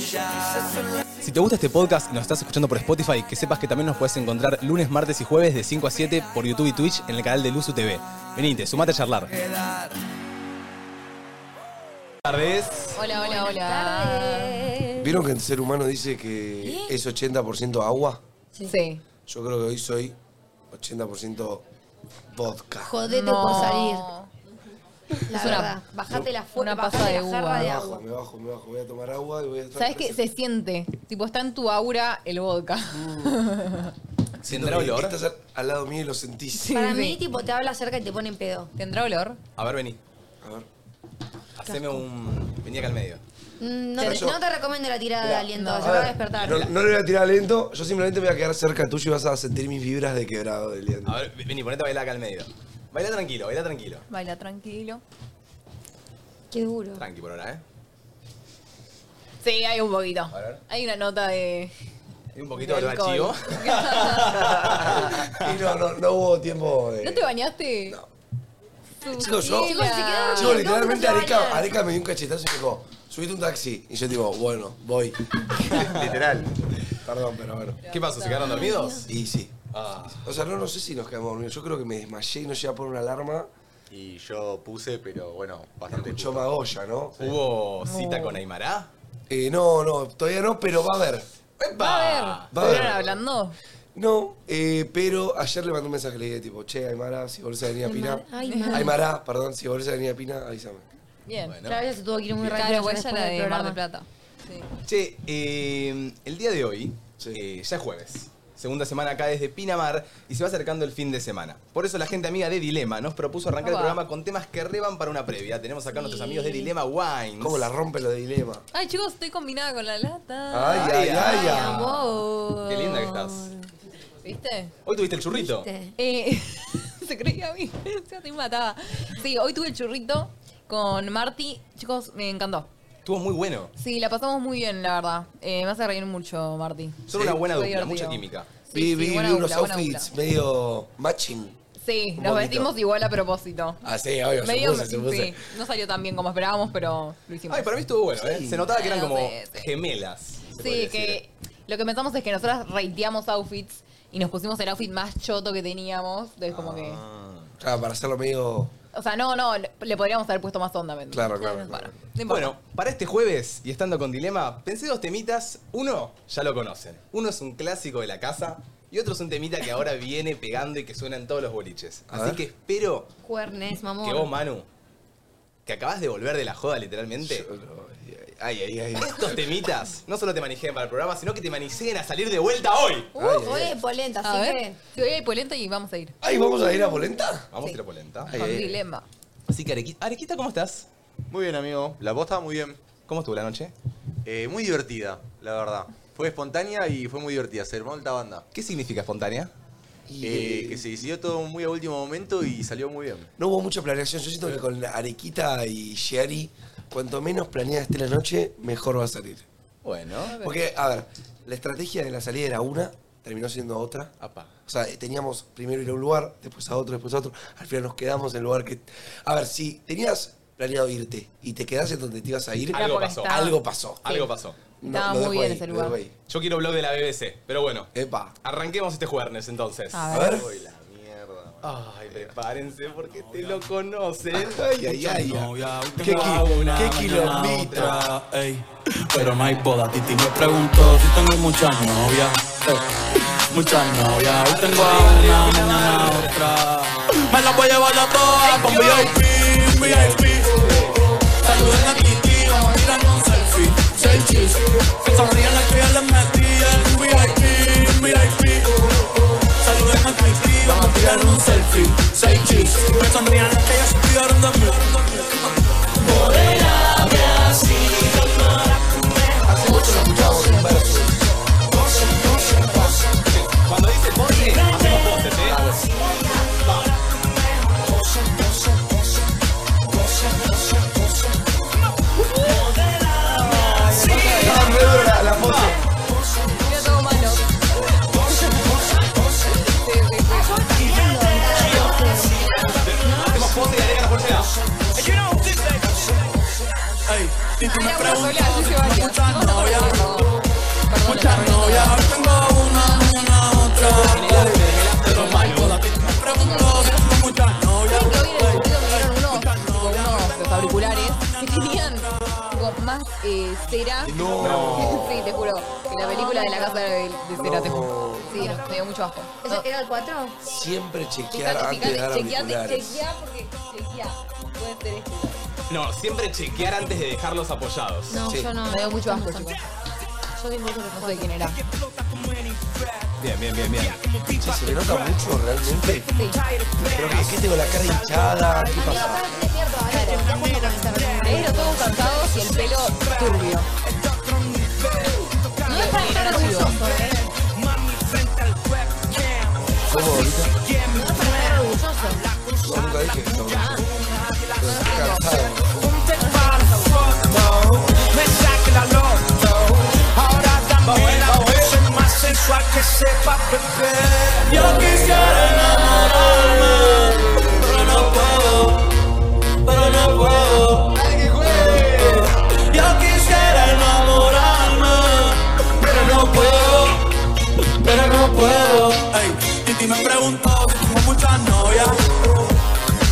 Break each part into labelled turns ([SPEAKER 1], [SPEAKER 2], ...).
[SPEAKER 1] Si te gusta este podcast y nos estás escuchando por Spotify, que sepas que también nos puedes encontrar lunes, martes y jueves de 5 a 7 por YouTube y Twitch en el canal de Luzu TV. Venite, sumate a charlar. Tardes.
[SPEAKER 2] Hola, hola, hola.
[SPEAKER 3] ¿Vieron que el ser humano dice
[SPEAKER 4] ¿Eh?
[SPEAKER 3] que es 80% agua?
[SPEAKER 2] Sí.
[SPEAKER 3] Yo creo que hoy soy 80% vodka.
[SPEAKER 4] Jodete
[SPEAKER 2] No.
[SPEAKER 4] por salir. La
[SPEAKER 2] Es una-
[SPEAKER 4] verdad. Bajate la fuerza.
[SPEAKER 2] una pasa de
[SPEAKER 4] la jarra
[SPEAKER 2] uva.
[SPEAKER 4] de
[SPEAKER 3] Me
[SPEAKER 4] agua.
[SPEAKER 3] bajo, me bajo, me bajo. Voy a tomar agua y voy a estar
[SPEAKER 2] ¿Sabes qué? Se
[SPEAKER 3] presente.
[SPEAKER 2] siente. Tipo, está en tu aura el vodka.
[SPEAKER 4] Mm.
[SPEAKER 3] Siento
[SPEAKER 1] ¿Tendrá
[SPEAKER 3] que
[SPEAKER 1] olor?
[SPEAKER 3] Estás al lado mío y lo sentís.
[SPEAKER 4] Para
[SPEAKER 2] Sí.
[SPEAKER 4] mí, tipo, te habla cerca y te pone en pedo.
[SPEAKER 2] ¿Tendrá olor?
[SPEAKER 1] A ver, vení.
[SPEAKER 3] A ver.
[SPEAKER 1] Haceme un. Vení acá al medio.
[SPEAKER 4] Mm, No
[SPEAKER 3] Pero
[SPEAKER 4] te,
[SPEAKER 3] yo-
[SPEAKER 4] no te recomiendo la tirada de
[SPEAKER 3] Mirá,
[SPEAKER 4] aliento,
[SPEAKER 2] no.
[SPEAKER 4] se
[SPEAKER 3] A
[SPEAKER 4] va a
[SPEAKER 3] ver,
[SPEAKER 4] despertar.
[SPEAKER 3] No, no le voy a tirar lento, yo simplemente me voy a quedar cerca tuyo y vas a sentir mis vibras de quebrado del día.
[SPEAKER 1] A ver, vení, ponete a bailar acá al medio. Baila tranquilo, baila tranquilo.
[SPEAKER 2] Baila tranquilo.
[SPEAKER 4] Qué duro.
[SPEAKER 1] Tranqui por ahora, ¿eh?
[SPEAKER 2] Sí, hay un poquito.
[SPEAKER 1] A ver.
[SPEAKER 2] Hay una nota de.
[SPEAKER 1] Y un poquito
[SPEAKER 2] de
[SPEAKER 1] de lo
[SPEAKER 2] alcohol.
[SPEAKER 1] archivo.
[SPEAKER 3] Y no, no, no hubo tiempo de...
[SPEAKER 2] ¿No te bañaste?
[SPEAKER 3] No.
[SPEAKER 2] Su-
[SPEAKER 3] Chicos, yo-
[SPEAKER 2] Mira.
[SPEAKER 4] Chicos, se quedaron
[SPEAKER 3] Yo
[SPEAKER 4] ¿Cómo
[SPEAKER 3] literalmente
[SPEAKER 4] no se
[SPEAKER 3] Areca,
[SPEAKER 4] bañan?
[SPEAKER 3] Areca me dio un cachetazo y me dijo, subite un taxi. Y yo digo, bueno, voy. Literal. Perdón, pero bueno.
[SPEAKER 1] ¿Qué pasó? ¿Se quedaron dormidos?
[SPEAKER 3] Y sí.
[SPEAKER 1] Ah.
[SPEAKER 3] O sea, no, no sé si nos quedamos dormidos. Yo creo que me desmayé y no llegué a poner una alarma.
[SPEAKER 5] Y yo puse, pero bueno, bastante
[SPEAKER 3] Escuchó
[SPEAKER 5] justo.
[SPEAKER 3] Magoya, ¿no?
[SPEAKER 1] ¿Hubo cita con Aymará?
[SPEAKER 3] Eh, no, no, todavía no, pero va a haber.
[SPEAKER 2] Va a
[SPEAKER 3] Va
[SPEAKER 2] ver.
[SPEAKER 3] a
[SPEAKER 2] ¿Estuvieron
[SPEAKER 3] ver.
[SPEAKER 2] hablando?
[SPEAKER 3] No, eh, pero ayer le mandé un mensaje, le dije tipo, che, Aymara, si volvés a venir a Pina.
[SPEAKER 4] Aymara.
[SPEAKER 3] Aymara, perdón, si volvés a venir a Pina, avísame.
[SPEAKER 2] Bien.
[SPEAKER 1] Bueno.
[SPEAKER 4] La verdad se tuvo que ir muy rápido.
[SPEAKER 2] Claro,
[SPEAKER 4] ya
[SPEAKER 2] pues
[SPEAKER 4] después
[SPEAKER 2] ella la
[SPEAKER 4] del
[SPEAKER 2] de Mar
[SPEAKER 4] programa.
[SPEAKER 2] del Plata. Sí.
[SPEAKER 1] Che, eh, el día de hoy,
[SPEAKER 3] Sí.
[SPEAKER 1] eh, ya es jueves. Segunda semana acá desde Pinamar y se va acercando el fin de semana. Por eso la gente amiga de Dilema nos propuso arrancar el
[SPEAKER 2] Opa.
[SPEAKER 1] programa con temas que reban para una previa. Tenemos acá a nuestros amigos de Dilema Wines.
[SPEAKER 3] ¿Cómo la rompe lo de dilema?
[SPEAKER 2] Ay, chicos, estoy combinada con la lata.
[SPEAKER 3] Ay, ay, ay, ay.
[SPEAKER 2] amor.
[SPEAKER 1] Qué linda que estás.
[SPEAKER 2] ¿Viste?
[SPEAKER 1] Hoy tuviste el churrito.
[SPEAKER 4] ¿Viste?
[SPEAKER 2] Eh, se creía a mí, se te mataba. Sí, hoy tuve el churrito con Marty. Chicos, me encantó.
[SPEAKER 1] Estuvo muy bueno.
[SPEAKER 2] Sí, la pasamos muy bien, la verdad. Eh, me hace reír mucho, Marty.
[SPEAKER 1] Son una buena
[SPEAKER 2] Fue
[SPEAKER 1] dupla,
[SPEAKER 2] divertido.
[SPEAKER 1] mucha química.
[SPEAKER 2] Sí,
[SPEAKER 3] vi
[SPEAKER 2] sí,
[SPEAKER 3] vi-
[SPEAKER 2] buena
[SPEAKER 3] vi unos
[SPEAKER 2] dupla, buena
[SPEAKER 3] outfits
[SPEAKER 2] dupla.
[SPEAKER 3] medio matching.
[SPEAKER 2] Sí,
[SPEAKER 3] Un
[SPEAKER 2] nos
[SPEAKER 3] poquito.
[SPEAKER 2] vestimos igual a propósito.
[SPEAKER 3] Ah, sí, obvio, se
[SPEAKER 2] Medio-
[SPEAKER 3] puso, se puso.
[SPEAKER 2] sí, no salió tan bien como esperábamos, pero lo hicimos.
[SPEAKER 1] Ay, para mí estuvo bueno, ¿eh? Se notaba que eran
[SPEAKER 2] Sí,
[SPEAKER 1] como
[SPEAKER 2] sí.
[SPEAKER 1] gemelas. se
[SPEAKER 2] Sí,
[SPEAKER 1] podría decir.
[SPEAKER 2] que lo que pensamos es que nosotras rateamos outfits y nos pusimos el outfit más choto que teníamos. Entonces, como que.
[SPEAKER 1] Ah.
[SPEAKER 3] Claro, para hacerlo medio...
[SPEAKER 2] O sea, no, no, le le podríamos haber puesto más onda. ¿me entendés?
[SPEAKER 3] Claro, claro, claro.
[SPEAKER 2] No importa.
[SPEAKER 1] Bueno, para este jueves y estando con Dilema, pensé dos temitas. Uno, ya lo conocen. Uno es un clásico de la casa y otro es un temita que ahora viene pegando y que suena en todos los boliches.
[SPEAKER 3] A
[SPEAKER 1] Así
[SPEAKER 3] ver.
[SPEAKER 1] que espero
[SPEAKER 4] Cuernes, mamón.
[SPEAKER 1] que vos, Manu, que acabás de volver de la joda literalmente,
[SPEAKER 3] Ay, ay, ay.
[SPEAKER 1] estos temitas no solo te manijeen para el programa, sino que te manijeen a salir de vuelta hoy.
[SPEAKER 4] Uh,
[SPEAKER 3] Ay,
[SPEAKER 4] hoy
[SPEAKER 3] ay,
[SPEAKER 4] es polenta,
[SPEAKER 2] Eh, a
[SPEAKER 4] así
[SPEAKER 2] ver,
[SPEAKER 4] que.
[SPEAKER 2] si hoy hay polenta y vamos a ir.
[SPEAKER 3] Ay, ¿vamos a ir a Polenta?
[SPEAKER 1] Vamos a ir a polenta.
[SPEAKER 3] Ay,
[SPEAKER 2] Con
[SPEAKER 3] ay, ay.
[SPEAKER 2] dilema.
[SPEAKER 1] Así que, Arequi- Arequita, ¿cómo estás?
[SPEAKER 5] Muy bien, amigo. La voz estaba muy bien.
[SPEAKER 1] ¿Cómo estuvo la noche?
[SPEAKER 5] Eh, muy divertida, la verdad. Fue espontánea y fue muy divertida. Se armó alta banda.
[SPEAKER 1] ¿Qué significa espontánea?
[SPEAKER 3] Y,
[SPEAKER 5] Eh,
[SPEAKER 3] eh,
[SPEAKER 5] que se decidió todo muy a último momento y salió muy bien.
[SPEAKER 3] No hubo mucha planeación. Yo siento que con Arequita y Sherry, cuanto menos planeada esté la noche, mejor va a salir.
[SPEAKER 1] Bueno.
[SPEAKER 3] Porque, a ver, la estrategia de la salida era una, terminó siendo otra.
[SPEAKER 1] Apa.
[SPEAKER 3] O sea, eh, teníamos primero ir a un lugar, después a otro, después a otro. Al final nos quedamos en el lugar que. A ver, si tenías planeado irte y te quedás en donde te ibas a ir,
[SPEAKER 2] Era
[SPEAKER 1] Algo
[SPEAKER 2] porque
[SPEAKER 1] pasó.
[SPEAKER 2] estaba-
[SPEAKER 3] algo pasó.
[SPEAKER 1] Algo pasó.
[SPEAKER 2] Estaba muy
[SPEAKER 3] dejo
[SPEAKER 2] bien
[SPEAKER 3] ahí,
[SPEAKER 2] ese
[SPEAKER 3] lo
[SPEAKER 2] lugar.
[SPEAKER 3] dejo ahí.
[SPEAKER 1] Yo quiero blog de la BBC, pero bueno.
[SPEAKER 3] Epa.
[SPEAKER 1] Arranquemos este jueves entonces.
[SPEAKER 2] A
[SPEAKER 3] A ver.
[SPEAKER 5] Uy, la mierda.
[SPEAKER 6] Ah.
[SPEAKER 1] Ay, prepárense porque te lo conocen.
[SPEAKER 3] Ay, ay, ay.
[SPEAKER 7] novia, hoy
[SPEAKER 3] Qué,
[SPEAKER 7] tengo
[SPEAKER 3] qui-
[SPEAKER 7] a una,
[SPEAKER 3] qué
[SPEAKER 7] mañana
[SPEAKER 3] quilombito.
[SPEAKER 7] otra, ey. Pero no hay boda, Titi me preguntó si tengo muchas novias. eh. Muchas novias, hoy tengo a una, mañana a otra. Me las voy a llevar a todas con VIP, VIP. Saluden a Titi, vamos a tirar un selfie, selfies. Que sonrían las que ya les metí el VIP, VIP. Saluden a Titi, vamos a tirar un selfie, selfies. Que sonrían las que ya se olvidaron de mí.
[SPEAKER 1] Cuando dice pose, hacemos poses, ¿eh?
[SPEAKER 2] Solé, así se baila.
[SPEAKER 7] Muchas novias, muchas novias, hoy tengo una, mañana otra. Pero Michael, a ti me pregunto si tengo muchas novias.
[SPEAKER 2] ¿Saben que hoy en el partido me dieron unos, tipo, unos los auriculares que tenían tipo, más eh, cera? No. sí, te juro. Que la película de la casa de, de cera, te juro. Sí, me dio mucho asco. No,
[SPEAKER 4] ¿Ese ¿Era el 4?
[SPEAKER 3] Siempre chequear
[SPEAKER 2] Fíjate,
[SPEAKER 3] antes de dar
[SPEAKER 2] fíjate, chequeate,
[SPEAKER 3] auriculares.
[SPEAKER 2] chequeá porque chequeá. Puede ser este.
[SPEAKER 1] No, siempre chequear antes de dejarlos apoyados.
[SPEAKER 4] No,
[SPEAKER 3] Sí.
[SPEAKER 4] yo no.
[SPEAKER 2] Me dio mucho asco,
[SPEAKER 4] Yo
[SPEAKER 2] chicos.
[SPEAKER 4] disfruto los
[SPEAKER 2] No sé quién era.
[SPEAKER 1] Bien, bien, bien, bien.
[SPEAKER 3] Che, se me nota mucho realmente.
[SPEAKER 2] Sí.
[SPEAKER 3] Pero que, ¿qué tengo la cara hinchada, ¿qué
[SPEAKER 4] Amigo,
[SPEAKER 3] pasa?
[SPEAKER 4] aparte te pierdo. A ver, ya como con Instagram.
[SPEAKER 2] Negro, todos cansados y el pelo turbio.
[SPEAKER 4] No es para estar orgulloso, ¿eh?
[SPEAKER 3] ¿Cómo ahorita?
[SPEAKER 4] No es para estar orgulloso.
[SPEAKER 3] No, nunca dije que estaba orgulloso. Pero estoy cansado.
[SPEAKER 7] Yo quisiera enamorarme, pero no puedo, pero no puedo. Yo quisiera enamorarme, pero no puedo, pero no puedo. Ey, Titi me preguntó si tengo muchas novias,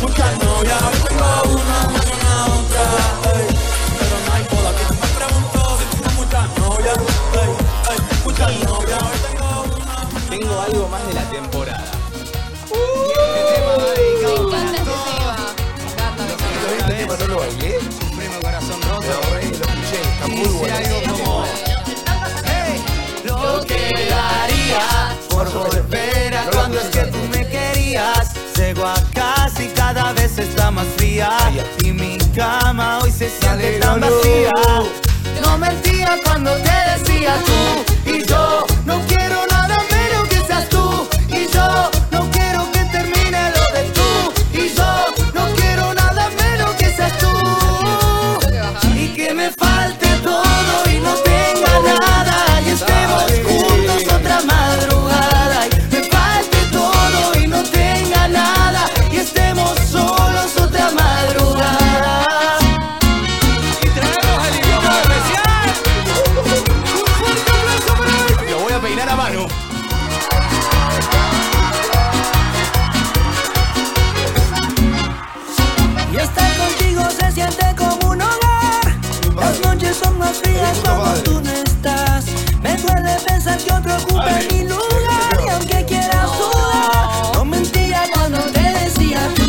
[SPEAKER 7] muchas novias. Hoy tengo una, mañana otra. ey. Pero no hay boda. Titi me preguntó si tengo muchas novias, ey, ey, muchas novias. Hoy tengo una.
[SPEAKER 1] Tengo algo más de la temporada.
[SPEAKER 3] Uh.
[SPEAKER 1] Y este tema va
[SPEAKER 2] Me
[SPEAKER 1] dedicado
[SPEAKER 2] encanta este tema. Me encanta, me encanta.
[SPEAKER 3] Pero este tema no lo bailé.
[SPEAKER 6] Supremo corazón roto.
[SPEAKER 3] Lo ahorré, lo escuché. Está muy
[SPEAKER 6] Dice
[SPEAKER 3] bueno.
[SPEAKER 6] algo como "Hey, Lo que daría por volver a cuando es que tú me querías Llego a casa y cada vez está más fría Y mi cama hoy se siente tan vacía No mentía cuando te decía tú Y yo no quiero nada menos que seas tú Y yo no quiero que termine lo de tú Y yo no quiero nada menos que seas tú y que me falte todo y no tenga nada Y estemos juntos otra madrugada Y me falte todo y no tenga nada Y estemos solos otra madrugada Y traemos el invitado especial Un fuerte aplauso para él
[SPEAKER 1] Lo voy a peinar a Manu.
[SPEAKER 6] Y estar contigo se siente como un hogar. Las noches son más frías
[SPEAKER 3] Puta
[SPEAKER 6] cuando
[SPEAKER 3] madre.
[SPEAKER 6] tú no estás. Me duele pensar que otro ocupa mi lugar. Y aunque quieras dudar, no mentía cuando te decía tú.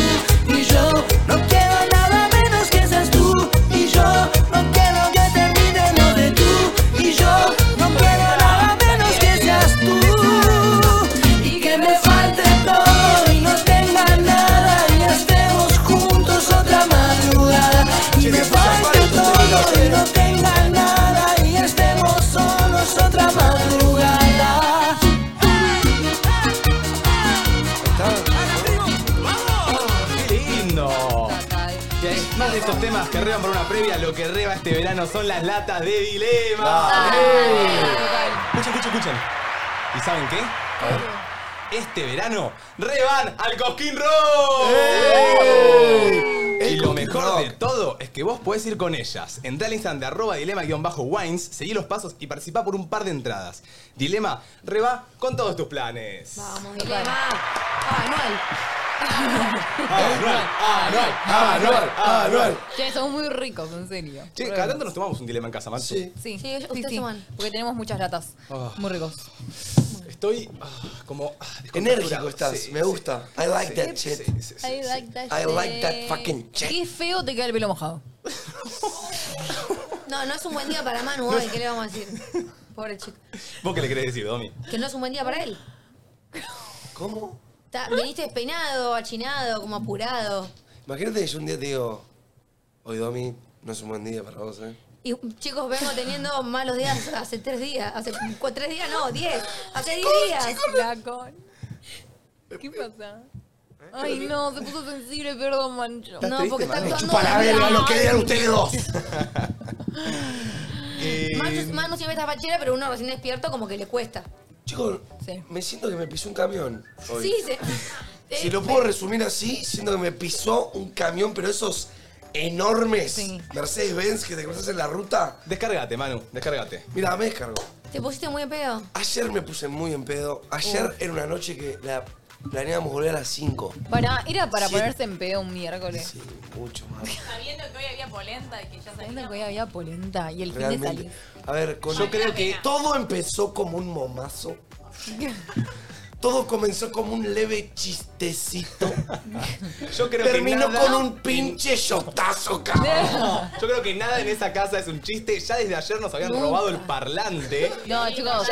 [SPEAKER 6] Y yo no quiero nada menos que seas tú. Y yo no quiero que termine lo de tú. Y yo no quiero nada menos que seas tú y que me falte todo y no tenga nada y estemos juntos otra madrugada y me falte todo y no tenga nada y estemos solos otra madrugada
[SPEAKER 1] ¡Qué lindo!
[SPEAKER 2] Ay,
[SPEAKER 1] Y hay más de estos temas que reban por una previa, lo que reba este verano son las latas de dilema.
[SPEAKER 2] total.
[SPEAKER 1] Escuchen, escuchen, escuchen. ¿Y saben qué? Este verano reban al Cosquín Rock.
[SPEAKER 3] El
[SPEAKER 1] Y lo
[SPEAKER 3] Cosquín
[SPEAKER 1] mejor
[SPEAKER 3] Rock.
[SPEAKER 1] de todo es que vos podés ir con ellas. Entrá al Instagram de arroba dilema-wines, seguí los pasos y participá por un par de entradas. Dilema, reba con todos tus planes.
[SPEAKER 4] Vamos, dilema. Manuel.
[SPEAKER 1] Anual, anual, anual, anual.
[SPEAKER 2] Che, somos muy ricos, en serio.
[SPEAKER 1] Che, cada tanto nos tomamos un dilema en casa, Matsu.
[SPEAKER 3] Sí.
[SPEAKER 2] Sí,
[SPEAKER 4] Sí, ustedes toman.
[SPEAKER 2] Porque tenemos muchas latas.
[SPEAKER 1] Oh.
[SPEAKER 2] Muy ricos.
[SPEAKER 1] Estoy ah, como ah,
[SPEAKER 3] Enérgico estás.
[SPEAKER 1] Sí,
[SPEAKER 3] me
[SPEAKER 1] sí,
[SPEAKER 3] gusta. I like that
[SPEAKER 1] sí,
[SPEAKER 3] shit.
[SPEAKER 1] sí, sí, sí.
[SPEAKER 4] I like that
[SPEAKER 3] I like that
[SPEAKER 4] shit.
[SPEAKER 3] fucking shit.
[SPEAKER 2] Qué feo te queda el pelo mojado.
[SPEAKER 4] No, no es un buen día para Manu hoy, ¿qué le vamos a decir? Pobre chico.
[SPEAKER 1] ¿Vos qué le querés decir, Domi?
[SPEAKER 4] Que no es un buen día para él.
[SPEAKER 3] ¿Cómo?
[SPEAKER 4] Está- viniste despeinado, achinado, como apurado.
[SPEAKER 3] Imagínate que yo un día te digo, hoy Domi, no es un buen día para vos, ¿eh?
[SPEAKER 4] Y chicos, vengo teniendo malos días hace tres días. Hace cu- tres días, no, diez. Hace diez días.
[SPEAKER 2] Flacón. ¿Qué pasa? Ay, no, se puso sensible, perdón, mancho.
[SPEAKER 4] No, porque está
[SPEAKER 3] Me
[SPEAKER 4] actuando.
[SPEAKER 3] chupa la verga lo que
[SPEAKER 4] Ay,
[SPEAKER 3] digan ustedes dos.
[SPEAKER 4] Manu, Manu siempre está fachera, pero uno recién despierto como que le cuesta.
[SPEAKER 3] Chicos,
[SPEAKER 2] Sí.
[SPEAKER 3] me siento que me pisó un camión hoy.
[SPEAKER 4] Sí, se.
[SPEAKER 3] Si
[SPEAKER 4] Eh,
[SPEAKER 3] lo puedo resumir así, siento que me pisó un camión, pero esos enormes.
[SPEAKER 2] Sí.
[SPEAKER 3] Mercedes-Benz que te cruzas en la ruta.
[SPEAKER 1] Descárgate, Manu, descárgate.
[SPEAKER 3] Mira, me descargo.
[SPEAKER 4] Te pusiste muy en pedo.
[SPEAKER 3] Ayer me puse muy en pedo. Ayer era una noche que la planeábamos volver a las 5.
[SPEAKER 2] Para, era para
[SPEAKER 3] Sí.
[SPEAKER 2] ponerse en pedo un miércoles.
[SPEAKER 3] Sí, mucho más.
[SPEAKER 8] Sabiendo que hoy había polenta y que ya
[SPEAKER 2] Sabiendo
[SPEAKER 8] salía.
[SPEAKER 2] que hoy había polenta y el fin de
[SPEAKER 3] Realmente.
[SPEAKER 2] salir.
[SPEAKER 3] A ver, con
[SPEAKER 1] Yo creo que-
[SPEAKER 3] todo empezó como un momazo. Todo comenzó como un leve chistecito.
[SPEAKER 1] Yo creo
[SPEAKER 3] Terminó
[SPEAKER 1] que nada,
[SPEAKER 3] con un pinche shotazo, cabrón.
[SPEAKER 1] Yo creo que nada en esa casa es un chiste. Ya desde ayer nos habían robado el parlante.
[SPEAKER 2] No, chicos.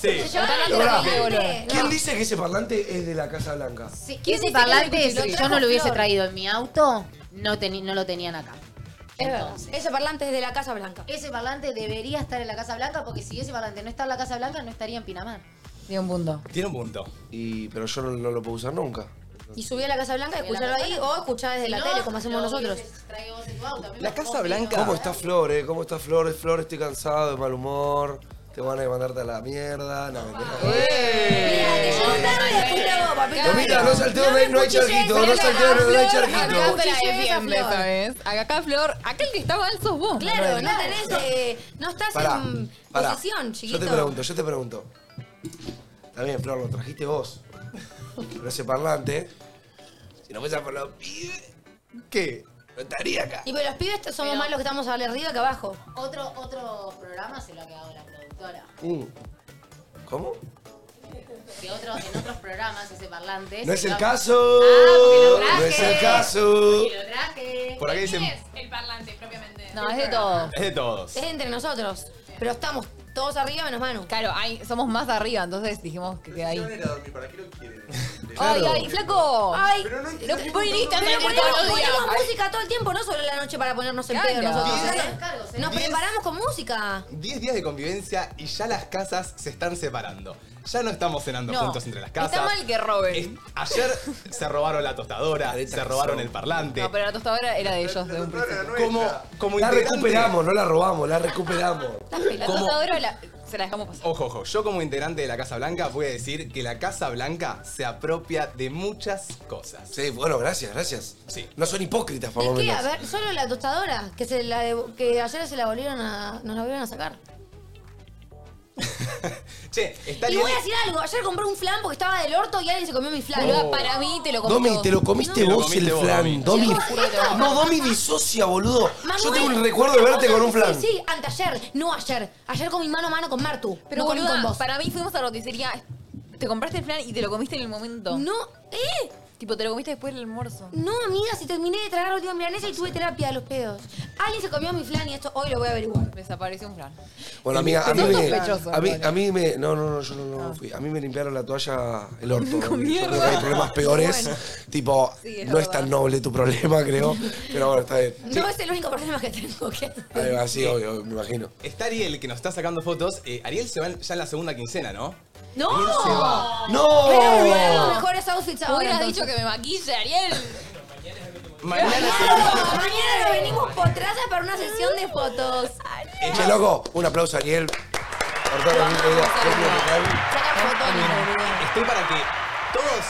[SPEAKER 1] Sí.
[SPEAKER 2] El parlante
[SPEAKER 3] Pará.
[SPEAKER 2] lo tiene, boludo.
[SPEAKER 3] ¿Quién dice que ese parlante es de la Casa Blanca?
[SPEAKER 4] ¿Quién
[SPEAKER 9] ese
[SPEAKER 4] dice
[SPEAKER 9] parlante,
[SPEAKER 4] que lo
[SPEAKER 9] si
[SPEAKER 4] trajo
[SPEAKER 9] yo no lo hubiese
[SPEAKER 4] Flor?
[SPEAKER 9] traído en mi auto, no, teni- no lo tenían acá. Entonces,
[SPEAKER 4] Ese parlante es de la Casa Blanca.
[SPEAKER 9] ese parlante debería estar en la Casa Blanca porque si ese parlante no está en la Casa Blanca, no estaría en Pinamar.
[SPEAKER 2] Tiene un punto.
[SPEAKER 1] Tiene un punto.
[SPEAKER 3] Y, pero yo no, no lo puedo usar nunca.
[SPEAKER 4] Y subí a la Casa Blanca, escucharlo ahí o escuchar desde la
[SPEAKER 9] No,
[SPEAKER 4] tele como hacemos
[SPEAKER 9] lo
[SPEAKER 4] nosotros.
[SPEAKER 9] hubieses traído vos en tu auto. A mí
[SPEAKER 1] La
[SPEAKER 9] me-
[SPEAKER 1] Casa
[SPEAKER 9] vos,
[SPEAKER 1] Blanca-
[SPEAKER 9] no.
[SPEAKER 3] ¿Cómo está Flor, eh? ¿Cómo está Flor? Flor, estoy cansado, de mal humor. Te van a mandarte a la mierda. No, mentira.
[SPEAKER 1] Eh.
[SPEAKER 4] Mira, Ah, que llegó tarde y escucha vos, papito.
[SPEAKER 3] No, mira, no salteo, no hay- no hay charquito, no salteo, no hay charquito.
[SPEAKER 2] Acá se la
[SPEAKER 4] Cuchillo de
[SPEAKER 2] defiende,
[SPEAKER 4] esa flor.
[SPEAKER 2] ¿sabes? Acá, Flor, acá el que está mal sos vos.
[SPEAKER 4] Claro,
[SPEAKER 2] Manuel.
[SPEAKER 4] no tenés, eh, no estás
[SPEAKER 3] Pará,
[SPEAKER 4] en
[SPEAKER 3] pará.
[SPEAKER 4] posesión, chiquito.
[SPEAKER 3] Yo te pregunto, yo te pregunto. Está bien, Flor, lo trajiste vos. Pero ese parlante, si no fuese por los pibes,
[SPEAKER 1] ¿Qué?
[SPEAKER 3] no estaría acá.
[SPEAKER 4] Y pero los pibes somos más los que estamos arriba que abajo.
[SPEAKER 9] Otro, otro programa se lo ha quedado la productora.
[SPEAKER 3] Mm. ¿Cómo?
[SPEAKER 9] Que otro, en otros programas ese parlante.
[SPEAKER 3] No
[SPEAKER 9] se
[SPEAKER 3] es el
[SPEAKER 9] lo-
[SPEAKER 3] caso.
[SPEAKER 9] Ah, porque lo
[SPEAKER 3] No es
[SPEAKER 4] Eh,
[SPEAKER 3] el
[SPEAKER 9] traje.
[SPEAKER 3] caso.
[SPEAKER 9] Y lo traje.
[SPEAKER 1] Por acá dicen.
[SPEAKER 8] es el parlante propiamente?
[SPEAKER 2] Ah, No, es de todo.
[SPEAKER 1] Es de todos.
[SPEAKER 4] Es entre nosotros. Pero estamos todos arriba menos Manu.
[SPEAKER 2] Claro, hay- somos más arriba, entonces dijimos que queda ahí.
[SPEAKER 5] Pero si se van a ir a dormir, ¿para qué lo quieren?
[SPEAKER 2] ¡Ay, ay, flaco!
[SPEAKER 4] Ay,
[SPEAKER 5] Pero no
[SPEAKER 2] No
[SPEAKER 5] entiendo.
[SPEAKER 2] viniste a
[SPEAKER 4] pero
[SPEAKER 2] mi
[SPEAKER 4] ponemos,
[SPEAKER 2] todos los días.
[SPEAKER 4] ponemos música todo el tiempo, no solo en la noche para ponernos en
[SPEAKER 2] Claro.
[SPEAKER 4] pedo nosotros,
[SPEAKER 9] Diez.
[SPEAKER 4] ¿eh?
[SPEAKER 9] Cargos, ¿eh?
[SPEAKER 4] Nos
[SPEAKER 1] Diez.
[SPEAKER 4] preparamos con música.
[SPEAKER 1] 10 días de convivencia y ya las casas se están separando. Ya no estamos cenando
[SPEAKER 2] No.
[SPEAKER 1] juntos entre las casas.
[SPEAKER 2] Está mal que roben.
[SPEAKER 1] Es- ayer se robaron la tostadora, se robaron el parlante.
[SPEAKER 2] No, pero la tostadora era de ellos.
[SPEAKER 5] La
[SPEAKER 2] De un
[SPEAKER 5] doctora era
[SPEAKER 2] principio.
[SPEAKER 5] nuestra.
[SPEAKER 1] Como, como
[SPEAKER 3] La
[SPEAKER 1] integrante-
[SPEAKER 3] recuperamos, no la robamos, la recuperamos.
[SPEAKER 2] La
[SPEAKER 1] ¿Cómo?
[SPEAKER 2] tostadora la- se la dejamos pasar.
[SPEAKER 1] Ojo, ojo, yo como integrante de la Casa Blanca voy a decir que la Casa Blanca se apropia de muchas cosas.
[SPEAKER 3] Sí, bueno, gracias, gracias.
[SPEAKER 1] Sí.
[SPEAKER 3] No son hipócritas, por lo
[SPEAKER 4] ¿De qué? A
[SPEAKER 3] menos.
[SPEAKER 4] ver, solo la tostadora, que se la devo- que ayer se la volvieron a. nos la volvieron a sacar.
[SPEAKER 1] Che, está
[SPEAKER 4] Y
[SPEAKER 1] Lili-
[SPEAKER 4] voy a decir algo, ayer compré un flan porque estaba del orto y alguien se comió mi flan.
[SPEAKER 2] Boluda, para mí te lo comí
[SPEAKER 3] Domi,
[SPEAKER 2] todo.
[SPEAKER 3] te lo comiste
[SPEAKER 1] Te lo
[SPEAKER 3] vos
[SPEAKER 1] comiste
[SPEAKER 3] el
[SPEAKER 1] vos,
[SPEAKER 3] flan.
[SPEAKER 1] Domi.
[SPEAKER 3] Domi.
[SPEAKER 4] Sí, te lo juro.
[SPEAKER 3] No, Domi disocia, boludo.
[SPEAKER 4] Manuel,
[SPEAKER 3] Yo tengo un recuerdo de
[SPEAKER 4] una
[SPEAKER 3] verte
[SPEAKER 4] cosa
[SPEAKER 3] con un
[SPEAKER 4] que
[SPEAKER 3] flan.
[SPEAKER 4] Sí, sí, anteayer, no ayer. Ayer con mi mano a mano con Martu.
[SPEAKER 2] Pero
[SPEAKER 4] no con-
[SPEAKER 2] boluda,
[SPEAKER 4] con vos.
[SPEAKER 2] para mí fuimos a la roticería. Te compraste el flan y te lo comiste en el momento.
[SPEAKER 4] No, ¿eh?
[SPEAKER 2] Tipo, te lo comiste después del almuerzo.
[SPEAKER 4] No, amiga, si terminé de tragar la última milanesa y tuve terapia de los pedos. Alguien se comió mi flan y esto hoy lo voy a averiguar.
[SPEAKER 2] Desapareció un flan.
[SPEAKER 3] Bueno, amiga, a mí
[SPEAKER 2] Sos
[SPEAKER 3] me.
[SPEAKER 2] sospechoso,
[SPEAKER 3] A mí,
[SPEAKER 2] Antonio.
[SPEAKER 3] a mí me. No, no, no, yo no, no fui. A mí me limpiaron la toalla el orto. Yo creo que
[SPEAKER 2] mierda.
[SPEAKER 3] hay problemas peores. Tipo,
[SPEAKER 2] Sí, es
[SPEAKER 3] no es
[SPEAKER 2] verdad.
[SPEAKER 3] tan noble tu problema, creo. Pero bueno, está bien.
[SPEAKER 4] No es el único problema que tengo que hacer.
[SPEAKER 3] Algo Así, Eh, ah, obvio, me imagino.
[SPEAKER 1] está Ariel que nos está sacando fotos. Eh, Ariel se va en- ya en la segunda quincena, ¿no?
[SPEAKER 4] ¡No!
[SPEAKER 1] Ariel se va.
[SPEAKER 4] Pero voy a ver los
[SPEAKER 3] ¡No!
[SPEAKER 4] mejores outfits ahora.
[SPEAKER 2] Hubieras
[SPEAKER 4] entonces.
[SPEAKER 2] dicho que me maquille, Ariel.
[SPEAKER 1] Mañana
[SPEAKER 4] Claro, mañana nos venimos potrazas para una sesión de fotos.
[SPEAKER 1] se...
[SPEAKER 3] Che, loco, un aplauso a Ariel. Por todo lo lindo que hizo.
[SPEAKER 4] Sacar fotos.
[SPEAKER 1] Estoy para que todos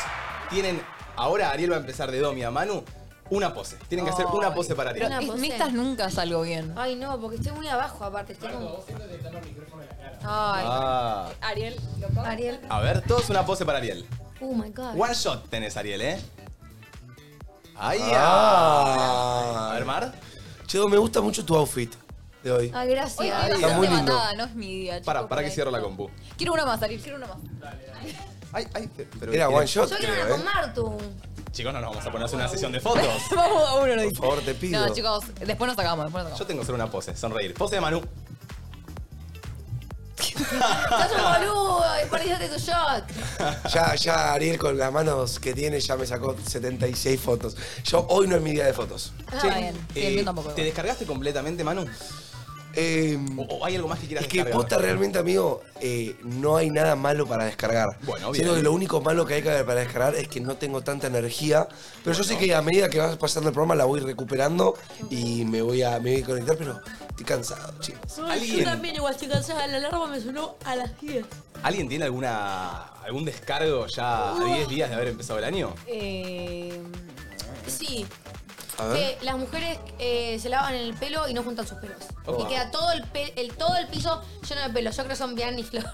[SPEAKER 1] tienen... Ahora Ariel va a empezar de Domi a Manu. Una pose. Tienen que hacer una pose para Ariel.
[SPEAKER 2] Pero
[SPEAKER 4] Una
[SPEAKER 2] en
[SPEAKER 4] pose.
[SPEAKER 2] estas nunca salgo bien.
[SPEAKER 4] Ay, no, porque estoy muy abajo aparte. Estoy como...
[SPEAKER 2] Ay.
[SPEAKER 1] Ah.
[SPEAKER 2] Ariel, lo
[SPEAKER 4] Ariel.
[SPEAKER 1] A ver, todos una pose para Ariel.
[SPEAKER 4] Oh my god.
[SPEAKER 1] One shot tenés, Ariel, ¿eh? ¡Ay, ah. A ver,
[SPEAKER 3] Ah.
[SPEAKER 1] Mar.
[SPEAKER 3] Che, Dom, me gusta mucho tu outfit de hoy.
[SPEAKER 4] Ay,
[SPEAKER 2] Hoy
[SPEAKER 4] gracias.
[SPEAKER 2] estoy
[SPEAKER 3] Está muy
[SPEAKER 2] bastante
[SPEAKER 3] lindo.
[SPEAKER 2] matada, no es mi día. chicos,
[SPEAKER 1] Para, para que
[SPEAKER 2] ahí.
[SPEAKER 1] cierre la compu.
[SPEAKER 2] Quiero una más, Ariel, quiero una más.
[SPEAKER 1] Ay, ay, pero.
[SPEAKER 3] Era one shot,
[SPEAKER 4] Yo quiero
[SPEAKER 3] creo,
[SPEAKER 4] una
[SPEAKER 3] ¿eh?
[SPEAKER 4] con Martu.
[SPEAKER 1] Chicos, no nos vamos a poner a hacer una sesión de fotos.
[SPEAKER 2] Vamos a uno, lo
[SPEAKER 3] Por
[SPEAKER 2] dice.
[SPEAKER 3] favor, te pido.
[SPEAKER 2] No, chicos, después nos sacamos, después nos
[SPEAKER 1] Yo
[SPEAKER 2] sacamos.
[SPEAKER 1] tengo que hacer una pose, sonreír. Pose de Manu.
[SPEAKER 4] Sos un boludo y perdiste tu shot.
[SPEAKER 3] Ya, ya Ariel con las manos que tiene ya me sacó 76 fotos. Yo hoy no es mi día de fotos.
[SPEAKER 2] Ah,
[SPEAKER 1] Che,
[SPEAKER 2] bien. Sí,
[SPEAKER 1] eh,
[SPEAKER 2] yo tampoco.
[SPEAKER 1] ¿Te descargaste completamente, Manu?
[SPEAKER 3] Eh,
[SPEAKER 1] ¿O, o hay algo más que quieras
[SPEAKER 3] es que
[SPEAKER 1] descargar?
[SPEAKER 3] posta realmente, amigo, eh, no hay nada malo para descargar.
[SPEAKER 1] Bueno, bien.
[SPEAKER 3] Siento que lo único malo que hay que- para descargar es que no tengo tanta energía. Pero yo sé que a medida que vas pasando el programa la voy recuperando y me voy a, me voy a conectar, pero estoy cansado, chicos.
[SPEAKER 1] ¿Alguien?
[SPEAKER 4] igual estoy cansada. La alarma me sonó a las 10.
[SPEAKER 1] ¿Alguien tiene alguna algún descargo ya a 10 días de haber empezado el año?
[SPEAKER 2] Eh,
[SPEAKER 4] Eh, Sí.
[SPEAKER 3] A ver.
[SPEAKER 4] que las mujeres eh, se lavan el pelo y no juntan sus pelos.
[SPEAKER 3] Oh.
[SPEAKER 4] Y queda todo el, pe- el- todo el piso lleno de pelos. Yo creo que son Bian y Flor.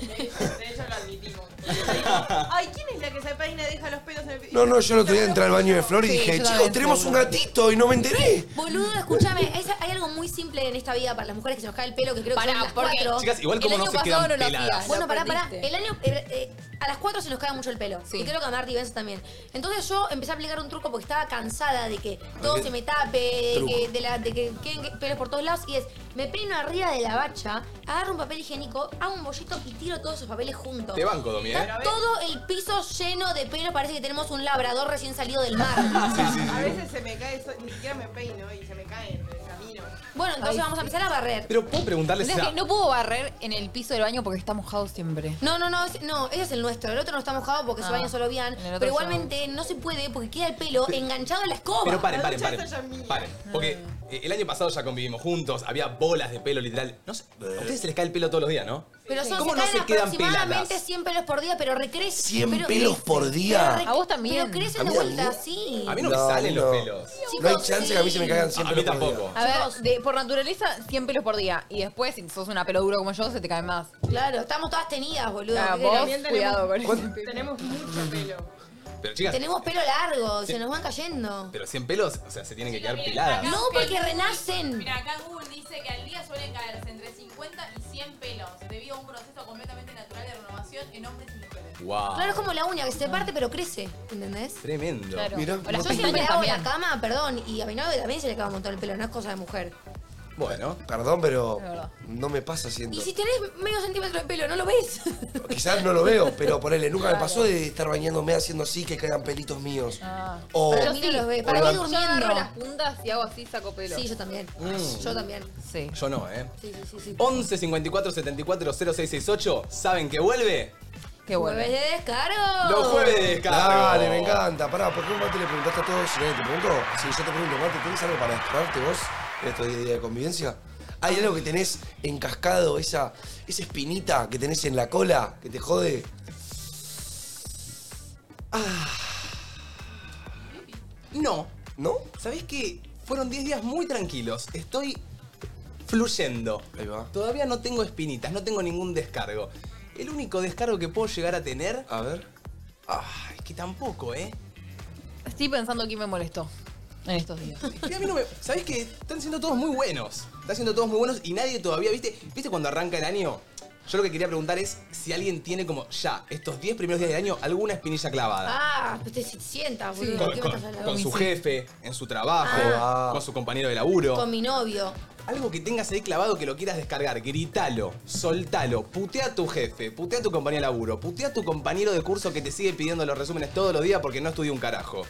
[SPEAKER 8] De hecho, lo admitimos. Ay, ¿quién es la que se peina y deja los pelos en el pi-
[SPEAKER 3] No, no, yo el otro día entré al baño de Flor y
[SPEAKER 4] Sí, yo
[SPEAKER 3] dije,
[SPEAKER 4] también,
[SPEAKER 3] chicos, tenemos un
[SPEAKER 4] seguro.
[SPEAKER 3] gatito y no me enteré.
[SPEAKER 4] Boludo, escúchame, es- hay algo muy simple en esta vida para las mujeres que se nos cae el pelo, que creo que
[SPEAKER 2] Pará,
[SPEAKER 4] son las
[SPEAKER 2] porque-
[SPEAKER 4] cuatro.
[SPEAKER 1] Chicas, igual
[SPEAKER 4] El
[SPEAKER 1] como
[SPEAKER 4] año
[SPEAKER 1] no se
[SPEAKER 4] pasado
[SPEAKER 1] quedan
[SPEAKER 4] lo hacía.
[SPEAKER 1] peladas.
[SPEAKER 4] Bueno, pará, pará.
[SPEAKER 2] Aprendiste.
[SPEAKER 4] El año, eh, eh, a las cuatro se nos cae mucho el pelo. Y creo que a Marty Benz también. Entonces yo empecé a aplicar un truco porque estaba cansada de que todo
[SPEAKER 3] qué
[SPEAKER 4] se me tape, de
[SPEAKER 3] truco?
[SPEAKER 4] que, de la- de que queden que- pelos por todos lados. Y es, me peino arriba de la bacha, agarro un papel higiénico, hago un bollito y tiro todos esos papeles juntos.
[SPEAKER 1] Te banco, Domi, ¿eh?
[SPEAKER 4] Está todo el piso lleno de pelos, parece que tenemos un labrador recién salido del mar.
[SPEAKER 8] A veces se me cae, so- ni siquiera me peino y se me cae en el camino.
[SPEAKER 4] Bueno, entonces vamos a empezar a barrer.
[SPEAKER 1] Pero puedo preguntarles
[SPEAKER 2] Entonces,
[SPEAKER 1] a...
[SPEAKER 2] no puedo barrer en el piso del baño porque está mojado siempre.
[SPEAKER 4] No, no, no, es- no, ese es el nuestro. El otro no está mojado porque
[SPEAKER 2] Ah.
[SPEAKER 4] se baña solo bien.
[SPEAKER 2] El otro
[SPEAKER 4] Pero
[SPEAKER 2] yo-
[SPEAKER 4] igualmente no se puede porque queda el pelo enganchado en la escoba.
[SPEAKER 1] Pero paren,
[SPEAKER 8] La
[SPEAKER 1] paren,
[SPEAKER 8] ducha
[SPEAKER 1] paren.
[SPEAKER 8] esa ya es mía.
[SPEAKER 1] Paren.
[SPEAKER 4] Ah.
[SPEAKER 1] Porque eh, el año pasado ya convivimos juntos, había bolas de pelo, literal. No sé, a ustedes se les cae el pelo todos los días, ¿no?
[SPEAKER 4] Pero son,
[SPEAKER 1] ¿Cómo
[SPEAKER 4] se
[SPEAKER 1] no
[SPEAKER 4] caen
[SPEAKER 1] se quedan
[SPEAKER 4] aproximadamente
[SPEAKER 1] peladas?
[SPEAKER 4] 100 pelos por día, pero recrecen.
[SPEAKER 3] 100
[SPEAKER 4] pero-
[SPEAKER 3] pelos por día.
[SPEAKER 4] rec-
[SPEAKER 2] A vos también.
[SPEAKER 4] Pero crecen
[SPEAKER 3] A
[SPEAKER 4] de
[SPEAKER 3] mí
[SPEAKER 4] vuelta,
[SPEAKER 3] también.
[SPEAKER 4] sí.
[SPEAKER 1] A mí no, me salen
[SPEAKER 3] no.
[SPEAKER 1] los pelos.
[SPEAKER 3] No hay
[SPEAKER 4] Chicos,
[SPEAKER 3] chance que a mí se me
[SPEAKER 4] sí.
[SPEAKER 3] caigan
[SPEAKER 1] A
[SPEAKER 3] siempre.
[SPEAKER 1] mí tampoco.
[SPEAKER 2] A ver, de- por naturaleza, 100 pelos por día. Y después, si sos una pelo duro como yo, se te caen más.
[SPEAKER 4] Claro, estamos todas tenidas, boludo.
[SPEAKER 2] Ah,
[SPEAKER 4] ¿qué
[SPEAKER 2] vos,
[SPEAKER 4] querés?
[SPEAKER 8] tenemos-
[SPEAKER 2] cuidado con eso.
[SPEAKER 8] Tenemos mucho pelo.
[SPEAKER 1] Pero chicas,
[SPEAKER 4] Tenemos pelo largo, se nos van cayendo.
[SPEAKER 1] pero 100 pelos, o sea, se tienen que quedar
[SPEAKER 8] miren,
[SPEAKER 1] peladas.
[SPEAKER 8] acá-
[SPEAKER 4] No, porque renacen.
[SPEAKER 8] Mira, acá Google dice que al día suelen caerse entre 50 y 100 pelos debido a un proceso completamente natural de renovación en hombres y mujeres.
[SPEAKER 1] Wow.
[SPEAKER 4] Claro, es como la uña que se parte, pero crece. ¿Entendés?
[SPEAKER 1] Ah. Tremendo.
[SPEAKER 2] Claro.
[SPEAKER 3] Mirá,
[SPEAKER 2] o las
[SPEAKER 4] Yo siempre
[SPEAKER 2] pestañas
[SPEAKER 4] hago la
[SPEAKER 2] también.
[SPEAKER 4] cama, perdón, y a mi novio también se le cae un montón el pelo, no es cosa de mujer.
[SPEAKER 1] Bueno,
[SPEAKER 3] Perdón, pero
[SPEAKER 2] Es verdad.
[SPEAKER 3] no me pasa siento.
[SPEAKER 4] Y si tenés medio centímetro de pelo, ¿no lo ves?
[SPEAKER 3] Quizás no lo veo, pero ponele, nunca me pasó de estar bañándome haciendo así que caigan pelitos
[SPEAKER 4] Ah.
[SPEAKER 3] míos.
[SPEAKER 1] Ah. Oh.
[SPEAKER 3] O
[SPEAKER 4] Para mí no los ve, para
[SPEAKER 3] o
[SPEAKER 4] mí
[SPEAKER 3] la-
[SPEAKER 2] Yo agarro
[SPEAKER 4] durmiendo.
[SPEAKER 2] las puntas y hago así, saco pelo.
[SPEAKER 4] Sí, yo también.
[SPEAKER 1] Mm.
[SPEAKER 4] Yo también.
[SPEAKER 2] Sí.
[SPEAKER 1] yo no, ¿eh?
[SPEAKER 4] Sí, sí, sí. sí.
[SPEAKER 1] 11 54 74 0668, ¿saben que vuelve?
[SPEAKER 2] Qué bueno.
[SPEAKER 4] Jueves de descaro.
[SPEAKER 1] Los jueves de descargo.
[SPEAKER 3] Dale, me encanta. Pará, ¿por qué Mate le preguntaste a todos si nadie te preguntó? Si yo te pregunto, Mate, ¿tenés algo para descargarte vos en estos 10 días de convivencia? ¿Hay algo que tenés encascado, esa, esa espinita que tenés en la cola que te jode?
[SPEAKER 1] No.
[SPEAKER 3] ¿No?
[SPEAKER 1] ¿Sabés qué? Fueron 10 días muy tranquilos. Estoy fluyendo.
[SPEAKER 3] Ahí va.
[SPEAKER 1] Todavía no tengo espinitas, no tengo ningún descargo. El único descargo que puedo llegar a tener.
[SPEAKER 3] A ver.
[SPEAKER 1] Ah, es que tampoco, ¿eh?
[SPEAKER 2] Estoy pensando quién me molestó en estos días.
[SPEAKER 1] Y a mí no me- ¿Sabés qué? Están siendo todos muy buenos. Están siendo todos muy buenos y nadie todavía, ¿viste? ¿Viste cuando arranca el año? Yo lo que quería preguntar es si alguien tiene como ya, estos 10 primeros días del año, alguna espinilla clavada.
[SPEAKER 4] Ah, pues te sientas, boludo.
[SPEAKER 1] con,
[SPEAKER 4] ¿Qué me
[SPEAKER 1] con-
[SPEAKER 4] estás hablando?
[SPEAKER 1] con su jefe, en su trabajo,
[SPEAKER 3] Ah.
[SPEAKER 1] con su compañero de laburo.
[SPEAKER 4] Con mi novio.
[SPEAKER 1] Algo que tengas ahí clavado que lo quieras descargar, gritalo, soltalo, putea a tu jefe, putea a tu compañero de laburo, putea a tu compañero de curso que te sigue pidiendo los resúmenes todos los días porque no estudió un carajo.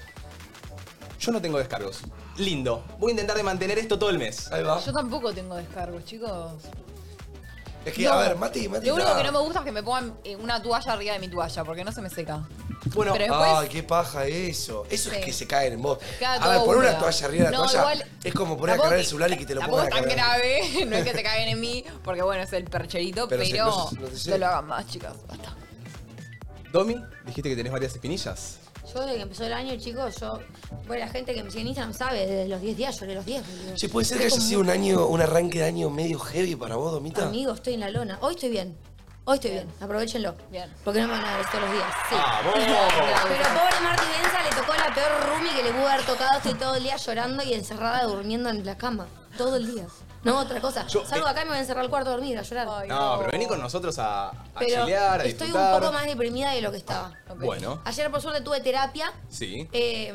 [SPEAKER 1] Yo no tengo descargos. Lindo. Voy a intentar de mantener esto todo el mes.
[SPEAKER 3] Ahí va.
[SPEAKER 2] Yo tampoco tengo descargos, chicos.
[SPEAKER 3] Es que,
[SPEAKER 2] No.
[SPEAKER 3] a ver, Mati, Mati.
[SPEAKER 2] Lo único
[SPEAKER 3] está-
[SPEAKER 2] que no me gusta es que me pongan eh, una toalla arriba de mi toalla, porque no se me seca.
[SPEAKER 1] Bueno,
[SPEAKER 2] Pero después,
[SPEAKER 3] Ay, qué paja eso. Eso es
[SPEAKER 2] Sí.
[SPEAKER 3] que se caen en vos.
[SPEAKER 2] Queda
[SPEAKER 3] a ver,
[SPEAKER 2] todo
[SPEAKER 3] poner una
[SPEAKER 2] húmeda.
[SPEAKER 3] toalla arriba de la
[SPEAKER 2] No,
[SPEAKER 3] toalla
[SPEAKER 2] igual-
[SPEAKER 3] es como poner a
[SPEAKER 2] tampoco
[SPEAKER 3] cargar el
[SPEAKER 2] es-
[SPEAKER 3] celular y que te lo
[SPEAKER 2] Tampoco
[SPEAKER 3] pongan
[SPEAKER 2] es
[SPEAKER 3] a
[SPEAKER 2] tan
[SPEAKER 3] cargar.
[SPEAKER 2] grave, no es que se caguen en mí, porque bueno, es el percherito,
[SPEAKER 3] Pero
[SPEAKER 2] pero,
[SPEAKER 3] se- no se- no se-
[SPEAKER 2] no lo hagan más, chicas. Basta.
[SPEAKER 1] Domi, dijiste que tenés varias espinillas.
[SPEAKER 4] Yo desde que empezó el año, chicos, yo. Bueno, la gente que me sigue en Instagram sabe, desde los 10 días lloré los 10. boludo.
[SPEAKER 3] Che, puede ser que haya sido un año, un arranque de año medio heavy para vos, Domita.
[SPEAKER 4] Amigo, estoy en la lona. Hoy estoy bien. Hoy estoy bien. Aprovechenlo.
[SPEAKER 2] Bien.
[SPEAKER 4] Porque no me van a ver todos los días. Sí.
[SPEAKER 1] Ah, ¡Vamos!
[SPEAKER 4] Pero pobre Marti Benza le tocó la peor roomie que le pudo haber tocado. Estoy todo el día llorando y encerrada durmiendo en la cama. Todo el día. No, otra cosa.
[SPEAKER 1] Yo- eh,
[SPEAKER 4] Salgo de acá y me voy a encerrar al cuarto a dormir, a llorar.
[SPEAKER 2] Ay,
[SPEAKER 1] No, pero vení con nosotros a, a
[SPEAKER 4] pero
[SPEAKER 1] chilear, a
[SPEAKER 4] estoy
[SPEAKER 1] disfrutar.
[SPEAKER 4] un poco más deprimida de lo que estaba.
[SPEAKER 2] Ok.
[SPEAKER 1] Bueno,
[SPEAKER 4] Ayer, por suerte, tuve terapia.
[SPEAKER 1] sí.
[SPEAKER 4] eh,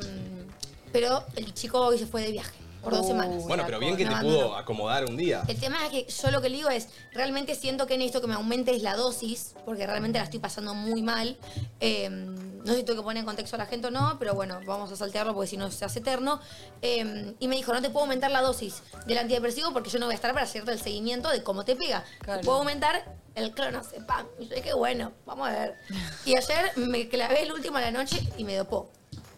[SPEAKER 4] pero el chico hoy se fue de viaje por dos
[SPEAKER 2] Uh.
[SPEAKER 4] semanas.
[SPEAKER 1] Bueno, pero bien que te
[SPEAKER 4] No, no,
[SPEAKER 1] pudo
[SPEAKER 4] no.
[SPEAKER 1] acomodar un día.
[SPEAKER 4] El tema es que yo lo que le digo es, realmente siento que necesito que me aumentes la dosis, porque realmente la estoy pasando muy mal. Eh, no sé si tengo que poner en contexto a la gente o no, pero bueno, vamos a saltearlo porque si no se hace eterno. Eh, y me dijo, no te puedo aumentar la dosis del antidepresivo porque yo no voy a estar para hacerte el seguimiento de cómo te pega.
[SPEAKER 2] Claro.
[SPEAKER 4] Te puedo aumentar el clonazepam. Y yo dije, bueno, vamos a ver. Y ayer me clavé el último de la noche y me dopó.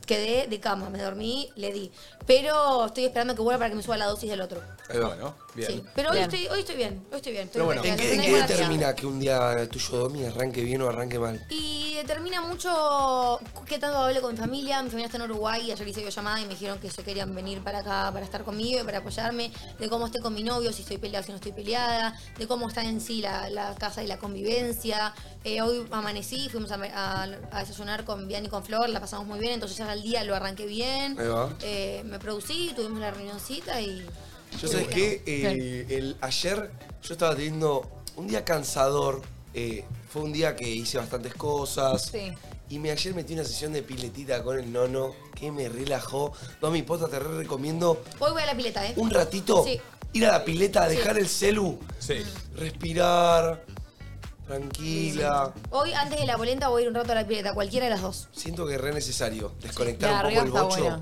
[SPEAKER 4] Quedé de cama, me dormí, le di. Pero estoy esperando que vuelva para que me suba la dosis del otro.
[SPEAKER 1] Bueno, bien.
[SPEAKER 4] Sí, pero hoy
[SPEAKER 2] Bien.
[SPEAKER 4] estoy, hoy estoy bien, hoy estoy bien. estoy
[SPEAKER 1] Pero bueno,
[SPEAKER 4] bien,
[SPEAKER 3] ¿En qué,
[SPEAKER 4] gracias.
[SPEAKER 3] en
[SPEAKER 4] No
[SPEAKER 3] qué
[SPEAKER 4] hay guardia.
[SPEAKER 3] determina que un día tuyo, Domi, arranque bien o arranque mal?
[SPEAKER 4] Y y determina mucho qué tanto hablé con mi familia. Mi familia está en Uruguay y ayer hice yo llamada y me dijeron que se querían venir para acá para estar conmigo y para apoyarme. De cómo esté con mi novio, si estoy peleada o si no estoy peleada. De cómo está en sí la, la casa y la convivencia. Eh, hoy amanecí, fuimos a, a- a desayunar con Bian y con Flor, la pasamos muy bien. Entonces ya el día lo arranqué bien.
[SPEAKER 3] Ahí va.
[SPEAKER 4] Eh, me producí, tuvimos la reunioncita y...
[SPEAKER 3] Yo sabes qué, Eh, el, ayer yo estaba teniendo un día cansador. eh, fue un día que hice bastantes cosas.
[SPEAKER 2] Sí.
[SPEAKER 3] Y me ayer metí una sesión de piletita con el nono que me relajó. Domi Posta, te re recomiendo
[SPEAKER 4] Hoy voy a la pileta, ¿eh?
[SPEAKER 3] un ratito
[SPEAKER 4] Sí.
[SPEAKER 3] ir a la pileta,
[SPEAKER 4] Sí.
[SPEAKER 3] dejar el celu, respirar, tranquila.
[SPEAKER 4] Hoy, antes de la polenta, voy a ir un rato a la pileta, cualquiera de las dos.
[SPEAKER 3] Siento que es re necesario desconectar
[SPEAKER 4] La
[SPEAKER 3] un poco el
[SPEAKER 4] arriba está La
[SPEAKER 3] bocho.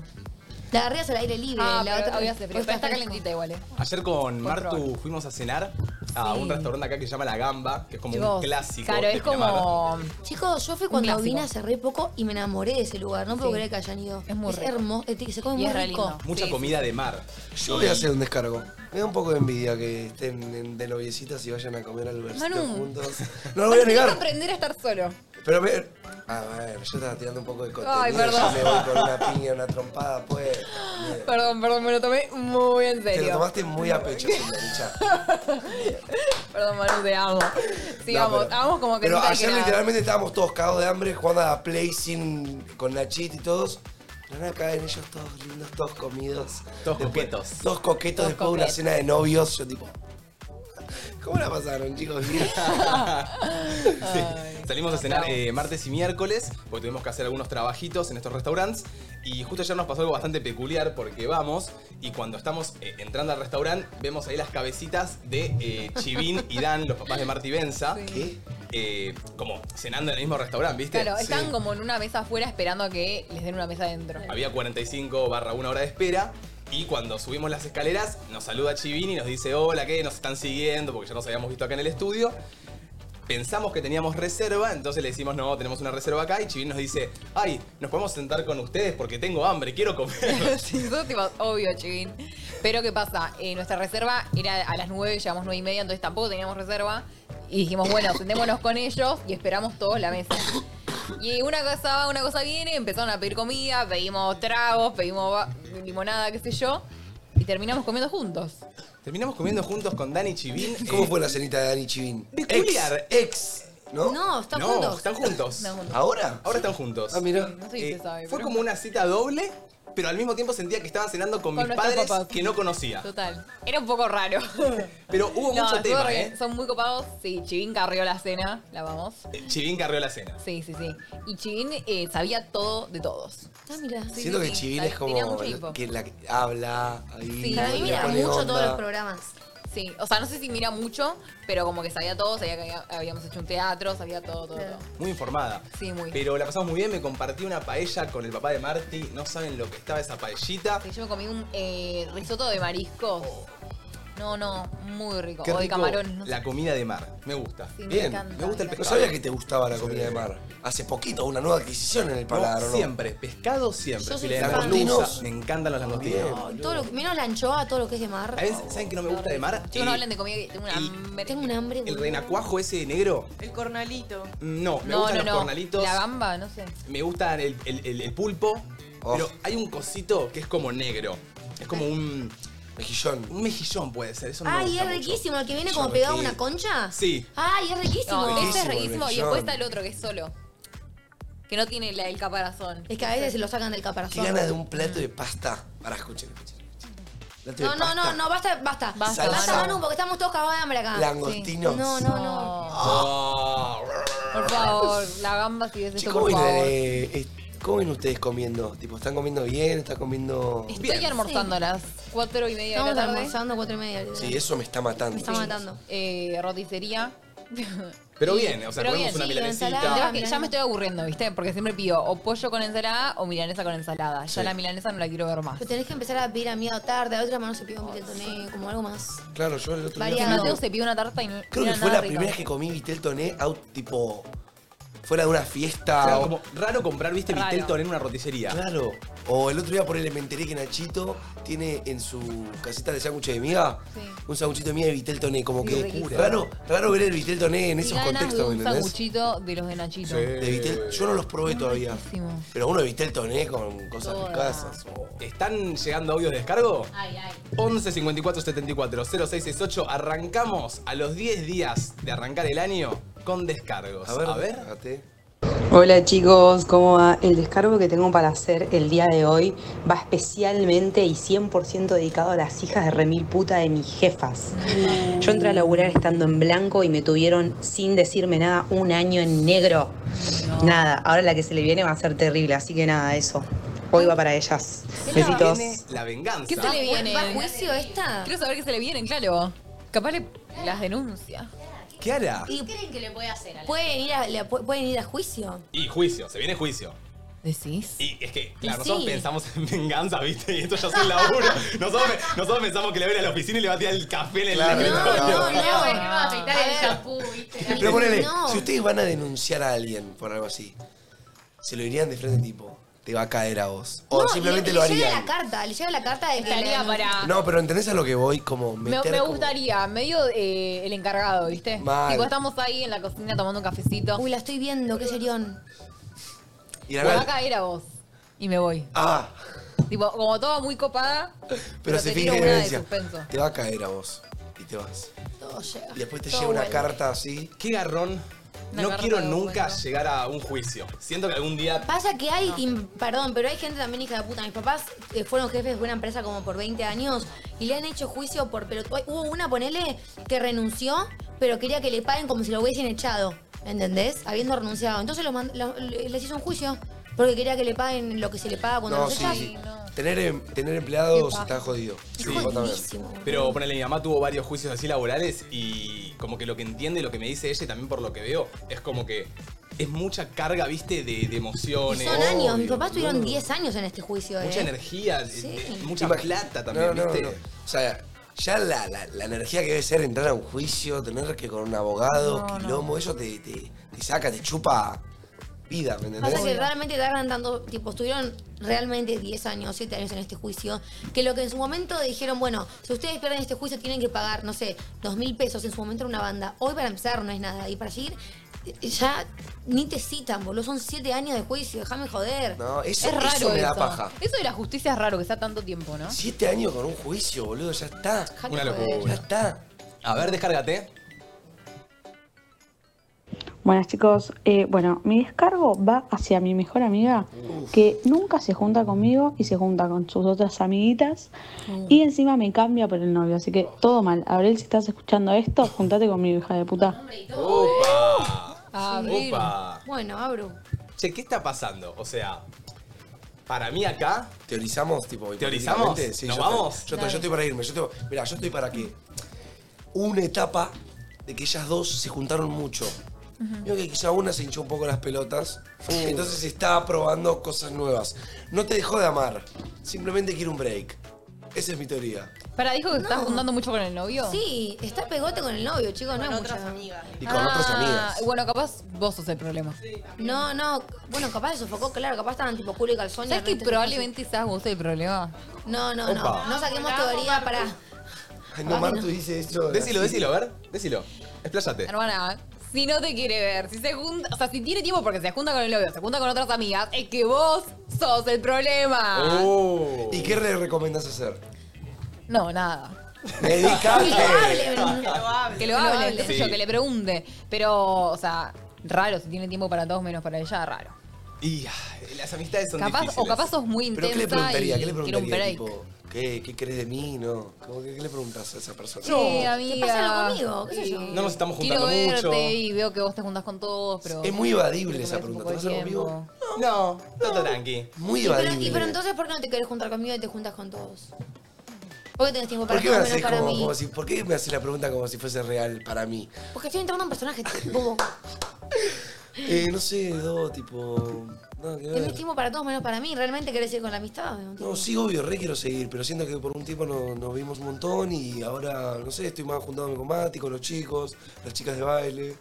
[SPEAKER 4] de arriba es al aire libre,
[SPEAKER 2] Ah,
[SPEAKER 4] la
[SPEAKER 2] pero
[SPEAKER 4] otra
[SPEAKER 2] hoy hace frío.
[SPEAKER 4] hoy
[SPEAKER 2] Pero está
[SPEAKER 4] fresco.
[SPEAKER 2] calentita igual, eh.
[SPEAKER 1] Ayer con Martu
[SPEAKER 2] Control.
[SPEAKER 1] fuimos a cenar a un
[SPEAKER 2] Sí.
[SPEAKER 1] restaurante acá que se llama La Gamba, que es como un
[SPEAKER 2] Chicos,
[SPEAKER 1] clásico.
[SPEAKER 2] Claro,
[SPEAKER 1] de
[SPEAKER 2] es
[SPEAKER 1] Pinamar.
[SPEAKER 2] como.
[SPEAKER 4] Chicos, yo fui cuando
[SPEAKER 2] clásico.
[SPEAKER 4] vine hace re poco y me enamoré de ese lugar. No puedo
[SPEAKER 2] Sí.
[SPEAKER 4] creer que hayan ido.
[SPEAKER 2] Es muy rico.
[SPEAKER 4] hermoso, eh, se come
[SPEAKER 2] Y
[SPEAKER 4] muy
[SPEAKER 2] es re
[SPEAKER 4] rico.
[SPEAKER 2] lindo.
[SPEAKER 1] Mucha
[SPEAKER 2] Sí,
[SPEAKER 1] comida de mar.
[SPEAKER 3] Yo voy a hacer un descargo. Me da un poco de envidia que estén en- de noviecitas y vayan a comer al lugarcito
[SPEAKER 2] Manu.
[SPEAKER 3] juntos. No lo voy a negar.
[SPEAKER 2] aprender a estar solo.
[SPEAKER 3] Pero me... A ver, yo estaba tirando un poco de contenido.
[SPEAKER 2] Ay,
[SPEAKER 3] ya
[SPEAKER 2] perdón.
[SPEAKER 3] me voy con una piña, una trompada, pues.
[SPEAKER 2] Perdón, perdón, me lo tomé muy en
[SPEAKER 3] Te lo
[SPEAKER 2] serio.
[SPEAKER 3] tomaste muy a pecho, señorita.
[SPEAKER 2] Perdón, Manu, te amo. Sí,
[SPEAKER 3] No,
[SPEAKER 2] amo,
[SPEAKER 3] pero-
[SPEAKER 2] amo como que
[SPEAKER 3] Pero
[SPEAKER 2] nunca
[SPEAKER 3] ayer
[SPEAKER 2] que nada.
[SPEAKER 3] literalmente estábamos todos cagados de hambre jugando a la Play sin, con Nachit y todos. Pero ahora caen ellos todos lindos, todos comidos.
[SPEAKER 1] Todos
[SPEAKER 3] Después-
[SPEAKER 1] coquetos.
[SPEAKER 3] Todos coquetos
[SPEAKER 2] Todos
[SPEAKER 3] después de una
[SPEAKER 2] coquetos.
[SPEAKER 3] cena de novios. Yo tipo. ¿Cómo la pasaron, chicos?
[SPEAKER 1] Sí. Salimos a cenar eh, martes y miércoles, porque tuvimos que hacer algunos trabajitos en estos restaurantes. Y justo ayer nos pasó algo bastante peculiar, porque vamos y cuando estamos eh, entrando al restaurante, vemos ahí las cabecitas de eh, Chivín y Dan, los papás de Marti Benza.
[SPEAKER 3] ¿Qué?
[SPEAKER 1] eh, como cenando en el mismo restaurante, ¿viste?
[SPEAKER 2] Claro, están
[SPEAKER 3] Sí.
[SPEAKER 2] como en una mesa afuera esperando a que les den una mesa adentro.
[SPEAKER 1] Había 45 barra una hora de espera. Y cuando subimos las escaleras, nos saluda Chivini y nos dice, hola, ¿qué? Nos están siguiendo porque ya nos habíamos visto acá en el estudio. Pensamos que teníamos reserva, entonces le decimos, no, tenemos una reserva acá. Y Chivini nos dice, ay, nos podemos sentar con ustedes porque tengo hambre, quiero comer.
[SPEAKER 2] Sí, eso tipo, obvio, chivín. Pero ¿qué pasa? Eh, nuestra reserva era a las 9, llegamos 9 y media, entonces tampoco teníamos reserva. Y dijimos, bueno, sentémonos con ellos y esperamos todos la mesa. Y una cosa va, una cosa viene, empezaron a pedir comida, pedimos tragos, pedimos ba- limonada, qué sé yo. Y terminamos comiendo juntos.
[SPEAKER 1] Terminamos comiendo juntos con Dani Eh, Chivini.
[SPEAKER 3] ¿Cómo fue la cenita de Dani Chivín?
[SPEAKER 1] Peculiar.
[SPEAKER 3] Ex, ex, ¿no?
[SPEAKER 4] No, están
[SPEAKER 1] no,
[SPEAKER 4] juntos.
[SPEAKER 1] están juntos.
[SPEAKER 2] No, no,
[SPEAKER 3] ¿Ahora?
[SPEAKER 1] Ahora están juntos.
[SPEAKER 3] Ah, mira.
[SPEAKER 2] no sé si
[SPEAKER 1] Eh,
[SPEAKER 2] se sabe.
[SPEAKER 1] fue
[SPEAKER 2] pero-
[SPEAKER 1] como una cita doble, pero al mismo tiempo sentía que estaba cenando con, mis
[SPEAKER 2] nuestros
[SPEAKER 1] padres
[SPEAKER 2] papás.
[SPEAKER 1] que no conocía.
[SPEAKER 2] Total. Era un poco raro.
[SPEAKER 1] Pero hubo
[SPEAKER 2] No,
[SPEAKER 1] mucho
[SPEAKER 2] estuvo
[SPEAKER 1] tema,
[SPEAKER 2] re
[SPEAKER 1] ¿eh?
[SPEAKER 2] bien, Son muy copados. Sí, Chivín carrió la cena. La vamos.
[SPEAKER 1] Eh, Chivín carrió la cena.
[SPEAKER 2] Sí, sí, sí. Y Chivín eh, sabía todo de todos.
[SPEAKER 4] Ah, mira.
[SPEAKER 2] Sí,
[SPEAKER 3] Siento
[SPEAKER 2] sí,
[SPEAKER 3] que
[SPEAKER 2] sí.
[SPEAKER 3] Chivín
[SPEAKER 2] Ay,
[SPEAKER 3] es
[SPEAKER 2] tenía
[SPEAKER 3] como
[SPEAKER 2] mucho
[SPEAKER 3] la-
[SPEAKER 2] hipo.
[SPEAKER 3] que la que habla ahí.
[SPEAKER 2] Sí.
[SPEAKER 4] Para mí
[SPEAKER 3] le
[SPEAKER 4] mira
[SPEAKER 3] pone
[SPEAKER 4] mucho todos
[SPEAKER 3] onda.
[SPEAKER 4] los programas.
[SPEAKER 2] Sí, o sea, no sé si mira mucho, pero como que sabía todo, sabía que había- habíamos hecho un teatro, sabía todo, todo,
[SPEAKER 4] Claro.
[SPEAKER 2] todo.
[SPEAKER 1] Muy informada.
[SPEAKER 2] Sí, muy.
[SPEAKER 1] Pero la pasamos muy bien, me compartí una paella con el papá de Marty. No saben lo que estaba esa paellita.
[SPEAKER 2] Sí, yo me comí un eh, risotto de mariscos. No, no, muy rico.
[SPEAKER 1] Qué
[SPEAKER 2] o de
[SPEAKER 1] rico
[SPEAKER 2] camarones, no sé.
[SPEAKER 1] la comida de mar. Me gusta.
[SPEAKER 2] Sí,
[SPEAKER 3] bien,
[SPEAKER 2] me encanta.
[SPEAKER 1] me gusta el
[SPEAKER 2] encanta.
[SPEAKER 3] No sabía que te gustaba la comida de mar. Hace poquito, una nueva adquisición en el paladar,
[SPEAKER 1] No,
[SPEAKER 3] ¿o no?
[SPEAKER 1] Siempre, pescado siempre.
[SPEAKER 4] Yo soy
[SPEAKER 1] Filete de
[SPEAKER 4] fan.
[SPEAKER 1] merluza,
[SPEAKER 3] Langostinos.
[SPEAKER 1] Me encantan los langostinos.
[SPEAKER 4] Ay, todo lo que- menos la anchoa, todo lo que es de mar.
[SPEAKER 1] ¿Saben, saben qué no me gusta de mar?
[SPEAKER 2] Chicos, no
[SPEAKER 1] Eh,
[SPEAKER 2] hablen de comida, que tengo una
[SPEAKER 1] el-
[SPEAKER 2] hambre.
[SPEAKER 4] Tengo un hambre.
[SPEAKER 1] El
[SPEAKER 4] boludo.
[SPEAKER 1] renacuajo ese negro. Mm,
[SPEAKER 8] El cornalito.
[SPEAKER 1] No, me
[SPEAKER 2] No,
[SPEAKER 1] gustan
[SPEAKER 2] no,
[SPEAKER 1] los
[SPEAKER 2] no.
[SPEAKER 1] cornalitos.
[SPEAKER 2] La gamba, no sé.
[SPEAKER 1] Me gustan el, el- el- el pulpo.
[SPEAKER 3] Oh.
[SPEAKER 1] Pero hay un cosito que es como negro. Es como un,
[SPEAKER 3] Mejillón.
[SPEAKER 1] un mejillón, puede ser. Eso no me
[SPEAKER 4] Ay,
[SPEAKER 1] gusta
[SPEAKER 4] es
[SPEAKER 1] mucho.
[SPEAKER 4] riquísimo, el que viene
[SPEAKER 3] Yo
[SPEAKER 4] como
[SPEAKER 3] me
[SPEAKER 4] pegado a
[SPEAKER 3] quedé-
[SPEAKER 4] una concha.
[SPEAKER 1] Sí.
[SPEAKER 4] Ay, es riquísimo.
[SPEAKER 2] No, ese es
[SPEAKER 3] Riquísimo,
[SPEAKER 2] riquísimo. Y
[SPEAKER 3] Belchón.
[SPEAKER 2] después está el otro que es solo. Que no tiene la- el caparazón.
[SPEAKER 4] Es que a veces se lo sacan del
[SPEAKER 3] Qué
[SPEAKER 4] caparazón.
[SPEAKER 3] ganas de un plato de pasta. Para, escuchen, escuchen. escuchen. Plato
[SPEAKER 4] No,
[SPEAKER 3] de
[SPEAKER 4] no,
[SPEAKER 3] pasta.
[SPEAKER 4] no, no, basta, basta.
[SPEAKER 2] Basta,
[SPEAKER 4] Basta,
[SPEAKER 3] Salsa.
[SPEAKER 4] Manu, porque estamos todos cagados de hambre acá.
[SPEAKER 3] Langostinos.
[SPEAKER 4] No, no, no.
[SPEAKER 1] Oh.
[SPEAKER 2] Por favor, la gamba si ves esto,
[SPEAKER 3] Che,
[SPEAKER 2] por
[SPEAKER 3] ¿cómo, vienen,
[SPEAKER 2] favor.
[SPEAKER 3] eh, eh, ¿Cómo vienen ustedes comiendo? Tipo, ¿están comiendo bien? ¿Están comiendo...?
[SPEAKER 2] Estoy
[SPEAKER 1] Bien.
[SPEAKER 2] almorzando a las 4 y media de
[SPEAKER 4] Estamos
[SPEAKER 2] la tarde.
[SPEAKER 4] almorzando cuatro y media.
[SPEAKER 3] Sí, eso me está matando.
[SPEAKER 4] Me está
[SPEAKER 2] Sí.
[SPEAKER 4] matando.
[SPEAKER 2] Eh, roticería.
[SPEAKER 1] Pero bien, o sea,
[SPEAKER 2] Pero
[SPEAKER 1] comemos
[SPEAKER 2] bien,
[SPEAKER 1] una
[SPEAKER 2] sí,
[SPEAKER 1] milanesita.
[SPEAKER 4] ensalada.
[SPEAKER 2] El tema es que
[SPEAKER 4] milanesa.
[SPEAKER 2] ya me estoy aburriendo, ¿viste? Porque siempre pido o pollo con ensalada o milanesa con ensalada. Ya la milanesa no la quiero ver más.
[SPEAKER 4] Pero tenés que empezar a pedir a miedo tarde, a otra mano se pide un pitetoné, como algo más.
[SPEAKER 3] Claro, yo el otro día...
[SPEAKER 4] Variado.
[SPEAKER 2] Mateo se pide una tarta y no no
[SPEAKER 3] Creo que
[SPEAKER 2] era
[SPEAKER 3] fue
[SPEAKER 2] nada
[SPEAKER 3] la
[SPEAKER 2] rica.
[SPEAKER 3] primera vez que comí vitel toné out, eh, tipo... fuera de una fiesta.
[SPEAKER 1] Claro,
[SPEAKER 3] o-
[SPEAKER 1] como raro comprar, viste,
[SPEAKER 2] Raro.
[SPEAKER 1] Vistelton en una roticería.
[SPEAKER 3] Claro. O el otro día por él me enteré que Nachito tiene en su casita de sándwiches de miga
[SPEAKER 2] Sí.
[SPEAKER 3] un sándwichito de miga de Vitel Toné. Como
[SPEAKER 2] Sí,
[SPEAKER 3] que
[SPEAKER 2] riquísimo.
[SPEAKER 3] raro, raro ver el Vitel Toné en
[SPEAKER 2] Y
[SPEAKER 3] esos
[SPEAKER 2] ganas
[SPEAKER 3] contextos,
[SPEAKER 2] de
[SPEAKER 3] ¿me
[SPEAKER 2] un
[SPEAKER 3] entendés?
[SPEAKER 2] sanguchito de los de Nachito.
[SPEAKER 3] De Vitel- yo no los probé todavía.
[SPEAKER 2] Riquísimo.
[SPEAKER 3] Pero uno de Vitel Toné con cosas
[SPEAKER 2] Toda.
[SPEAKER 3] ricasas. oh.
[SPEAKER 1] ¿Están llegando audios de descargo?
[SPEAKER 8] Ay, ay.
[SPEAKER 1] 11 54 74 0668. Arrancamos a los 10 días de arrancar el año con descargos.
[SPEAKER 3] A ver, a ver. fíjate.
[SPEAKER 10] Hola chicos, ¿cómo va? El descargo que tengo para hacer el día de hoy va especialmente y 100% dedicado a las hijas de remil puta de mis jefas. Yo entré a laburar estando en blanco y me tuvieron sin decirme nada un año en negro. Nada, ahora la que se le viene va a ser terrible, así que nada, eso. Hoy va para ellas. Besitos.
[SPEAKER 1] Viene la venganza.
[SPEAKER 2] ¿Qué se le viene?
[SPEAKER 4] ¿Va a juicio esta?
[SPEAKER 2] Quiero saber qué se le vienen, claro. Capaz le- las denuncia.
[SPEAKER 1] ¿Qué hará?
[SPEAKER 4] Y
[SPEAKER 9] ¿Qué creen que le puede hacer a la
[SPEAKER 4] pueden ir a, le- pu- pueden ir a juicio.
[SPEAKER 1] Y juicio, se viene juicio.
[SPEAKER 2] ¿Decís?
[SPEAKER 1] Y es que, claro,
[SPEAKER 4] Y
[SPEAKER 1] nosotros
[SPEAKER 4] sí.
[SPEAKER 1] pensamos en venganza, ¿viste? Y esto ya es un laburo. Nosotros, pe- nosotros pensamos que le va a ir a la oficina y le va a tirar el café en el
[SPEAKER 3] Claro.
[SPEAKER 1] escritorio.
[SPEAKER 4] No,
[SPEAKER 8] Mirá,
[SPEAKER 4] no.
[SPEAKER 8] bueno, que va a afeitar
[SPEAKER 4] A
[SPEAKER 8] el
[SPEAKER 4] ver.
[SPEAKER 8] shampoo, ¿viste?
[SPEAKER 4] Pero
[SPEAKER 3] Pero ponele,
[SPEAKER 4] no.
[SPEAKER 3] si ustedes van a denunciar a alguien por algo así, se lo dirían de frente tipo, te va a caer a vos. O
[SPEAKER 4] No,
[SPEAKER 3] simplemente
[SPEAKER 4] le,
[SPEAKER 3] lo
[SPEAKER 4] le llega
[SPEAKER 3] harían.
[SPEAKER 4] la carta, le llega la carta de que
[SPEAKER 2] Estaría
[SPEAKER 4] la-
[SPEAKER 2] para.
[SPEAKER 3] No, pero ¿entendés a lo que voy? Como
[SPEAKER 2] Me,
[SPEAKER 3] meter
[SPEAKER 2] me
[SPEAKER 3] como-
[SPEAKER 2] gustaría, medio eh, el encargado, ¿viste?
[SPEAKER 3] Mal.
[SPEAKER 2] Tipo, estamos ahí en la cocina tomando un cafecito.
[SPEAKER 4] Uy, la estoy viendo, qué serión.
[SPEAKER 3] Y la
[SPEAKER 2] Me va a
[SPEAKER 3] verdad-
[SPEAKER 2] caer a vos. Y me voy.
[SPEAKER 3] Ah,
[SPEAKER 2] Tipo, como toda muy copada. Pero,
[SPEAKER 3] pero
[SPEAKER 2] te
[SPEAKER 3] se
[SPEAKER 2] tiro
[SPEAKER 3] finge
[SPEAKER 2] una de
[SPEAKER 3] denuncia.
[SPEAKER 2] suspenso.
[SPEAKER 3] Te va a caer a vos. Y te vas.
[SPEAKER 4] Todo llega.
[SPEAKER 3] Y después te
[SPEAKER 4] Todo
[SPEAKER 3] llega una
[SPEAKER 4] vuelve.
[SPEAKER 3] carta así.
[SPEAKER 1] Qué garrón.
[SPEAKER 2] Una
[SPEAKER 1] no
[SPEAKER 2] carta
[SPEAKER 1] quiero
[SPEAKER 2] de
[SPEAKER 1] nunca
[SPEAKER 2] bueno.
[SPEAKER 1] llegar a un juicio. Siento que algún día.
[SPEAKER 4] Pasa que hay, im- perdón, pero hay gente también hija de puta. Mis papás eh, fueron jefes de una empresa como por 20 años y le han hecho juicio por pero Hubo una, ponele, que renunció, pero quería que le paguen como si lo hubiesen echado. ¿Entendés? Habiendo renunciado. Entonces los mand- lo- les hizo un juicio porque quería que le paguen lo que se le paga cuando
[SPEAKER 3] No,
[SPEAKER 4] los
[SPEAKER 3] sí,
[SPEAKER 4] echas.
[SPEAKER 3] sí.
[SPEAKER 2] no.
[SPEAKER 3] Tener, em- tener
[SPEAKER 2] Qué
[SPEAKER 3] empleados
[SPEAKER 2] paja.
[SPEAKER 3] está jodido.
[SPEAKER 4] Es
[SPEAKER 3] Yo también.
[SPEAKER 4] jodidísimo.
[SPEAKER 1] Pero ponele, mi mamá tuvo varios juicios así laborales y como que lo que entiende y lo que me dice ella y también por lo que veo es como que es mucha carga, viste, de, de
[SPEAKER 4] Y
[SPEAKER 1] emociones.
[SPEAKER 4] son años. Mis
[SPEAKER 1] Obvio,
[SPEAKER 4] papás tuvieron
[SPEAKER 1] boludo.
[SPEAKER 4] 10 años en este juicio.
[SPEAKER 1] Mucha
[SPEAKER 4] ¿eh?
[SPEAKER 1] energía,
[SPEAKER 4] Sí.
[SPEAKER 1] eh, mucha
[SPEAKER 3] Imag-
[SPEAKER 1] plata también,
[SPEAKER 3] No, no,
[SPEAKER 1] ¿viste?
[SPEAKER 3] no. O sea, ya la, la- la energía que debe ser entrar a un juicio, tener que con un abogado, quilombo, eso te, te, te saca, te chupa vida, ¿me entendés?
[SPEAKER 4] Pasa que realmente tardan tanto, tipo, estuvieron realmente 10 años, 7 años en este juicio, que lo que en su momento dijeron, bueno, si ustedes pierden este juicio tienen que pagar, no sé, dos mil pesos, en su momento era una banda, hoy para empezar no es nada, y para seguir ya ni te citan, boludo, son 7 años de juicio, déjame joder.
[SPEAKER 3] No, eso,
[SPEAKER 2] Es raro
[SPEAKER 3] eso
[SPEAKER 2] eso.
[SPEAKER 3] me da paja.
[SPEAKER 2] Eso de la justicia es raro que sea tanto tiempo, ¿no?
[SPEAKER 3] Siete años con un juicio, boludo, ya está.
[SPEAKER 4] Déjame
[SPEAKER 1] Una
[SPEAKER 4] joder.
[SPEAKER 1] locura.
[SPEAKER 3] Ya está.
[SPEAKER 1] A ver, descárgate.
[SPEAKER 10] Buenas chicos, Eh, bueno, mi descargo va hacia mi mejor amiga que nunca se junta conmigo y se junta con sus otras amiguitas y encima me cambia por el novio, así que todo mal. Abril, si estás escuchando esto, juntate conmigo, hija de puta.
[SPEAKER 1] ¡Opa!
[SPEAKER 2] Abril.
[SPEAKER 1] ¡Opa!
[SPEAKER 4] Ah, Bueno, abro.
[SPEAKER 1] Che, ¿qué está pasando? O sea, para mí acá,
[SPEAKER 3] ¿Teorizamos? Tipo,
[SPEAKER 1] ¿Teorizamos?
[SPEAKER 3] hipotéticamente?
[SPEAKER 1] ¿Nos
[SPEAKER 3] yo estoy-
[SPEAKER 1] vamos?
[SPEAKER 3] yo, estoy, yo estoy para irme. Yo estoy, mirá, yo estoy para que una etapa de que ellas dos se juntaron mucho.
[SPEAKER 2] Mm.
[SPEAKER 3] Veo que quizá una se hinchó un poco las pelotas.
[SPEAKER 1] Uh.
[SPEAKER 3] Entonces está probando cosas nuevas. No te dejó de amar. Simplemente quiere un break. Esa es mi teoría.
[SPEAKER 2] Para, dijo que estás
[SPEAKER 4] No.
[SPEAKER 2] juntando mucho con el novio.
[SPEAKER 4] Sí, está pegote con el novio, chicos, no es
[SPEAKER 11] otras
[SPEAKER 4] mucha-
[SPEAKER 11] amigas.
[SPEAKER 3] Y con otras
[SPEAKER 2] Ah,
[SPEAKER 3] amigas.
[SPEAKER 2] Bueno, capaz vos sos el problema.
[SPEAKER 4] No, no, bueno, capaz se sofocó, claro, capaz estaban tipo culo y calzón. y
[SPEAKER 2] ¿Sabes que
[SPEAKER 4] realmente-
[SPEAKER 2] probablemente seas vos el problema?
[SPEAKER 4] No, no,
[SPEAKER 1] Opa.
[SPEAKER 4] no, no saquemos teoría para...
[SPEAKER 3] Ay, no, Martu dice eso.
[SPEAKER 1] decilo, decilo, a ver, decilo. Expláyate.
[SPEAKER 2] Hermana, si no te quiere ver, si se junta, o sea, si tiene tiempo porque se junta con el novio, se junta con otras amigas, es que vos sos el problema.
[SPEAKER 1] Oh.
[SPEAKER 3] ¿Y qué le recomendás hacer?
[SPEAKER 2] No, nada.
[SPEAKER 3] ¡Dedicate!
[SPEAKER 2] Que lo
[SPEAKER 4] Que lo
[SPEAKER 2] hable,
[SPEAKER 4] hable.
[SPEAKER 2] qué sé yo,
[SPEAKER 1] Sí.
[SPEAKER 2] que le pregunte. Pero, o sea, raro, si tiene tiempo para todos menos para ella, raro.
[SPEAKER 1] Y ah, las amistades son
[SPEAKER 2] Capaz,
[SPEAKER 1] difíciles.
[SPEAKER 2] o capaz sos muy intensa
[SPEAKER 3] ¿Pero qué le preguntaría?
[SPEAKER 2] y
[SPEAKER 3] ¿Qué le
[SPEAKER 2] quiere un
[SPEAKER 3] preguntaría?
[SPEAKER 2] break.
[SPEAKER 3] Tipo, ¿qué, ¿Qué crees de mí? No. ¿Cómo que- ¿Qué le preguntas a esa persona?
[SPEAKER 2] Sí, amiga.
[SPEAKER 4] pasa algo conmigo? ¿Qué sé yo?
[SPEAKER 1] No nos estamos
[SPEAKER 2] Quiero
[SPEAKER 1] juntando
[SPEAKER 2] verte
[SPEAKER 1] mucho.
[SPEAKER 2] y veo que vos te juntas con todos, pero...
[SPEAKER 3] Es muy evadible
[SPEAKER 2] quiero
[SPEAKER 3] esa
[SPEAKER 2] que me des un poco
[SPEAKER 3] pregunta. ¿Te vas
[SPEAKER 2] de
[SPEAKER 3] a hacer conmigo?
[SPEAKER 2] tiempo.
[SPEAKER 1] No, no, te tranqui.
[SPEAKER 3] Muy
[SPEAKER 4] Y pero,
[SPEAKER 3] evadible.
[SPEAKER 4] y pero entonces, ¿por qué no te querés juntar conmigo y te juntas con todos? ¿Por qué tenés tiempo para
[SPEAKER 3] ¿Por qué,
[SPEAKER 4] todo
[SPEAKER 3] me
[SPEAKER 4] menos
[SPEAKER 3] haces
[SPEAKER 4] para
[SPEAKER 3] como,
[SPEAKER 4] mí?
[SPEAKER 3] como si, ¿Por qué me haces la pregunta como si fuese real para mí?
[SPEAKER 4] Porque estoy entrando en un personaje, bobo.
[SPEAKER 3] Eh, no sé, do, tipo. No, que
[SPEAKER 4] Tenés
[SPEAKER 3] ver.
[SPEAKER 4] tiempo para todos menos para mí. ¿Realmente querés ir con la amistad?
[SPEAKER 3] No, sí, obvio, re quiero seguir, pero siento que por un tiempo no- nos vimos un montón y ahora, no sé, estoy más juntándome con Mati, con los chicos, las chicas de baile.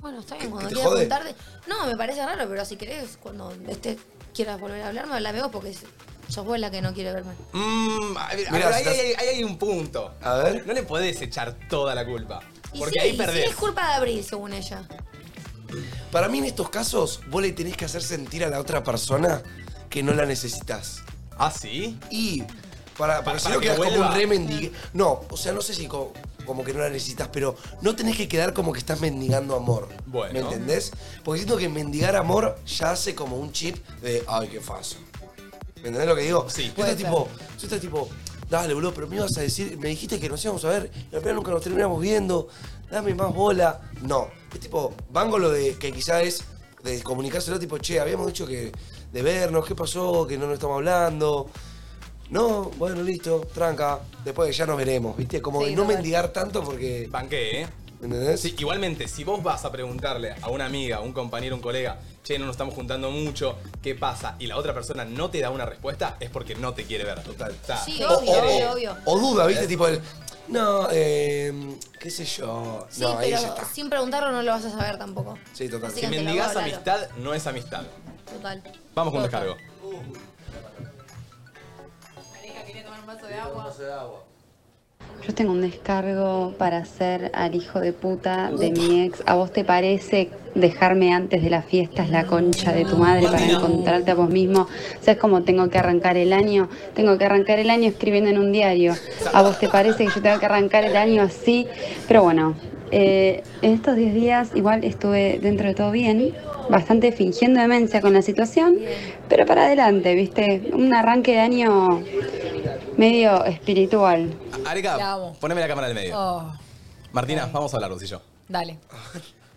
[SPEAKER 4] Bueno, está bien,
[SPEAKER 3] ¿Qué-
[SPEAKER 4] cuando
[SPEAKER 3] qué te
[SPEAKER 4] quieras
[SPEAKER 3] jode?
[SPEAKER 4] contarte. No, me parece raro, pero si querés, cuando este, quieras volver a hablarme, hablame vos, porque sos vos la que no quiere verme.
[SPEAKER 1] Mm, a ver,
[SPEAKER 3] Mirá,
[SPEAKER 1] pero
[SPEAKER 3] si
[SPEAKER 1] ahí,
[SPEAKER 3] estás-
[SPEAKER 1] hay- ahí hay un punto. A ver. No le podés echar toda la culpa.
[SPEAKER 4] Y
[SPEAKER 1] Porque
[SPEAKER 4] sí,
[SPEAKER 1] ahí
[SPEAKER 4] y
[SPEAKER 1] perdés.
[SPEAKER 4] sí, es culpa de Abril, según ella.
[SPEAKER 3] Para mí en estos casos, vos le tenés que hacer sentir a la otra persona que no la necesitas.
[SPEAKER 1] ¿Ah, sí?
[SPEAKER 3] Y para, porque si
[SPEAKER 1] para
[SPEAKER 3] no
[SPEAKER 1] que
[SPEAKER 3] quedás como un
[SPEAKER 1] vuelva.
[SPEAKER 3] re mendigue- No, o sea, no sé si co- como, que no la necesitas, pero no tenés que quedar como que estás mendigando amor.
[SPEAKER 1] Bueno.
[SPEAKER 3] ¿Me entendés? Porque siento que mendigar amor ya hace como un chip de, ay, qué falso. ¿Me entendés lo que digo? Sí. Yo
[SPEAKER 1] Puede
[SPEAKER 3] estás tipo, yo estás tipo, dale, boludo, pero me ibas a decir, me dijiste que nos íbamos a ver, y al final nunca nos terminamos viendo, dame más bola. No. Es tipo, van con lo de que quizás es de comunicárselo, tipo, che, habíamos dicho que de vernos, qué pasó, que no nos estamos hablando. No, bueno, listo, tranca. Después ya nos veremos, ¿viste? Como de no mendigar tanto porque.
[SPEAKER 1] Banqué, ¿eh?
[SPEAKER 3] ¿Entendés?
[SPEAKER 1] Sí, igualmente, si vos vas a preguntarle a una amiga, a un compañero, a un colega, che, no nos estamos juntando mucho, ¿qué pasa? Y la otra persona no te da una respuesta, es porque no te quiere ver. Eh. Total.
[SPEAKER 4] Sí, obvio, obvio, obvio.
[SPEAKER 3] O duda, ¿viste? Tipo el. No, eh. ¿Qué sé yo?
[SPEAKER 4] Sí,
[SPEAKER 3] no, ahí
[SPEAKER 4] pero
[SPEAKER 3] ya está.
[SPEAKER 4] sin preguntarlo no lo vas a saber tampoco.
[SPEAKER 3] Sí, total.
[SPEAKER 4] Así
[SPEAKER 1] Si
[SPEAKER 4] que te lo
[SPEAKER 1] mendigas
[SPEAKER 4] hago, claro.
[SPEAKER 1] amistad, no es amistad.
[SPEAKER 4] Total.
[SPEAKER 1] Vamos con descargo.
[SPEAKER 11] Yo tengo un descargo para hacer al hijo de puta de mi ex. ¿A vos te parece dejarme antes de las fiestas la concha de tu madre para encontrarte a vos mismo? ¿Sabes cómo tengo que arrancar el año? Tengo que arrancar el año escribiendo en un diario. ¿A vos te parece que yo tengo que arrancar el año así? Pero bueno, eh, en estos 10 días igual estuve dentro de todo bien, bastante fingiendo demencia con la situación, pero para adelante, ¿viste? Un arranque de año medio espiritual.
[SPEAKER 2] La
[SPEAKER 1] Areca,
[SPEAKER 2] amo.
[SPEAKER 1] poneme la cámara del medio.
[SPEAKER 2] Oh,
[SPEAKER 1] Martina, vamos a hablar vos y yo.
[SPEAKER 2] dale.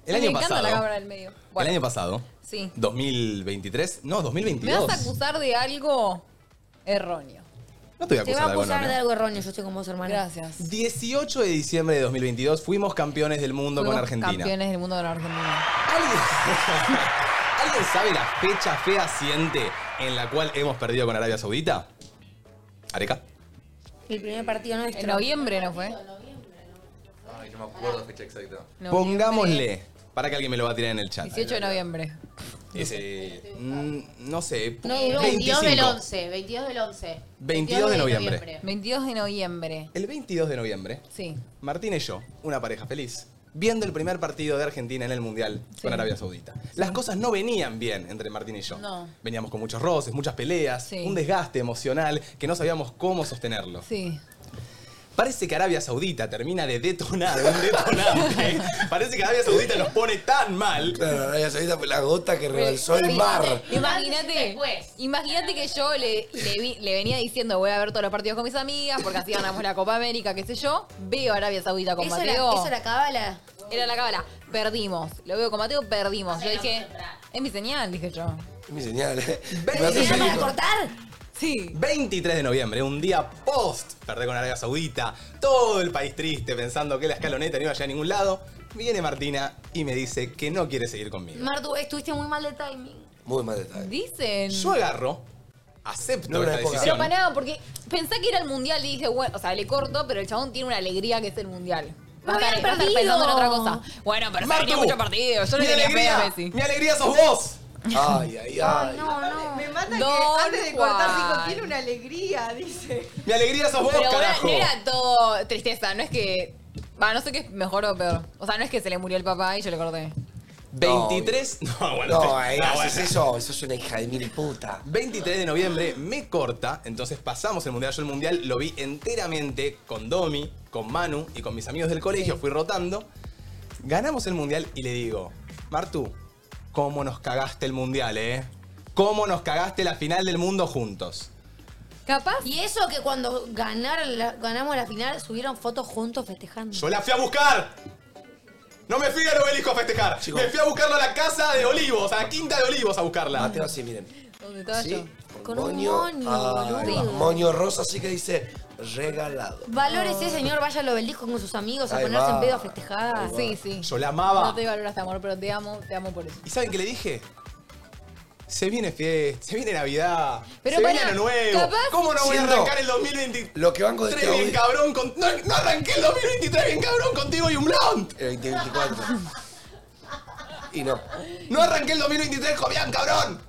[SPEAKER 1] El año
[SPEAKER 2] Sí, me encanta
[SPEAKER 1] pasado.
[SPEAKER 2] la cámara del medio.
[SPEAKER 1] El año pasado,
[SPEAKER 2] Sí.
[SPEAKER 1] 2023, no,
[SPEAKER 2] ¿Me
[SPEAKER 1] 2022.
[SPEAKER 2] vas a acusar de algo erróneo?
[SPEAKER 1] No te voy a
[SPEAKER 4] Te
[SPEAKER 1] acusar
[SPEAKER 4] va a
[SPEAKER 1] de algo,
[SPEAKER 4] acusar
[SPEAKER 1] no,
[SPEAKER 4] de
[SPEAKER 1] no.
[SPEAKER 4] algo erróneo, yo estoy con vos, hermano.
[SPEAKER 2] Gracias.
[SPEAKER 1] 18 de diciembre de 2022 fuimos campeones del mundo
[SPEAKER 2] Fuimos
[SPEAKER 1] con Argentina.
[SPEAKER 2] Campeones del mundo con Argentina.
[SPEAKER 1] ¿Alguien sabe la fecha fehaciente en la cual hemos perdido con Arabia Saudita? Areca.
[SPEAKER 4] El primer partido nuestro.
[SPEAKER 2] En noviembre no fue.
[SPEAKER 5] Ay, no me acuerdo la fecha exacta.
[SPEAKER 1] Pongámosle. Para que alguien me lo va a tirar en el chat.
[SPEAKER 2] 18 de noviembre.
[SPEAKER 1] Ese, mm, no sé.
[SPEAKER 9] No, duró 22 del 11, 22 del 11.
[SPEAKER 1] 22 de noviembre.
[SPEAKER 2] 22 de noviembre.
[SPEAKER 1] El 22 de noviembre,
[SPEAKER 2] Sí.
[SPEAKER 1] Martín y yo, una pareja feliz, viendo el primer partido de Argentina en el Mundial con Arabia Saudita. Las cosas no venían bien entre Martín y yo.
[SPEAKER 2] No.
[SPEAKER 1] Veníamos con muchos roces, muchas peleas,
[SPEAKER 2] Sí.
[SPEAKER 1] un desgaste emocional que no sabíamos cómo sostenerlo.
[SPEAKER 2] Sí.
[SPEAKER 1] Parece que Arabia Saudita termina de detonar un detonante. Parece que Arabia Saudita nos pone tan mal.
[SPEAKER 3] Claro, Arabia Saudita fue la gota que rebalsó el mar.
[SPEAKER 2] Imagínate, imagínate que yo le, le vi- le venía diciendo voy a ver todos los partidos con mis amigas porque así ganamos la Copa América, qué sé yo. Veo a Arabia Saudita con
[SPEAKER 4] Eso era,
[SPEAKER 2] Mateo.
[SPEAKER 4] eso era cábala.
[SPEAKER 2] Era la cábala. Perdimos. Lo veo con Mateo, perdimos. Yo dije, es mi señal, dije yo.
[SPEAKER 3] Es mi señal. eh. Me hace
[SPEAKER 4] ¿Era para
[SPEAKER 3] feliz.
[SPEAKER 4] cortar?
[SPEAKER 2] Sí.
[SPEAKER 1] 23 de noviembre, un día post perder con Arabia Saudita, todo el país triste pensando que la escaloneta no iba allá a ningún lado, viene Martina y me dice que no quiere seguir conmigo.
[SPEAKER 4] Martu, estuviste muy mal de timing.
[SPEAKER 3] Muy mal detalle.
[SPEAKER 2] Dicen.
[SPEAKER 1] Yo agarro, acepto
[SPEAKER 3] No,
[SPEAKER 1] esta
[SPEAKER 3] una época.
[SPEAKER 2] Pero
[SPEAKER 1] decisión.
[SPEAKER 2] para nada, porque pensé que era el mundial y dije, bueno, o sea, le corto, pero el chabón tiene una alegría que es el mundial. Va a estar-
[SPEAKER 4] habían
[SPEAKER 2] va a estar
[SPEAKER 4] perdido.
[SPEAKER 2] pensando en otra cosa. Bueno, pero
[SPEAKER 1] Martu,
[SPEAKER 2] perdió muchos partidos. Yo no
[SPEAKER 1] mi
[SPEAKER 2] tenía fe a
[SPEAKER 1] alegría,
[SPEAKER 2] Messi.
[SPEAKER 1] mi alegría sos vos.
[SPEAKER 3] Ay, ay, ay.
[SPEAKER 4] No, no.
[SPEAKER 12] Me mata
[SPEAKER 2] Don
[SPEAKER 12] que antes de cortar
[SPEAKER 2] Juan.
[SPEAKER 12] dijo, tiene una alegría, dice.
[SPEAKER 1] Mi alegría sos vos,
[SPEAKER 2] Pero bueno,
[SPEAKER 1] carajo.
[SPEAKER 2] no era todo tristeza, no es que. Va, no sé qué es mejor o peor. O sea, no es que se le murió el papá y yo le corté.
[SPEAKER 1] 23, no, bueno, te-
[SPEAKER 3] No, eh,
[SPEAKER 1] no,
[SPEAKER 3] haces
[SPEAKER 1] bueno.
[SPEAKER 3] eso, eso es una hija de mil puta.
[SPEAKER 1] 23 de noviembre me corta, entonces pasamos el mundial. Yo el mundial lo vi enteramente con Domi, con Manu y con mis amigos del colegio, fui rotando. Ganamos el mundial y le digo, Martu, ¿cómo nos cagaste el mundial, eh? ¿Cómo nos cagaste la final del mundo juntos?
[SPEAKER 2] Capaz.
[SPEAKER 4] Y eso que cuando ganaron la- ganamos la final, subieron fotos juntos festejando.
[SPEAKER 1] Yo la fui a buscar. No me fui al obelisco a festejar.
[SPEAKER 3] Chicos.
[SPEAKER 1] Me fui a buscarla a la casa de Olivos, a la quinta de Olivos a buscarla.
[SPEAKER 3] Mateo así, miren.
[SPEAKER 2] ¿Dónde estaba yo?
[SPEAKER 3] Sí,
[SPEAKER 4] Con un moño,
[SPEAKER 3] Ay,
[SPEAKER 4] boludo.
[SPEAKER 3] ah, moño rosa, así que dice regalado.
[SPEAKER 4] Valórese, señor, vaya al obelisco con sus amigos a
[SPEAKER 3] Ahí
[SPEAKER 4] ponerse
[SPEAKER 3] va.
[SPEAKER 4] en pedo a festejar.
[SPEAKER 2] Sí, sí.
[SPEAKER 1] Yo la amaba.
[SPEAKER 2] No te valoras, este amor, pero te amo, te amo por eso.
[SPEAKER 1] ¿Y saben qué le dije? Se viene fiesta, se viene Navidad,
[SPEAKER 2] Pero
[SPEAKER 1] se
[SPEAKER 2] pará,
[SPEAKER 1] viene Año Nuevo.
[SPEAKER 2] capaz-
[SPEAKER 1] ¿Cómo no voy a
[SPEAKER 3] Siendo-
[SPEAKER 1] arrancar el 2023
[SPEAKER 3] Lo que banco de este
[SPEAKER 1] bien
[SPEAKER 3] audio
[SPEAKER 1] cabrón con...
[SPEAKER 3] Eh,
[SPEAKER 1] No, no arranqué el 2023 bien cabrón contigo y un blunt.
[SPEAKER 3] el 2024. Y no. ¡No arranqué el 2023, Jovian, cabrón!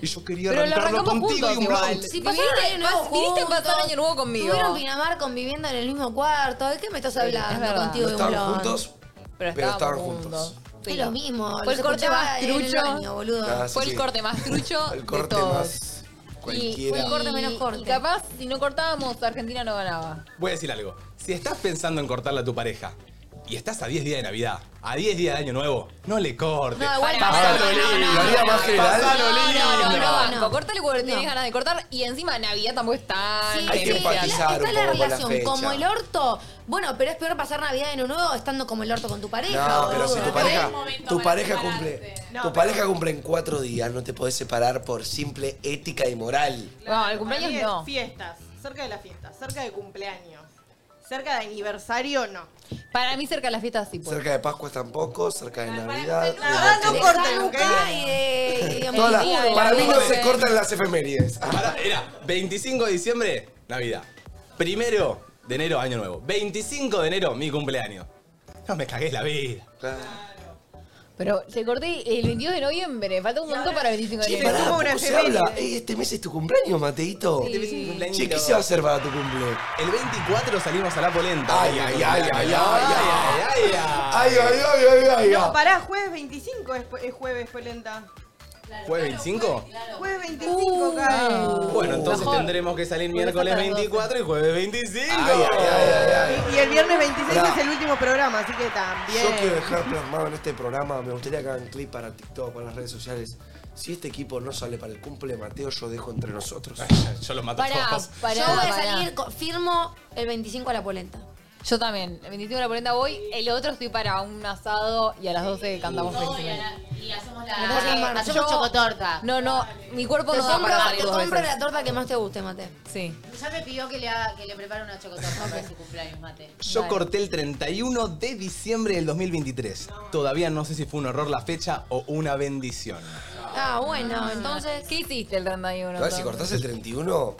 [SPEAKER 3] Y yo quería
[SPEAKER 2] Pero lo
[SPEAKER 3] arrancarlo
[SPEAKER 2] arrancamos
[SPEAKER 3] contigo
[SPEAKER 2] juntos
[SPEAKER 3] y un
[SPEAKER 2] igual.
[SPEAKER 3] round.
[SPEAKER 4] Si
[SPEAKER 2] Viniste-
[SPEAKER 4] pasaron año nuevo
[SPEAKER 2] pas- viniste a pasar
[SPEAKER 4] juntos,
[SPEAKER 2] año nuevo conmigo.
[SPEAKER 4] Estuvieron en Pinamar conviviendo en el mismo cuarto. ¿De qué me estás hablando
[SPEAKER 2] verdad.
[SPEAKER 4] contigo
[SPEAKER 3] No
[SPEAKER 4] de un
[SPEAKER 3] estaban
[SPEAKER 4] blon?
[SPEAKER 3] juntos, pero,
[SPEAKER 4] estábamos
[SPEAKER 3] estaban juntos.
[SPEAKER 4] Es lo mismo.
[SPEAKER 2] Fue el
[SPEAKER 4] los
[SPEAKER 2] corte
[SPEAKER 4] escuchaba
[SPEAKER 2] más
[SPEAKER 4] en el
[SPEAKER 2] trucho.
[SPEAKER 4] baño, boludo.
[SPEAKER 3] Ah, sí,
[SPEAKER 2] Fue el
[SPEAKER 3] sí.
[SPEAKER 2] corte más trucho
[SPEAKER 3] El
[SPEAKER 2] de
[SPEAKER 3] corte
[SPEAKER 2] todos.
[SPEAKER 3] más
[SPEAKER 2] Y,
[SPEAKER 3] cualquiera.
[SPEAKER 2] y- y capaz, si no cortábamos, Argentina no ganaba.
[SPEAKER 1] Voy a decir algo. Si estás pensando en cortarla a tu pareja y estás a 10 días de Navidad, a 10 días de Año Nuevo, no le cortes.
[SPEAKER 2] No, igual no,
[SPEAKER 1] Pasalo
[SPEAKER 2] no, no,
[SPEAKER 1] lindo.
[SPEAKER 2] no, no, no, no,
[SPEAKER 1] Pasalo
[SPEAKER 2] No, Ah, no, no,
[SPEAKER 1] lindo.
[SPEAKER 2] no, banco. Cortale cuando tenés ganas de cortar. Y encima Navidad tampoco es tan...
[SPEAKER 4] Sí,
[SPEAKER 3] Hay que
[SPEAKER 4] sí,
[SPEAKER 3] empatizar
[SPEAKER 4] está
[SPEAKER 3] un
[SPEAKER 4] la
[SPEAKER 3] poco con la
[SPEAKER 4] relación
[SPEAKER 3] fecha.
[SPEAKER 4] como el orto. Bueno, pero es peor pasar Navidad en un nuevo estando como el orto con tu pareja.
[SPEAKER 3] No, pero
[SPEAKER 4] boludo.
[SPEAKER 3] si tu pareja, tu pareja cumple, tu pareja cumple en cuatro días, no te podés separar por simple ética y moral.
[SPEAKER 2] No, el cumpleaños
[SPEAKER 12] Para mí es
[SPEAKER 2] no.
[SPEAKER 12] Fiestas, cerca de las fiestas, cerca de cumpleaños. Cerca de aniversario, no.
[SPEAKER 2] Para mí cerca de las fiestas sí pues. puede.
[SPEAKER 3] Cerca de Pascua tampoco, cerca
[SPEAKER 2] Ah,
[SPEAKER 3] de Navidad. de
[SPEAKER 12] Navidad no
[SPEAKER 3] Nochebuena.
[SPEAKER 12] corten, ¿ok?
[SPEAKER 3] Todas las-
[SPEAKER 1] Día de
[SPEAKER 3] para
[SPEAKER 1] la
[SPEAKER 3] mí no
[SPEAKER 1] Virgen.
[SPEAKER 3] se cortan las efemérides.
[SPEAKER 1] eh. Ah, Pará, era 25 de diciembre, Navidad. Primero de enero, Año Nuevo. 25 de enero, mi cumpleaños. No me cagues la vida.
[SPEAKER 2] Pero te corté el 22 de noviembre. Falta un montón para el 25 de
[SPEAKER 3] Che,
[SPEAKER 2] noviembre.
[SPEAKER 3] pará, poco se habla. Ey, este mes es tu cumpleaños, Mateito.
[SPEAKER 1] Este mes es mi cumpleaños.
[SPEAKER 3] Che, ¿qué se va a hacer para tu cumple?
[SPEAKER 1] El 24 salimos a la polenta.
[SPEAKER 3] Ay, ay, ay, ay, ay, ay,
[SPEAKER 1] ay,
[SPEAKER 3] Ay, ay, ay, ay, ay.
[SPEAKER 12] No, pará, jueves 25 es, es jueves polenta.
[SPEAKER 1] ¿Jueves 25?
[SPEAKER 12] Jueves 25
[SPEAKER 13] Uh.
[SPEAKER 12] cae.
[SPEAKER 1] Bueno, entonces tendremos que salir miércoles 24 y jueves 25.
[SPEAKER 12] Y el viernes 26
[SPEAKER 3] Pará.
[SPEAKER 12] es el último programa, así que también.
[SPEAKER 3] Yo quiero dejar plasmado en este programa, me gustaría que hagan clip para TikTok, para las redes sociales. Si este equipo no sale para el cumple de Mateo, yo dejo entre nosotros.
[SPEAKER 1] yo los mato
[SPEAKER 4] Pará,
[SPEAKER 2] pará,
[SPEAKER 4] Yo voy a
[SPEAKER 2] pará.
[SPEAKER 4] salir, co- firmo el 25 a la polenta.
[SPEAKER 2] Yo también. El 25 de la polenta voy. El otro estoy para un asado y a las 12 cantamos
[SPEAKER 13] No, y,
[SPEAKER 2] Feliz
[SPEAKER 13] a
[SPEAKER 2] Navidad.
[SPEAKER 13] la- y hacemos
[SPEAKER 4] Me
[SPEAKER 13] la.
[SPEAKER 4] parece que es mar-
[SPEAKER 13] hacemos
[SPEAKER 4] yo-
[SPEAKER 13] chocotorta.
[SPEAKER 2] No, no. Mi cuerpo
[SPEAKER 4] Te
[SPEAKER 2] no da
[SPEAKER 4] compro,
[SPEAKER 2] para salir
[SPEAKER 4] te
[SPEAKER 2] dos
[SPEAKER 4] compro
[SPEAKER 2] veces.
[SPEAKER 4] la torta que más te guste, Mate.
[SPEAKER 2] Sí.
[SPEAKER 13] Ya me pidió que le, haga- que le prepare una chocotorta para su cumpleaños, mate.
[SPEAKER 1] Yo corté el 31 de diciembre del 2023. Todavía no sé si fue un error la fecha o una bendición.
[SPEAKER 4] Ah, bueno, entonces.
[SPEAKER 2] ¿Qué hiciste el 31?
[SPEAKER 3] A ver, si
[SPEAKER 2] entonces?
[SPEAKER 3] cortás el 31,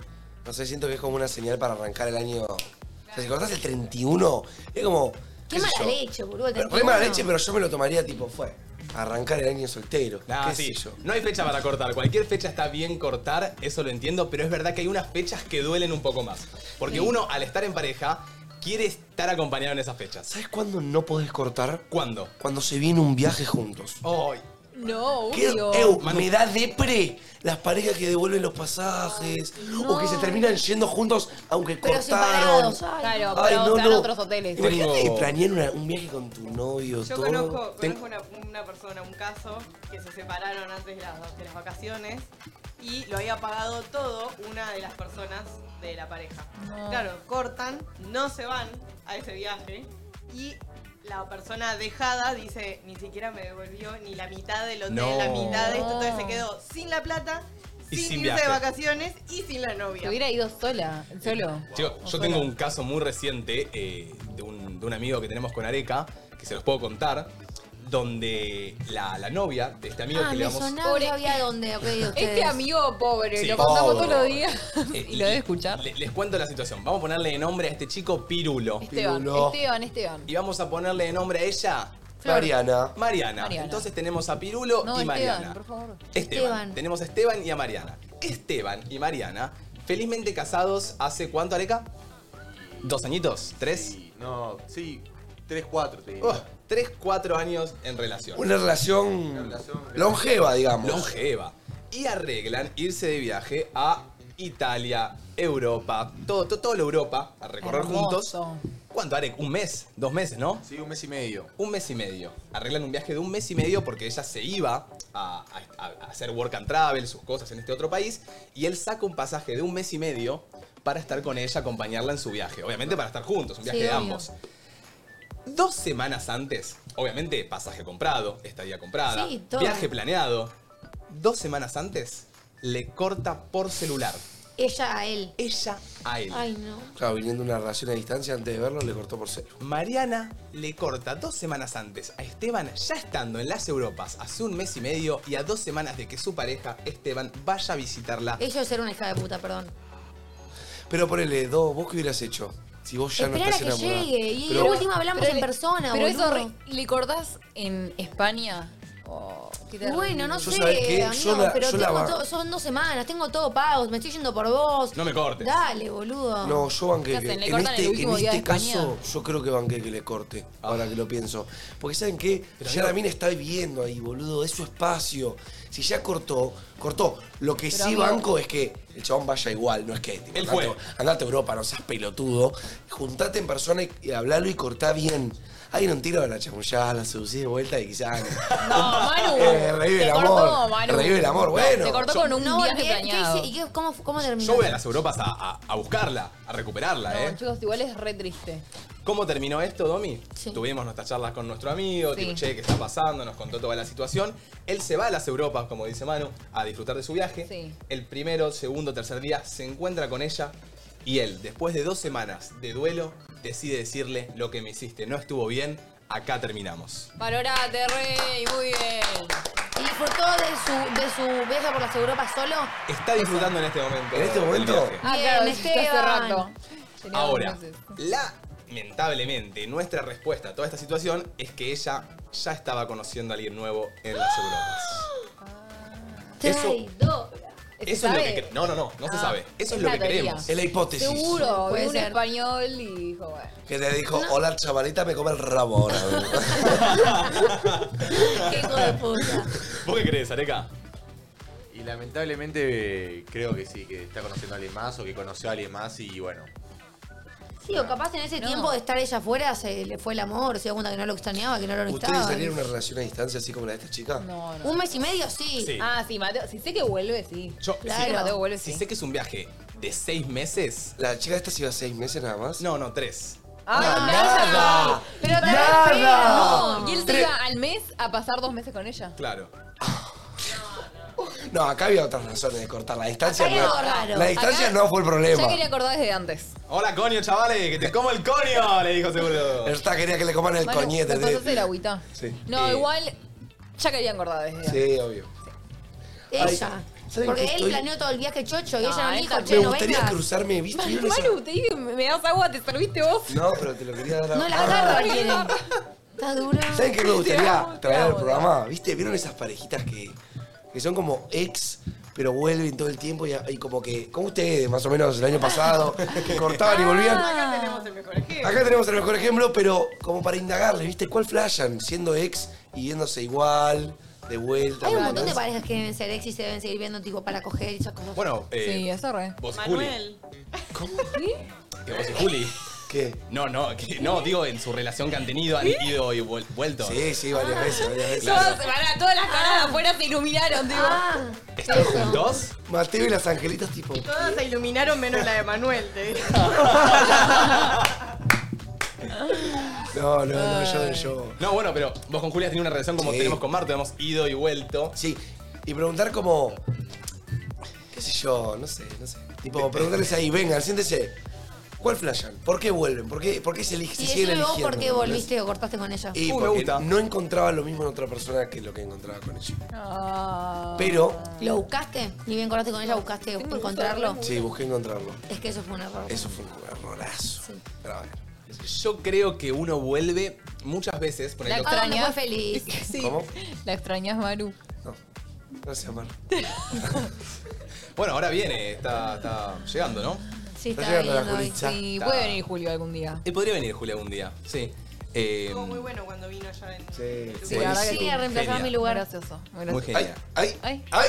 [SPEAKER 3] no sé, siento que es como una señal para arrancar el año. O sea, si cortás el 31, es como.
[SPEAKER 4] Qué
[SPEAKER 3] sé
[SPEAKER 4] mala
[SPEAKER 3] yo.
[SPEAKER 4] leche, boludo. el
[SPEAKER 3] Pero, re mala
[SPEAKER 4] 31.
[SPEAKER 3] leche, pero yo me lo tomaría tipo, fue. Arrancar el año soltero.
[SPEAKER 1] Ah,
[SPEAKER 3] ¿Qué
[SPEAKER 1] sí.
[SPEAKER 3] sé yo?
[SPEAKER 1] No hay fecha para cortar. Cualquier fecha está bien cortar, eso lo entiendo, pero es verdad que hay unas fechas que duelen un poco más. Porque
[SPEAKER 3] Sí.
[SPEAKER 1] uno, al estar en pareja, quiere estar acompañado en esas fechas.
[SPEAKER 3] ¿Sabes cuándo no podés cortar?
[SPEAKER 1] ¿Cuándo?
[SPEAKER 3] Cuando se viene un viaje juntos.
[SPEAKER 1] Ay.
[SPEAKER 2] No,
[SPEAKER 3] ¿Qué?
[SPEAKER 2] obvio.
[SPEAKER 3] Eu, me da depre las parejas que devuelven los pasajes o que se terminan yendo juntos aunque
[SPEAKER 2] Pero
[SPEAKER 3] cortaron.
[SPEAKER 2] separados, ay, Claro,
[SPEAKER 3] Ay,
[SPEAKER 2] pero se van a otros hoteles.
[SPEAKER 3] Imagínate
[SPEAKER 1] Tengo-
[SPEAKER 3] planear una- un viaje con tu novio,
[SPEAKER 12] Yo
[SPEAKER 3] todo.
[SPEAKER 12] conozco,
[SPEAKER 3] Ten-
[SPEAKER 12] conozco una, una persona, un caso, que se separaron antes de las, de las vacaciones y lo había pagado todo una de las personas de la pareja.
[SPEAKER 2] No.
[SPEAKER 12] Claro, cortan, no se van a ese viaje y la persona dejada dice, ni siquiera me devolvió ni la mitad del hotel,
[SPEAKER 1] No.
[SPEAKER 12] la mitad de esto, entonces se
[SPEAKER 2] No.
[SPEAKER 12] quedó sin la plata,
[SPEAKER 1] Y
[SPEAKER 12] sin,
[SPEAKER 1] sin
[SPEAKER 12] irse
[SPEAKER 1] viaje.
[SPEAKER 12] de vacaciones y sin la
[SPEAKER 2] Te
[SPEAKER 12] novia.
[SPEAKER 2] hubiera ido sola, solo.
[SPEAKER 1] Chico, yo tengo un caso muy reciente eh, de, un, de un amigo que tenemos con Areca, que se los puedo contar, donde la, la novia de este amigo
[SPEAKER 4] Ah,
[SPEAKER 1] que le
[SPEAKER 4] me
[SPEAKER 1] vamos...
[SPEAKER 4] sonaba, no sabía dónde. ok, ustedes.
[SPEAKER 2] Este amigo pobre,
[SPEAKER 1] Sí.
[SPEAKER 2] lo contamos
[SPEAKER 1] Pobre.
[SPEAKER 2] todos los días.
[SPEAKER 1] Eh, le- le- les cuento la situación. Vamos a ponerle nombre a este chico Pirulo.
[SPEAKER 2] Esteban, Esteban, Esteban.
[SPEAKER 1] Y vamos a ponerle nombre a ella.
[SPEAKER 2] Flor.
[SPEAKER 3] Mariana.
[SPEAKER 1] Mariana.
[SPEAKER 2] Mariana.
[SPEAKER 1] Entonces tenemos a Pirulo
[SPEAKER 2] No,
[SPEAKER 1] y Mariana.
[SPEAKER 2] Esteban, por favor.
[SPEAKER 1] Esteban. Tenemos a Esteban y a Mariana. Esteban y Mariana, felizmente casados hace cuánto, Areca? ¿Dos añitos? ¿Tres?
[SPEAKER 5] no, sí, tres, cuatro. te diría.
[SPEAKER 1] Oh, tres, cuatro años en relación.
[SPEAKER 3] Una relación longeva, digamos.
[SPEAKER 1] Longeva. Y arreglan irse de viaje a Italia, Europa, todo, todo, toda la Europa, a recorrer juntos. ¿Cuánto, Arek? ¿Un mes? ¿Dos meses, no?
[SPEAKER 5] Sí, un mes y medio.
[SPEAKER 1] Un mes y medio. Arreglan un viaje de un mes y medio porque ella se iba a, a- a hacer work and travel, sus cosas en este otro país, y él saca un pasaje de un mes y medio para estar con ella, acompañarla en su viaje. Obviamente para estar juntos, un viaje
[SPEAKER 7] Sí,
[SPEAKER 1] de
[SPEAKER 7] obvio.
[SPEAKER 1] ambos. Dos semanas antes, obviamente pasaje comprado, estadía comprada,
[SPEAKER 7] Sí, todo.
[SPEAKER 1] viaje planeado. Dos semanas antes, le corta por celular
[SPEAKER 4] Ella a él.
[SPEAKER 1] Ella a él.
[SPEAKER 4] Ay, no.
[SPEAKER 3] Claro, viniendo una relación a distancia, antes de verlo, le cortó por cero.
[SPEAKER 1] Mariana le corta dos semanas antes a Esteban ya estando en las Europas hace un mes y medio y a dos semanas de que su pareja Esteban vaya a visitarla.
[SPEAKER 4] Ella es ser una hija de puta, perdón.
[SPEAKER 3] Pero ponele, dos, ¿vos qué hubieras hecho? Si vos ya
[SPEAKER 4] Esperar
[SPEAKER 3] no
[SPEAKER 4] a
[SPEAKER 3] estás
[SPEAKER 4] que
[SPEAKER 3] enamorada.
[SPEAKER 4] llegue. Y
[SPEAKER 3] Pero-
[SPEAKER 4] la última hablamos
[SPEAKER 2] Pero
[SPEAKER 4] en
[SPEAKER 2] le-
[SPEAKER 4] persona,
[SPEAKER 2] Pero
[SPEAKER 4] boludo.
[SPEAKER 2] eso, re- ¿le cortás en España?
[SPEAKER 4] Y Bueno, no
[SPEAKER 3] Yo,
[SPEAKER 4] sé,
[SPEAKER 3] ¿sabés qué?
[SPEAKER 4] amigo,
[SPEAKER 3] Yo la-
[SPEAKER 4] pero
[SPEAKER 3] yo la
[SPEAKER 4] tengo
[SPEAKER 3] ban-
[SPEAKER 4] todo- son dos semanas, tengo todo pago, me estoy yendo por vos.
[SPEAKER 1] No me cortes.
[SPEAKER 4] Dale, boludo.
[SPEAKER 3] No, yo banqué
[SPEAKER 4] ¿Qué
[SPEAKER 3] que.
[SPEAKER 4] hacen? ¿Le
[SPEAKER 3] En
[SPEAKER 4] cortan el
[SPEAKER 3] este, en
[SPEAKER 4] último día
[SPEAKER 3] este
[SPEAKER 4] de España?
[SPEAKER 3] caso, yo creo que banqué que le corte, ahora que lo pienso. Porque ¿saben qué? ya
[SPEAKER 1] amigo-
[SPEAKER 3] la mina está viviendo ahí, boludo, es su espacio. Si ya cortó, cortó. Lo que
[SPEAKER 1] Pero,
[SPEAKER 3] sí
[SPEAKER 1] amigo-
[SPEAKER 3] banco es que el chabón vaya igual, no es que. tipo,
[SPEAKER 1] Él
[SPEAKER 3] andate-
[SPEAKER 1] fue.
[SPEAKER 3] Andate a Europa, no seas pelotudo. Juntate en persona y, y hablalo y cortá bien. Alguien un tiro de la chamullada, la seducís de vuelta y quizás.
[SPEAKER 2] No, Manu.
[SPEAKER 3] Eh, revive
[SPEAKER 2] te
[SPEAKER 3] el
[SPEAKER 2] cortó,
[SPEAKER 3] amor,
[SPEAKER 2] Manu.
[SPEAKER 3] revive el amor, bueno.
[SPEAKER 2] Te cortó
[SPEAKER 1] Yo-
[SPEAKER 2] con un
[SPEAKER 4] No,
[SPEAKER 2] viaje
[SPEAKER 4] ¿qué- qué hice?
[SPEAKER 2] planeado.
[SPEAKER 4] ¿Y qué- cómo, cómo terminó?
[SPEAKER 1] Yo voy a las Europas a, a- a buscarla, a recuperarla,
[SPEAKER 2] No,
[SPEAKER 1] ¿eh?
[SPEAKER 2] chicos, igual es re triste.
[SPEAKER 1] ¿Cómo terminó esto, Domi? Tuvimos nuestras charlas con nuestro amigo,
[SPEAKER 2] Sí.
[SPEAKER 1] tipo, che, ¿qué está pasando? Nos contó toda la situación. Él se va a las Europas, como dice Manu, a disfrutar de su viaje. El primero, segundo, tercer día se encuentra con ella y él, después de dos semanas de duelo, decide decirle lo que me hiciste no estuvo bien, acá terminamos.
[SPEAKER 2] Valorate, rey, muy bien.
[SPEAKER 4] ¿Y disfrutó de su, de su viaje por las Europas solo?
[SPEAKER 1] Está disfrutando en este momento.
[SPEAKER 3] En este
[SPEAKER 1] del
[SPEAKER 3] momento,
[SPEAKER 1] viaje.
[SPEAKER 2] Ah,
[SPEAKER 4] Bien,
[SPEAKER 2] claro,
[SPEAKER 4] Esteban.
[SPEAKER 2] hace rato. Tenía
[SPEAKER 1] Ahora,
[SPEAKER 2] algunos-
[SPEAKER 1] lamentablemente, nuestra respuesta a toda esta situación es que ella ya estaba conociendo a alguien nuevo en las Europas. Eso,
[SPEAKER 2] ¿Se
[SPEAKER 1] eso es lo
[SPEAKER 2] sabe?
[SPEAKER 1] que cre- No, no, no, no se
[SPEAKER 2] Ah,
[SPEAKER 1] sabe. Eso es lo
[SPEAKER 2] una
[SPEAKER 1] que
[SPEAKER 2] teoría.
[SPEAKER 1] queremos.
[SPEAKER 3] Es la hipótesis.
[SPEAKER 2] Seguro,
[SPEAKER 4] Puede
[SPEAKER 2] vio un
[SPEAKER 4] ser.
[SPEAKER 2] español y dijo, bueno.
[SPEAKER 3] Que te dijo, hola chavalita, me come el rabo ahora.
[SPEAKER 4] Qué hijo de puta.
[SPEAKER 1] ¿Vos qué crees, Areca?
[SPEAKER 5] Y lamentablemente eh, creo que sí, que está conociendo a alguien más o que conoció a alguien más y bueno.
[SPEAKER 4] Sí, o capaz en ese tiempo de estar ella afuera se le fue el amor, se dio cuenta que no lo extrañaba, que no lo
[SPEAKER 3] ¿Ustedes
[SPEAKER 4] necesitaba.
[SPEAKER 3] salieron una relación a distancia así como la de esta chica?
[SPEAKER 2] No,
[SPEAKER 4] Un mes y medio, sí.
[SPEAKER 1] Sí.
[SPEAKER 2] Ah, sí, Mateo. Si sé que vuelve, sí.
[SPEAKER 1] Yo,
[SPEAKER 2] Claro. Mateo vuelve,
[SPEAKER 1] si
[SPEAKER 2] sí.
[SPEAKER 1] sé que es un viaje de seis meses.
[SPEAKER 3] ¿La chica esta se iba seis meses nada más?
[SPEAKER 1] No, no, tres.
[SPEAKER 2] Ah,
[SPEAKER 3] ¡Nada!
[SPEAKER 2] Pero te
[SPEAKER 3] ¡Nada!
[SPEAKER 2] respeto. No, Y él se
[SPEAKER 3] Tre-
[SPEAKER 2] iba al mes a pasar dos meses con ella.
[SPEAKER 1] Claro.
[SPEAKER 3] No, acá había otras razones de cortar. La distancia
[SPEAKER 2] Acá hay algo
[SPEAKER 3] no.
[SPEAKER 2] raro.
[SPEAKER 3] La distancia
[SPEAKER 2] Acá-
[SPEAKER 3] no fue el
[SPEAKER 2] Ya
[SPEAKER 3] problema.
[SPEAKER 2] quería acordar desde antes.
[SPEAKER 1] Hola, coño, chavales, que te como el coño, le dijo seguro.
[SPEAKER 3] Esta quería que le coman el
[SPEAKER 2] Manu,
[SPEAKER 3] coñete.
[SPEAKER 2] ¿me
[SPEAKER 3] de-
[SPEAKER 2] pasaste el agüita?
[SPEAKER 3] Sí.
[SPEAKER 2] No,
[SPEAKER 3] Eh,
[SPEAKER 2] igual ya quería acordar desde antes.
[SPEAKER 3] Sí, obvio.
[SPEAKER 4] Ella.
[SPEAKER 3] ¿saben
[SPEAKER 4] Porque
[SPEAKER 3] qué
[SPEAKER 4] él
[SPEAKER 3] estoy-
[SPEAKER 4] planeó todo el viaje chocho y
[SPEAKER 2] No,
[SPEAKER 4] ella no
[SPEAKER 2] él
[SPEAKER 4] dijo,
[SPEAKER 2] también.
[SPEAKER 4] che,
[SPEAKER 3] Me
[SPEAKER 4] no
[SPEAKER 3] gustaría
[SPEAKER 4] vengas.
[SPEAKER 3] cruzarme, ¿viste?
[SPEAKER 2] Manu,
[SPEAKER 3] Vieron esa-
[SPEAKER 2] Manu, te dije, me me das agua, te serviste vos.
[SPEAKER 3] No, pero te lo quería dar a-
[SPEAKER 4] No la
[SPEAKER 3] Ah.
[SPEAKER 4] agarra, quiere. Está duro.
[SPEAKER 3] ¿Saben qué
[SPEAKER 4] Te
[SPEAKER 3] me gustaría
[SPEAKER 4] amo,
[SPEAKER 3] traer
[SPEAKER 4] te
[SPEAKER 3] al
[SPEAKER 4] amo.
[SPEAKER 3] programa? ¿Viste? ¿Vieron esas parejitas que, que son como ex, pero vuelven todo el tiempo y, y como que, como ustedes, más o menos el año pasado, que cortaban y volvían?
[SPEAKER 4] Ah,
[SPEAKER 12] Acá tenemos el mejor ejemplo.
[SPEAKER 3] Acá tenemos el mejor ejemplo, pero como para indagarles, ¿viste? ¿Cuál flashan? Siendo ex y viéndose igual, de vuelta.
[SPEAKER 4] Hay un
[SPEAKER 3] ¿no?
[SPEAKER 4] montón de parejas que deben ser ex y se deben seguir viendo tipo para coger y esas cosas.
[SPEAKER 1] Bueno, eh,
[SPEAKER 2] Sí, eso re.
[SPEAKER 1] Vos y Juli.
[SPEAKER 12] Manuel.
[SPEAKER 1] Que vos y Juli.
[SPEAKER 3] ¿Qué?
[SPEAKER 1] No, no, que, no, digo, en su relación que han tenido, han ido y vuel- vuelto.
[SPEAKER 3] Sí, sí, varias veces, varias veces.
[SPEAKER 1] Claro.
[SPEAKER 2] Todas, pará, todas las caras de afuera se iluminaron, digo.
[SPEAKER 1] ¿Están juntos?
[SPEAKER 3] Mateo y las angelitas, tipo.
[SPEAKER 12] Todas se iluminaron menos la de Manuel, te digo.
[SPEAKER 3] No, no, no, yo, yo.
[SPEAKER 1] No, bueno, pero vos con Julia has tenido una relación como
[SPEAKER 3] Sí.
[SPEAKER 1] tenemos con Marta, hemos ido y vuelto.
[SPEAKER 3] Sí, y preguntar como. ¿Qué sé yo? No sé, no sé. Tipo, preguntarles ahí, vengan, siéntese. ¿Cuál flashan? ¿Por qué vuelven? ¿Por qué, por qué se, elige- se
[SPEAKER 4] Y
[SPEAKER 3] siguen
[SPEAKER 4] decime vos
[SPEAKER 3] eligiendo?
[SPEAKER 4] por qué volviste o cortaste con ella.
[SPEAKER 3] Y porque no encontraba lo mismo en otra persona que lo que encontraba con ella.
[SPEAKER 2] Ah.
[SPEAKER 3] Pero,
[SPEAKER 4] ¿Lo buscaste? Ni bien cortaste con ella, buscaste encontrarlo.
[SPEAKER 3] sí, busqué encontrarlo.
[SPEAKER 4] Es que eso fue un error.
[SPEAKER 3] Eso fue un errorazo. Pero a ver.
[SPEAKER 1] Yo creo que uno vuelve muchas veces. Por
[SPEAKER 2] La
[SPEAKER 1] ejemplo,
[SPEAKER 4] Ah, no
[SPEAKER 2] extrañas.
[SPEAKER 4] fue feliz.
[SPEAKER 3] ¿Cómo?
[SPEAKER 2] La extrañas, Maru.
[SPEAKER 3] Gracias, Mar.
[SPEAKER 1] Bueno, ahora viene, está, está llegando, ¿no?
[SPEAKER 4] Sí,
[SPEAKER 3] Está
[SPEAKER 4] estaba
[SPEAKER 3] llegando la
[SPEAKER 4] viendo hoy.
[SPEAKER 3] Julitza.
[SPEAKER 2] Sí,
[SPEAKER 1] Está.
[SPEAKER 2] puede venir Julio algún día.
[SPEAKER 1] Eh, podría venir Julia algún día, sí. Eh,
[SPEAKER 12] Estuvo muy bueno cuando vino ya en.
[SPEAKER 3] Sí,
[SPEAKER 2] Sí, la verdad que
[SPEAKER 4] Sí, a reemplazar
[SPEAKER 1] Genia.
[SPEAKER 4] mi lugar.
[SPEAKER 2] Gracioso. muy
[SPEAKER 1] muy
[SPEAKER 2] gracioso.
[SPEAKER 1] genial.
[SPEAKER 3] ¡Ay!
[SPEAKER 2] Ay.
[SPEAKER 3] ¡Ay!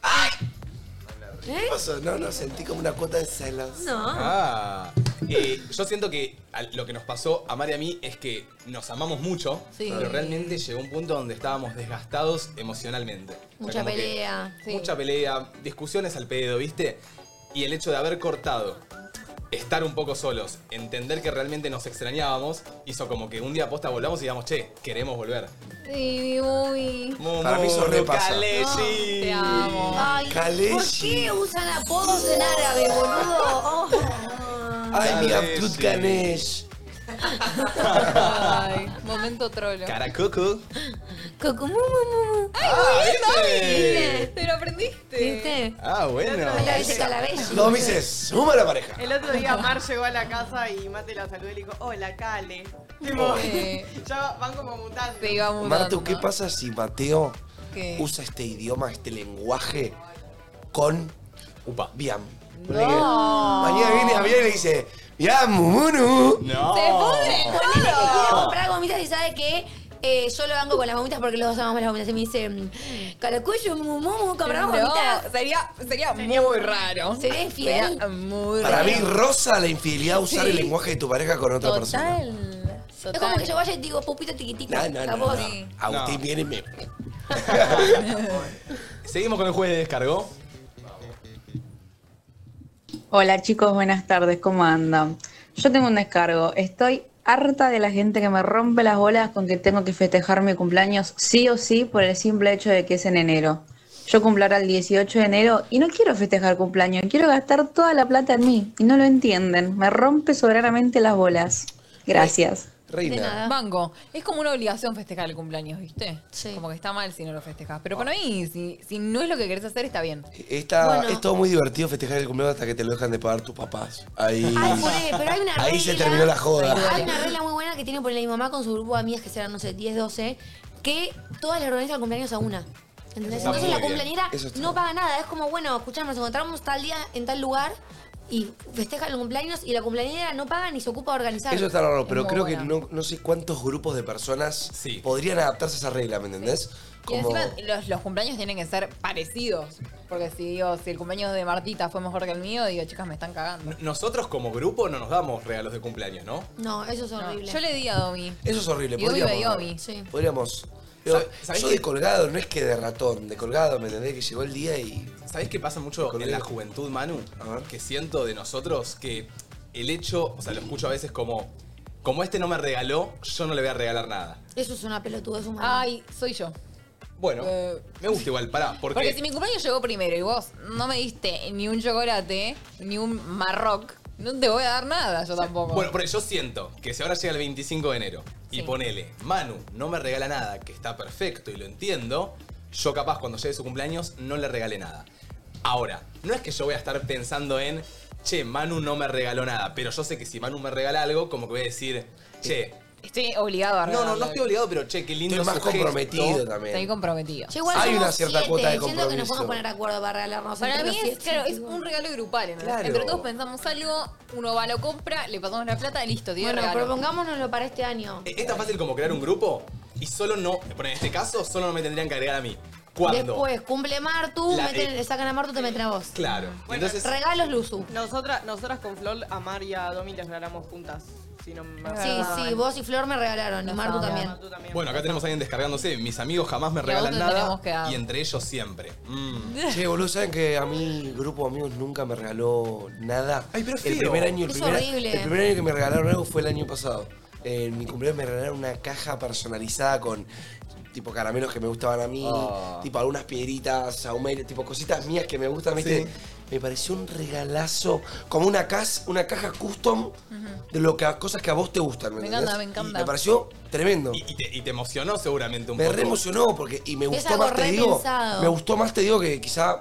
[SPEAKER 3] ¡Ay!
[SPEAKER 4] ¿Eh?
[SPEAKER 3] ¿Qué pasó? No, no, sentí como una cuota de celos.
[SPEAKER 4] No.
[SPEAKER 1] Ah. Eh, yo siento que al- lo que nos pasó a Mari y a mí es que nos amamos mucho,
[SPEAKER 2] Sí.
[SPEAKER 1] pero realmente llegó un punto donde estábamos desgastados emocionalmente. O sea,
[SPEAKER 4] Mucha
[SPEAKER 1] como que
[SPEAKER 4] pelea.
[SPEAKER 2] Sí.
[SPEAKER 1] Mucha pelea, discusiones al pedo, ¿viste? Y el hecho de haber cortado, estar un poco solos, entender que realmente nos extrañábamos, hizo como que un día posta volvamos y digamos, che, queremos volver.
[SPEAKER 2] Sí, muy.
[SPEAKER 3] Para mí eso
[SPEAKER 1] Momuru,
[SPEAKER 3] repasa.
[SPEAKER 1] Kalesi.
[SPEAKER 2] Te amo.
[SPEAKER 4] Ay, ¿por
[SPEAKER 3] Kalesi.
[SPEAKER 4] qué usan apodos en árabe, boludo? Oh.
[SPEAKER 3] ¡Ay, mi Abdul Ganesh!
[SPEAKER 2] Ay, momento trolo.
[SPEAKER 1] Caracucu.
[SPEAKER 4] Cucumú, mu, mu, mu.
[SPEAKER 1] ¡Ay,
[SPEAKER 12] Ah,
[SPEAKER 4] ¿viste?
[SPEAKER 1] ¿viste?
[SPEAKER 12] Te lo aprendiste.
[SPEAKER 4] ¿Viste?
[SPEAKER 1] Ah, bueno.
[SPEAKER 4] A la vez calabella.
[SPEAKER 3] Dos meses, suma la pareja.
[SPEAKER 12] El otro día Mar llegó a la casa y Mate la saludó y le dijo, hola, Cale. Tipo,
[SPEAKER 2] Sí.
[SPEAKER 12] ya van como mutando.
[SPEAKER 3] Martu, ¿qué pasa si Mateo
[SPEAKER 12] ¿Qué?
[SPEAKER 3] usa este idioma, este lenguaje con
[SPEAKER 1] Upa.
[SPEAKER 3] Biam? Ponele que Mañana viene Biam y le dice, Biam, Mumunu.
[SPEAKER 1] No.
[SPEAKER 4] Se pudre Ponele que
[SPEAKER 3] Ah.
[SPEAKER 4] quiere comprar gomitas y sabe que eh, yo lo banco con las gomitas porque los dos amamos las gomitas. Y me dice, mm, Calacuyo, mumumu, compramos
[SPEAKER 2] No,
[SPEAKER 4] gomitas.
[SPEAKER 2] Sería, sería, muy raro.
[SPEAKER 4] Sería infiel.
[SPEAKER 2] Sería muy
[SPEAKER 3] Para
[SPEAKER 2] raro.
[SPEAKER 3] mí, rosa la infidelidad usar
[SPEAKER 2] Sí.
[SPEAKER 3] el lenguaje de tu pareja con otra persona.
[SPEAKER 2] Total.
[SPEAKER 4] Es como que yo vaya y digo, pupita tiquitita.
[SPEAKER 3] No, no, no,
[SPEAKER 4] capaz.
[SPEAKER 3] no. Agustín viene y me...
[SPEAKER 1] Seguimos con el jueves de descargo.
[SPEAKER 14] Hola chicos, buenas tardes, ¿cómo andan? Yo tengo un descargo. Estoy harta de la gente que me rompe las bolas con que tengo que festejar mi cumpleaños sí o sí por el simple hecho de que es en enero. Yo cumplo ahora el 18 de enero y no quiero festejar cumpleaños, quiero gastar toda la plata en mí y no lo entienden. Me rompe soberanamente las bolas. Gracias.
[SPEAKER 3] Reina.
[SPEAKER 2] Banco. Es como una obligación festejar el cumpleaños, ¿viste? Como que está mal si no lo festejas. Pero para mí, si, si no es lo que querés hacer, está bien.
[SPEAKER 3] Está,
[SPEAKER 2] Bueno.
[SPEAKER 3] Ah. Es todo muy divertido festejar el cumpleaños hasta que te lo dejan de pagar tus papás. Ahí,
[SPEAKER 4] Ay, poné, pero hay una
[SPEAKER 3] ahí se
[SPEAKER 4] regla-
[SPEAKER 3] terminó la joda.
[SPEAKER 4] Hay una regla muy buena que tiene por mi mamá con su grupo de amigas que serán, no sé, 10, 12, que todas le organizan cumpleaños a una. ¿Entendés?
[SPEAKER 3] Eso está
[SPEAKER 4] Entonces
[SPEAKER 3] muy
[SPEAKER 4] la
[SPEAKER 3] bien.
[SPEAKER 4] cumpleañera
[SPEAKER 3] Eso está
[SPEAKER 4] no paga nada. Es como, bueno, escuchame, nos encontramos tal día en tal lugar y festeja el cumpleaños y la cumpleañera no paga ni se ocupa de organizar.
[SPEAKER 3] Eso está raro, pero
[SPEAKER 4] Es muy
[SPEAKER 3] creo
[SPEAKER 4] buena.
[SPEAKER 3] que no, no sé cuántos grupos de personas podrían adaptarse a esa regla, ¿me entendés?
[SPEAKER 2] Y encima los, los cumpleaños tienen que ser parecidos. Porque si digo, si el cumpleaños de Martita fue mejor que el mío, digo, chicas, me están cagando.
[SPEAKER 1] Nosotros como grupo no nos damos regalos de cumpleaños, ¿no?
[SPEAKER 4] No, eso es
[SPEAKER 2] horrible. Yo le di a Domi.
[SPEAKER 3] Eso es horrible.
[SPEAKER 2] Y Domi
[SPEAKER 3] podríamos,
[SPEAKER 2] ve Domi.
[SPEAKER 3] podríamos.
[SPEAKER 1] Sa-
[SPEAKER 3] Yo-
[SPEAKER 1] ¿sabés
[SPEAKER 3] yo
[SPEAKER 1] qué?
[SPEAKER 3] de colgado, no es que de ratón, de colgado, ¿me entendés? Que llegó el día y.
[SPEAKER 1] ¿Sabés qué pasa mucho en la juventud, Manu? Que siento de nosotros que el hecho, o sea, lo escucho a veces como, como este no me regaló, yo no le voy a regalar nada.
[SPEAKER 4] Eso es una pelotudez humana.
[SPEAKER 2] Ay, soy yo.
[SPEAKER 1] Bueno, me gusta igual, pará, porque...
[SPEAKER 2] Eh, Porque si mi cumpleaños llegó primero y vos no me diste ni un chocolate, ni un marroc, no te voy a dar nada yo tampoco.
[SPEAKER 1] Bueno, porque yo siento que si ahora llega el 25 de enero y ponele, Manu no me regala nada, que está perfecto y lo entiendo, yo capaz cuando llegue su cumpleaños no le regalé nada. Ahora, no es que yo voy a estar pensando en, che, Manu no me regaló nada, pero yo sé que si Manu me regala algo, como que voy a decir, che,
[SPEAKER 2] Estoy obligado
[SPEAKER 1] no,
[SPEAKER 2] a regalarle.
[SPEAKER 1] no, no estoy obligado, pero che, qué lindo
[SPEAKER 3] Estoy más
[SPEAKER 1] su gesto.
[SPEAKER 3] comprometido
[SPEAKER 2] Estoy comprometido.
[SPEAKER 4] Yo igual somos siete, Siento que nos podemos poner de acuerdo para regalarnos.
[SPEAKER 2] Para
[SPEAKER 4] entre
[SPEAKER 2] mí
[SPEAKER 4] los
[SPEAKER 2] es,
[SPEAKER 4] siete,
[SPEAKER 2] claro, es
[SPEAKER 4] tipo.
[SPEAKER 2] un regalo grupal. ¿no?
[SPEAKER 4] Claro.
[SPEAKER 2] Entre todos pensamos algo, uno va, lo compra, le pasamos la plata, listo, tiene
[SPEAKER 4] Bueno,
[SPEAKER 2] regalo.
[SPEAKER 4] propongámonoslo para este año.
[SPEAKER 1] Es tan fácil como crear un grupo y solo no, bueno, en este caso, solo no me tendrían que agregar a mí. ¿Cuándo?
[SPEAKER 4] Después, cumple Martu,
[SPEAKER 1] La-
[SPEAKER 4] meten-
[SPEAKER 1] eh,
[SPEAKER 4] sacan a Martu, te meten a vos.
[SPEAKER 1] Claro. Entonces,
[SPEAKER 4] Regalos Luzu.
[SPEAKER 12] Nosotras, nosotras con Flor, a Mar y a Domi les regalamos juntas. Si no me
[SPEAKER 4] Sí,
[SPEAKER 12] acuerdo
[SPEAKER 4] sí,
[SPEAKER 12] mal.
[SPEAKER 4] vos y Flor me regalaron, y Martu también.
[SPEAKER 1] Bueno, acá tenemos a alguien descargándose. Mis amigos jamás me
[SPEAKER 4] Y a
[SPEAKER 1] regalan
[SPEAKER 4] vos te tenemos que
[SPEAKER 1] nada
[SPEAKER 4] dar.
[SPEAKER 1] y entre ellos siempre. Mm.
[SPEAKER 3] Che, boludo, ¿saben que a mi grupo de amigos nunca me regaló nada? Ay, pero El
[SPEAKER 1] feo.
[SPEAKER 3] primer año, el
[SPEAKER 1] Es
[SPEAKER 3] primer,
[SPEAKER 1] horrible.
[SPEAKER 3] el primer año que me regalaron algo fue el año pasado. En mi cumpleaños me regalaron una caja personalizada con tipo caramelos que me gustaban a mí,
[SPEAKER 1] Ah.
[SPEAKER 3] tipo algunas piedritas, saumerio, tipo cositas mías que me gustan, ¿viste?
[SPEAKER 1] Sí.
[SPEAKER 3] Me pareció un regalazo, como una, cas- una caja custom de lo que, cosas que a vos te gustan. ¿me
[SPEAKER 2] Me
[SPEAKER 3] entendés?
[SPEAKER 2] encanta, me encanta.
[SPEAKER 3] Me pareció tremendo.
[SPEAKER 1] Y te, y te emocionó seguramente un
[SPEAKER 3] Me
[SPEAKER 1] poco.
[SPEAKER 3] reemocionó porque y me
[SPEAKER 1] Es
[SPEAKER 3] gustó
[SPEAKER 1] algo
[SPEAKER 3] más, te
[SPEAKER 1] re
[SPEAKER 3] digo.
[SPEAKER 1] pensado.
[SPEAKER 3] Me gustó más, te digo, que quizá.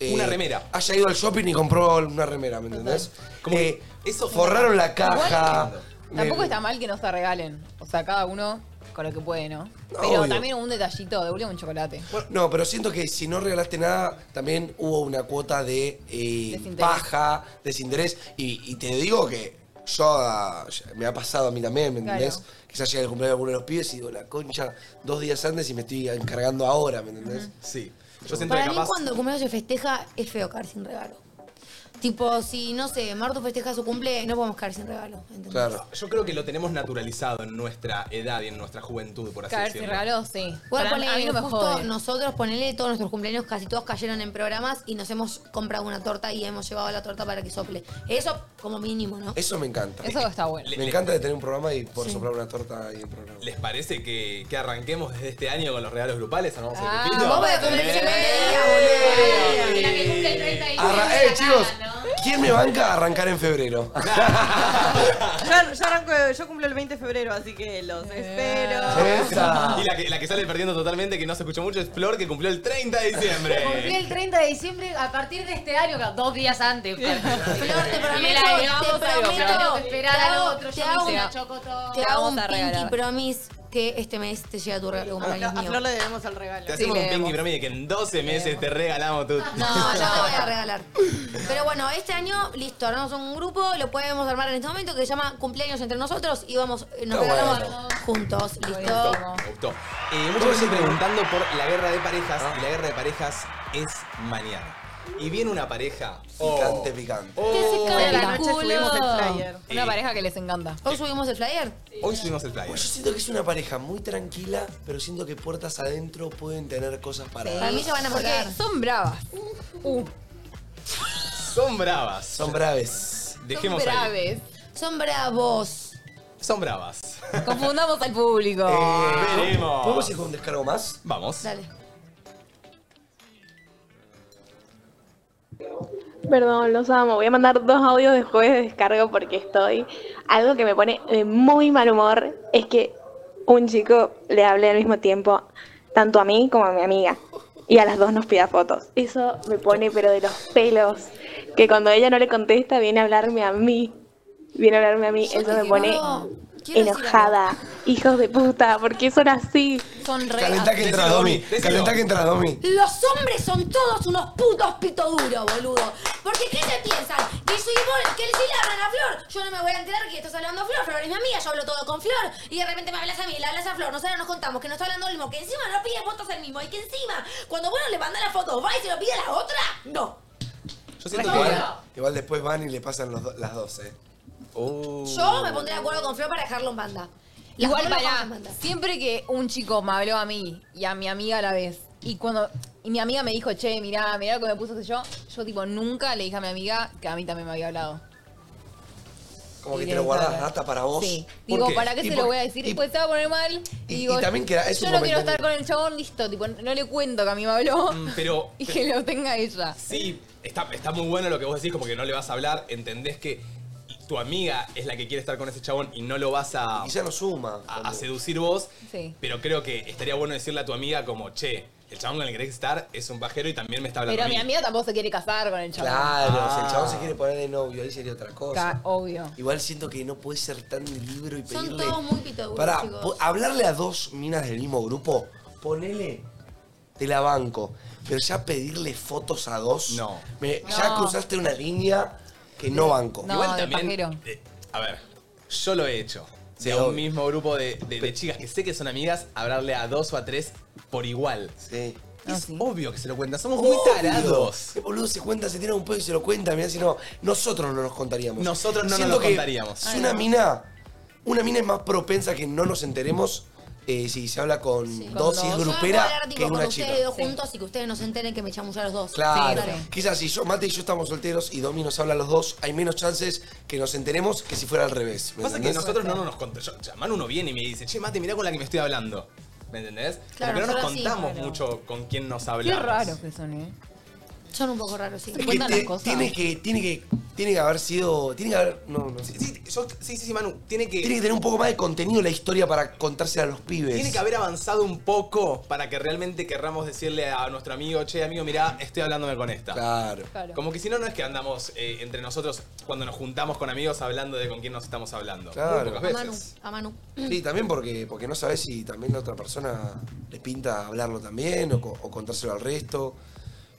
[SPEAKER 3] eh,
[SPEAKER 1] Una remera.
[SPEAKER 3] Haya ido al shopping y compró una remera, ¿me entendés? Eh, forraron la caja. me-
[SPEAKER 2] Tampoco está mal que nos te regalen. O sea, cada uno con lo que puede, ¿no? Pero
[SPEAKER 3] Obvio.
[SPEAKER 2] también un detallito, de un chocolate.
[SPEAKER 3] No, pero siento que si no regalaste nada, también hubo una cuota de eh,
[SPEAKER 2] Desinterés.
[SPEAKER 3] paja, desinterés. Y, y te digo que yo ah, ya- me ha pasado a mí también, ¿me
[SPEAKER 2] Claro.
[SPEAKER 3] entendés? Quizás llega el cumpleaños de alguno de los pibes y digo, la concha, dos días antes y me estoy encargando ahora, ¿me entendés?
[SPEAKER 1] Sí. Yo
[SPEAKER 4] Para mí, cuando el cumpleaños se festeja, es feo caer sin regalo. Tipo, si, no sé, Martu festeja su cumple, no podemos caer sin regalo. ¿entendés?
[SPEAKER 1] Claro. Yo creo que lo tenemos naturalizado en nuestra edad y en nuestra juventud, por así
[SPEAKER 2] Caer sin
[SPEAKER 1] decirlo.
[SPEAKER 2] regalo, sí.
[SPEAKER 4] Bueno,
[SPEAKER 2] Para- a mí no me
[SPEAKER 4] justo
[SPEAKER 2] jode.
[SPEAKER 4] nosotros, ponele todos nuestros cumpleaños, casi todos cayeron en programas y nos hemos comprado una torta y hemos llevado la torta para que sople. Eso como mínimo, ¿no?
[SPEAKER 3] Eso me encanta.
[SPEAKER 2] Eso está bueno.
[SPEAKER 3] Me encanta de tener un programa y por soplar una torta ahí en programa.
[SPEAKER 1] ¿Les parece que, que arranquemos desde este año con los regalos grupales? ¿Armamos el
[SPEAKER 2] Ah,
[SPEAKER 1] grupito?
[SPEAKER 2] vos podés cumplir
[SPEAKER 1] ¡Eh!
[SPEAKER 2] siete días, boludo.
[SPEAKER 1] ¡Eh!
[SPEAKER 2] Mira que cumple el 31
[SPEAKER 1] Arra-
[SPEAKER 2] y
[SPEAKER 1] ¡Eh,
[SPEAKER 2] la
[SPEAKER 1] chicos!
[SPEAKER 3] ¿Quién me banca a arrancar en febrero?
[SPEAKER 12] Yo, yo arranco, yo cumplo el 20 de febrero, así que los
[SPEAKER 9] Eh.
[SPEAKER 12] espero.
[SPEAKER 3] Esa.
[SPEAKER 1] Y la que, la que sale perdiendo totalmente, que no se escuchó mucho, es Flor, que cumplió el 30 de
[SPEAKER 9] Cumplí
[SPEAKER 1] diciembre.
[SPEAKER 9] el 30 de diciembre a partir de este año, claro, dos días antes. Flor,
[SPEAKER 4] te prometo, te prometo,
[SPEAKER 9] esperar
[SPEAKER 4] te
[SPEAKER 9] al
[SPEAKER 4] hago-
[SPEAKER 9] otro,
[SPEAKER 4] te
[SPEAKER 9] yo
[SPEAKER 4] hago
[SPEAKER 9] me hice
[SPEAKER 4] una-
[SPEAKER 9] la chocotó.
[SPEAKER 4] Te hago un
[SPEAKER 9] Vamos a
[SPEAKER 4] pinky
[SPEAKER 9] regalar.
[SPEAKER 4] promise que este mes te llega tu regalo de
[SPEAKER 12] A,
[SPEAKER 4] cumpleaños
[SPEAKER 12] a
[SPEAKER 4] mío.
[SPEAKER 12] Flor le debemos el regalo.
[SPEAKER 1] Te hacemos un pinky promise que en 12 meses te regalamos tu.
[SPEAKER 4] No, yo te voy a regalar. Pero bueno, este año, listo, armamos un grupo, lo podemos armar en este momento que se llama Cumpleaños entre nosotros y vamos, eh, nos
[SPEAKER 1] Está
[SPEAKER 4] regalamos
[SPEAKER 1] bueno.
[SPEAKER 4] juntos,
[SPEAKER 1] Me
[SPEAKER 4] listo.
[SPEAKER 1] gustó, me gustó. Eh, mucha gente preguntando por la guerra de parejas.
[SPEAKER 3] Ah.
[SPEAKER 1] Y la guerra de parejas es mañana. Y viene una pareja.
[SPEAKER 3] Picante, picante.
[SPEAKER 1] Oh.
[SPEAKER 2] cae
[SPEAKER 12] Hoy a la
[SPEAKER 2] el
[SPEAKER 12] noche subimos el
[SPEAKER 2] culo.
[SPEAKER 12] flyer.
[SPEAKER 2] Una pareja que les encanta.
[SPEAKER 4] Hoy subimos el flyer.
[SPEAKER 1] Hoy subimos el flyer.
[SPEAKER 3] Pues Yo siento que es una pareja muy tranquila, pero siento que puertas adentro pueden tener cosas para.
[SPEAKER 4] Para mí se van a
[SPEAKER 2] Porque
[SPEAKER 4] marcar.
[SPEAKER 2] son bravas. Uh,
[SPEAKER 1] Son bravas. Son
[SPEAKER 3] braves.
[SPEAKER 1] Dejemos
[SPEAKER 2] son
[SPEAKER 1] ahí.
[SPEAKER 2] braves.
[SPEAKER 4] Son bravos.
[SPEAKER 1] Son bravas.
[SPEAKER 2] Confundamos al público.
[SPEAKER 1] Eh, Veremos.
[SPEAKER 3] Eh, ¿Podemos ir con un descargo más?
[SPEAKER 1] Vamos.
[SPEAKER 4] Dale.
[SPEAKER 15] Perdón, los amo. Voy a mandar dos audios de jueves de descargo porque estoy. Algo que me pone de muy mal humor es que un chico le hable al mismo tiempo tanto a mí como a mi amiga. Y a las dos nos pida fotos. Eso me pone pero de los pelos. Que cuando ella no le contesta viene a hablarme a mí. Viene a hablarme a mí.
[SPEAKER 4] Yo
[SPEAKER 15] Eso
[SPEAKER 4] te
[SPEAKER 15] me pone
[SPEAKER 4] digo, quiero decir
[SPEAKER 15] enojada. Hijos de puta, ¿por qué son así?
[SPEAKER 4] Son re-
[SPEAKER 3] Calentá que entra Domi. Calentá que entra Domi.
[SPEAKER 4] Los hombres son todos unos putos pito duro, boludo. Porque ¿qué se piensan? Que si, vos- que si le hablan a Flor, yo no me voy a enterar que estás hablando a Flor. Flor es mi amiga, yo hablo todo con Flor. Y de repente me hablas a mí, le hablas a Flor. Nosotros nos contamos que no está hablando el mismo, que encima no pide fotos el mismo. Y que encima, cuando vos no le mandás la foto, va y se lo pide a la otra. No.
[SPEAKER 3] Yo
[SPEAKER 4] siento que-
[SPEAKER 3] igual, igual después van y le pasan los do- las dos, ¿eh?
[SPEAKER 1] Oh.
[SPEAKER 4] Yo me pondré de acuerdo con Flor para dejarlo en banda. Las
[SPEAKER 2] Igual
[SPEAKER 4] dos lo
[SPEAKER 2] para,
[SPEAKER 4] dejamos en banda.
[SPEAKER 2] siempre que un chico me habló a mí y a mi amiga a la vez, y cuando y mi amiga me dijo, che, mirá, mirá lo que me puso que yo, yo tipo nunca le dije a mi amiga que a mí también me había hablado.
[SPEAKER 3] Como que
[SPEAKER 2] Y
[SPEAKER 3] te
[SPEAKER 2] le
[SPEAKER 3] lo guardás
[SPEAKER 2] dejaba.
[SPEAKER 3] data para vos.
[SPEAKER 2] Sí.
[SPEAKER 3] ¿Por
[SPEAKER 2] Digo, ¿para qué
[SPEAKER 3] Y
[SPEAKER 2] se
[SPEAKER 3] por-
[SPEAKER 2] lo voy a decir?
[SPEAKER 3] y-
[SPEAKER 2] pues se va a poner mal.
[SPEAKER 3] y-
[SPEAKER 2] digo,
[SPEAKER 3] y también queda- es
[SPEAKER 2] yo
[SPEAKER 3] un
[SPEAKER 2] no quiero
[SPEAKER 3] momento
[SPEAKER 2] estar con el chabón, listo, tipo, no le cuento que a mí me habló
[SPEAKER 1] Mm, Pero.
[SPEAKER 2] y que lo tenga ella.
[SPEAKER 1] Sí, está, está muy bueno lo que vos decís, como que no le vas a hablar, entendés que tu amiga es la que quiere estar con ese chabón y no lo vas a.
[SPEAKER 3] Quizá no suma.
[SPEAKER 1] a, a seducir vos,
[SPEAKER 2] Sí.
[SPEAKER 1] pero creo que estaría bueno decirle a tu amiga como, che, el chabón con el que querés estar es un pajero y también me está hablando
[SPEAKER 2] Pero
[SPEAKER 1] a mí.
[SPEAKER 2] mi amiga tampoco se quiere casar con el chabón.
[SPEAKER 3] Claro, si el chabón se
[SPEAKER 1] Ah.
[SPEAKER 3] quiere poner de novio, ahí sería otra cosa.
[SPEAKER 2] Ca- Obvio.
[SPEAKER 3] Igual siento que no puede ser tan de libro y
[SPEAKER 4] Son
[SPEAKER 3] pedirle.
[SPEAKER 4] todos muy pito duro,
[SPEAKER 3] Para
[SPEAKER 4] chicos.
[SPEAKER 3] hablarle a dos minas del mismo grupo, ponele. Te la banco. Pero ya pedirle fotos a dos. No. Ya
[SPEAKER 1] No.
[SPEAKER 3] cruzaste una línea que no banco.
[SPEAKER 1] Igual también, eh, a ver, yo lo he hecho.
[SPEAKER 3] Sí,
[SPEAKER 1] de un
[SPEAKER 3] obvio.
[SPEAKER 1] mismo grupo de, de- de chicas que sé que son amigas, hablarle a dos o a tres por igual.
[SPEAKER 3] Sí.
[SPEAKER 2] Ah,
[SPEAKER 1] Es obvio que se lo cuentan. Somos muy tarados.
[SPEAKER 3] Qué boludo se cuenta, se tiene un pedo y se lo cuenta. Mirá, si no, nosotros no nos contaríamos.
[SPEAKER 1] Nosotros no nos
[SPEAKER 3] Siento
[SPEAKER 1] lo
[SPEAKER 3] que
[SPEAKER 1] contaríamos.
[SPEAKER 3] Si
[SPEAKER 1] Ay,
[SPEAKER 3] una
[SPEAKER 1] no.
[SPEAKER 3] mina, una mina es más propensa que no nos enteremos eh, si se habla con dos y es
[SPEAKER 4] Yo me puedo
[SPEAKER 3] grupera
[SPEAKER 4] hablar, tipo,
[SPEAKER 3] que es
[SPEAKER 4] con
[SPEAKER 3] una chica.
[SPEAKER 4] ustedes dos juntos y que ustedes no se enteren que me chamullé a los dos.
[SPEAKER 3] Claro. Quizás si yo, Mate y yo estamos solteros y Domi nos habla a los dos, hay menos chances que nos enteremos que si fuera al revés. ¿me
[SPEAKER 1] Pasa que
[SPEAKER 3] entendés?
[SPEAKER 1] nosotros no nos contamos. Manu uno viene y me dice, che, mate, mirá con la que me estoy hablando. ¿Me entendés?
[SPEAKER 4] Claro,
[SPEAKER 1] Pero no nos
[SPEAKER 4] nosotros sí,
[SPEAKER 1] contamos
[SPEAKER 4] claro.
[SPEAKER 1] mucho con quién nos hablamos.
[SPEAKER 2] Qué raros que son, ¿eh?
[SPEAKER 4] Son un poco raros, sí.
[SPEAKER 3] Es que te- Tiene que, tiene que, tiene que haber sido, tiene que haber, no, no.
[SPEAKER 1] Yo- sí, sí, sí, Manu, tiene que...
[SPEAKER 3] Tiene que tener un poco más de contenido la historia para contársela a los pibes.
[SPEAKER 1] Tiene que haber avanzado un poco para que realmente querramos decirle a nuestro amigo, che, amigo, mirá, estoy hablándome con esta.
[SPEAKER 3] Claro.
[SPEAKER 1] Como que si no, no es que andamos eh, entre nosotros cuando nos juntamos con amigos hablando de con quién nos estamos hablando.
[SPEAKER 3] Claro.
[SPEAKER 1] Muy pocas
[SPEAKER 4] A
[SPEAKER 1] veces.
[SPEAKER 4] Manu, a Manu.
[SPEAKER 3] Sí, también porque, porque no sabes si también la otra persona le pinta hablarlo también o, co- o contárselo al resto.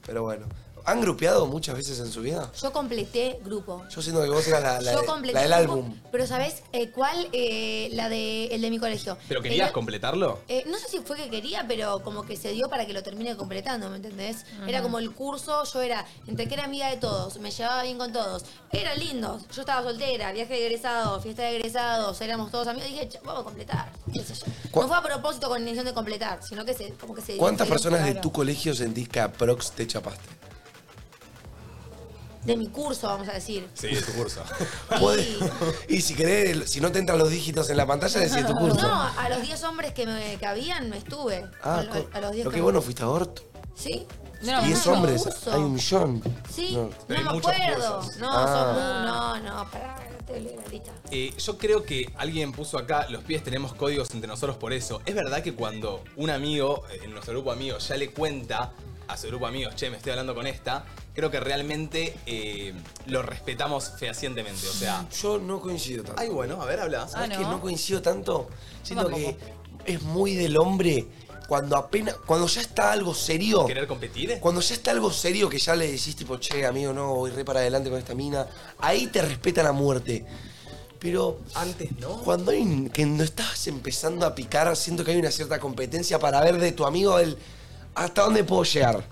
[SPEAKER 3] Pero bueno. ¿Han grupeado muchas veces en su vida?
[SPEAKER 4] Yo completé grupo.
[SPEAKER 3] Yo siento que vos eras la, la,
[SPEAKER 4] Yo
[SPEAKER 3] de-
[SPEAKER 4] completé
[SPEAKER 3] la del
[SPEAKER 4] grupo,
[SPEAKER 3] álbum.
[SPEAKER 4] Pero ¿sabés eh, cuál? Eh, la de el de mi colegio.
[SPEAKER 1] ¿Pero querías
[SPEAKER 4] Era-
[SPEAKER 1] completarlo?
[SPEAKER 4] eh, no sé si fue que quería, pero como que se dio para que lo termine completando, ¿me entendés? Era como el curso, yo era, entre que era amiga de todos, me llevaba bien con todos, eran lindos, yo estaba soltera, viaje de egresados, fiesta de egresados, éramos todos amigos, dije, "Che, vamos a completar. qué sé yo. No fue a propósito con la intención de completar, sino que se, como que se
[SPEAKER 3] ¿Cuántas
[SPEAKER 4] se dio
[SPEAKER 3] personas de
[SPEAKER 4] claro.
[SPEAKER 3] tu colegio sentís que a Prox te chapaste?
[SPEAKER 4] De mi curso, vamos a decir.
[SPEAKER 1] Sí, de tu curso.
[SPEAKER 3] Podés- y si querés, el- si no te entran los dígitos en la pantalla, decís tu curso.
[SPEAKER 4] No, a los 10 hombres que, me, que habían, me estuve.
[SPEAKER 3] Ah,
[SPEAKER 4] a, lo-
[SPEAKER 3] co-
[SPEAKER 4] a los 10
[SPEAKER 3] lo que
[SPEAKER 4] que-
[SPEAKER 3] vos no fuiste a Orto.
[SPEAKER 4] ¿Sí?
[SPEAKER 3] Y es hombres, hay un millón.
[SPEAKER 4] Sí,
[SPEAKER 3] No. Ah.
[SPEAKER 4] no, me acuerdo. No, son muy- no, no, pará, te leo la lista.
[SPEAKER 1] Eh, yo creo que alguien puso acá, los pies tenemos códigos entre nosotros por eso. Es verdad que cuando un amigo, eh, en nuestro grupo de amigos, ya le cuenta a su grupo de amigos, che, me estoy hablando con esta, creo que realmente eh, lo respetamos fehacientemente. O sea,
[SPEAKER 3] Yo no coincido tanto.
[SPEAKER 1] Ay, bueno, a ver, habla.
[SPEAKER 3] ¿Sabes
[SPEAKER 1] Ah,
[SPEAKER 3] que
[SPEAKER 1] ¿no?
[SPEAKER 3] no coincido tanto? Siento que es muy del hombre cuando apenas. Cuando ya está algo serio.
[SPEAKER 1] ¿querer competir?
[SPEAKER 3] Cuando ya está algo serio que ya le decís, tipo, che, amigo, no, voy re para adelante con esta mina. Ahí te respetan a muerte. Pero.
[SPEAKER 1] Antes no.
[SPEAKER 3] Cuando, hay- que no estás empezando a picar, siento que hay una cierta competencia para ver de tu amigo el. ¿Hasta dónde puedo llegar?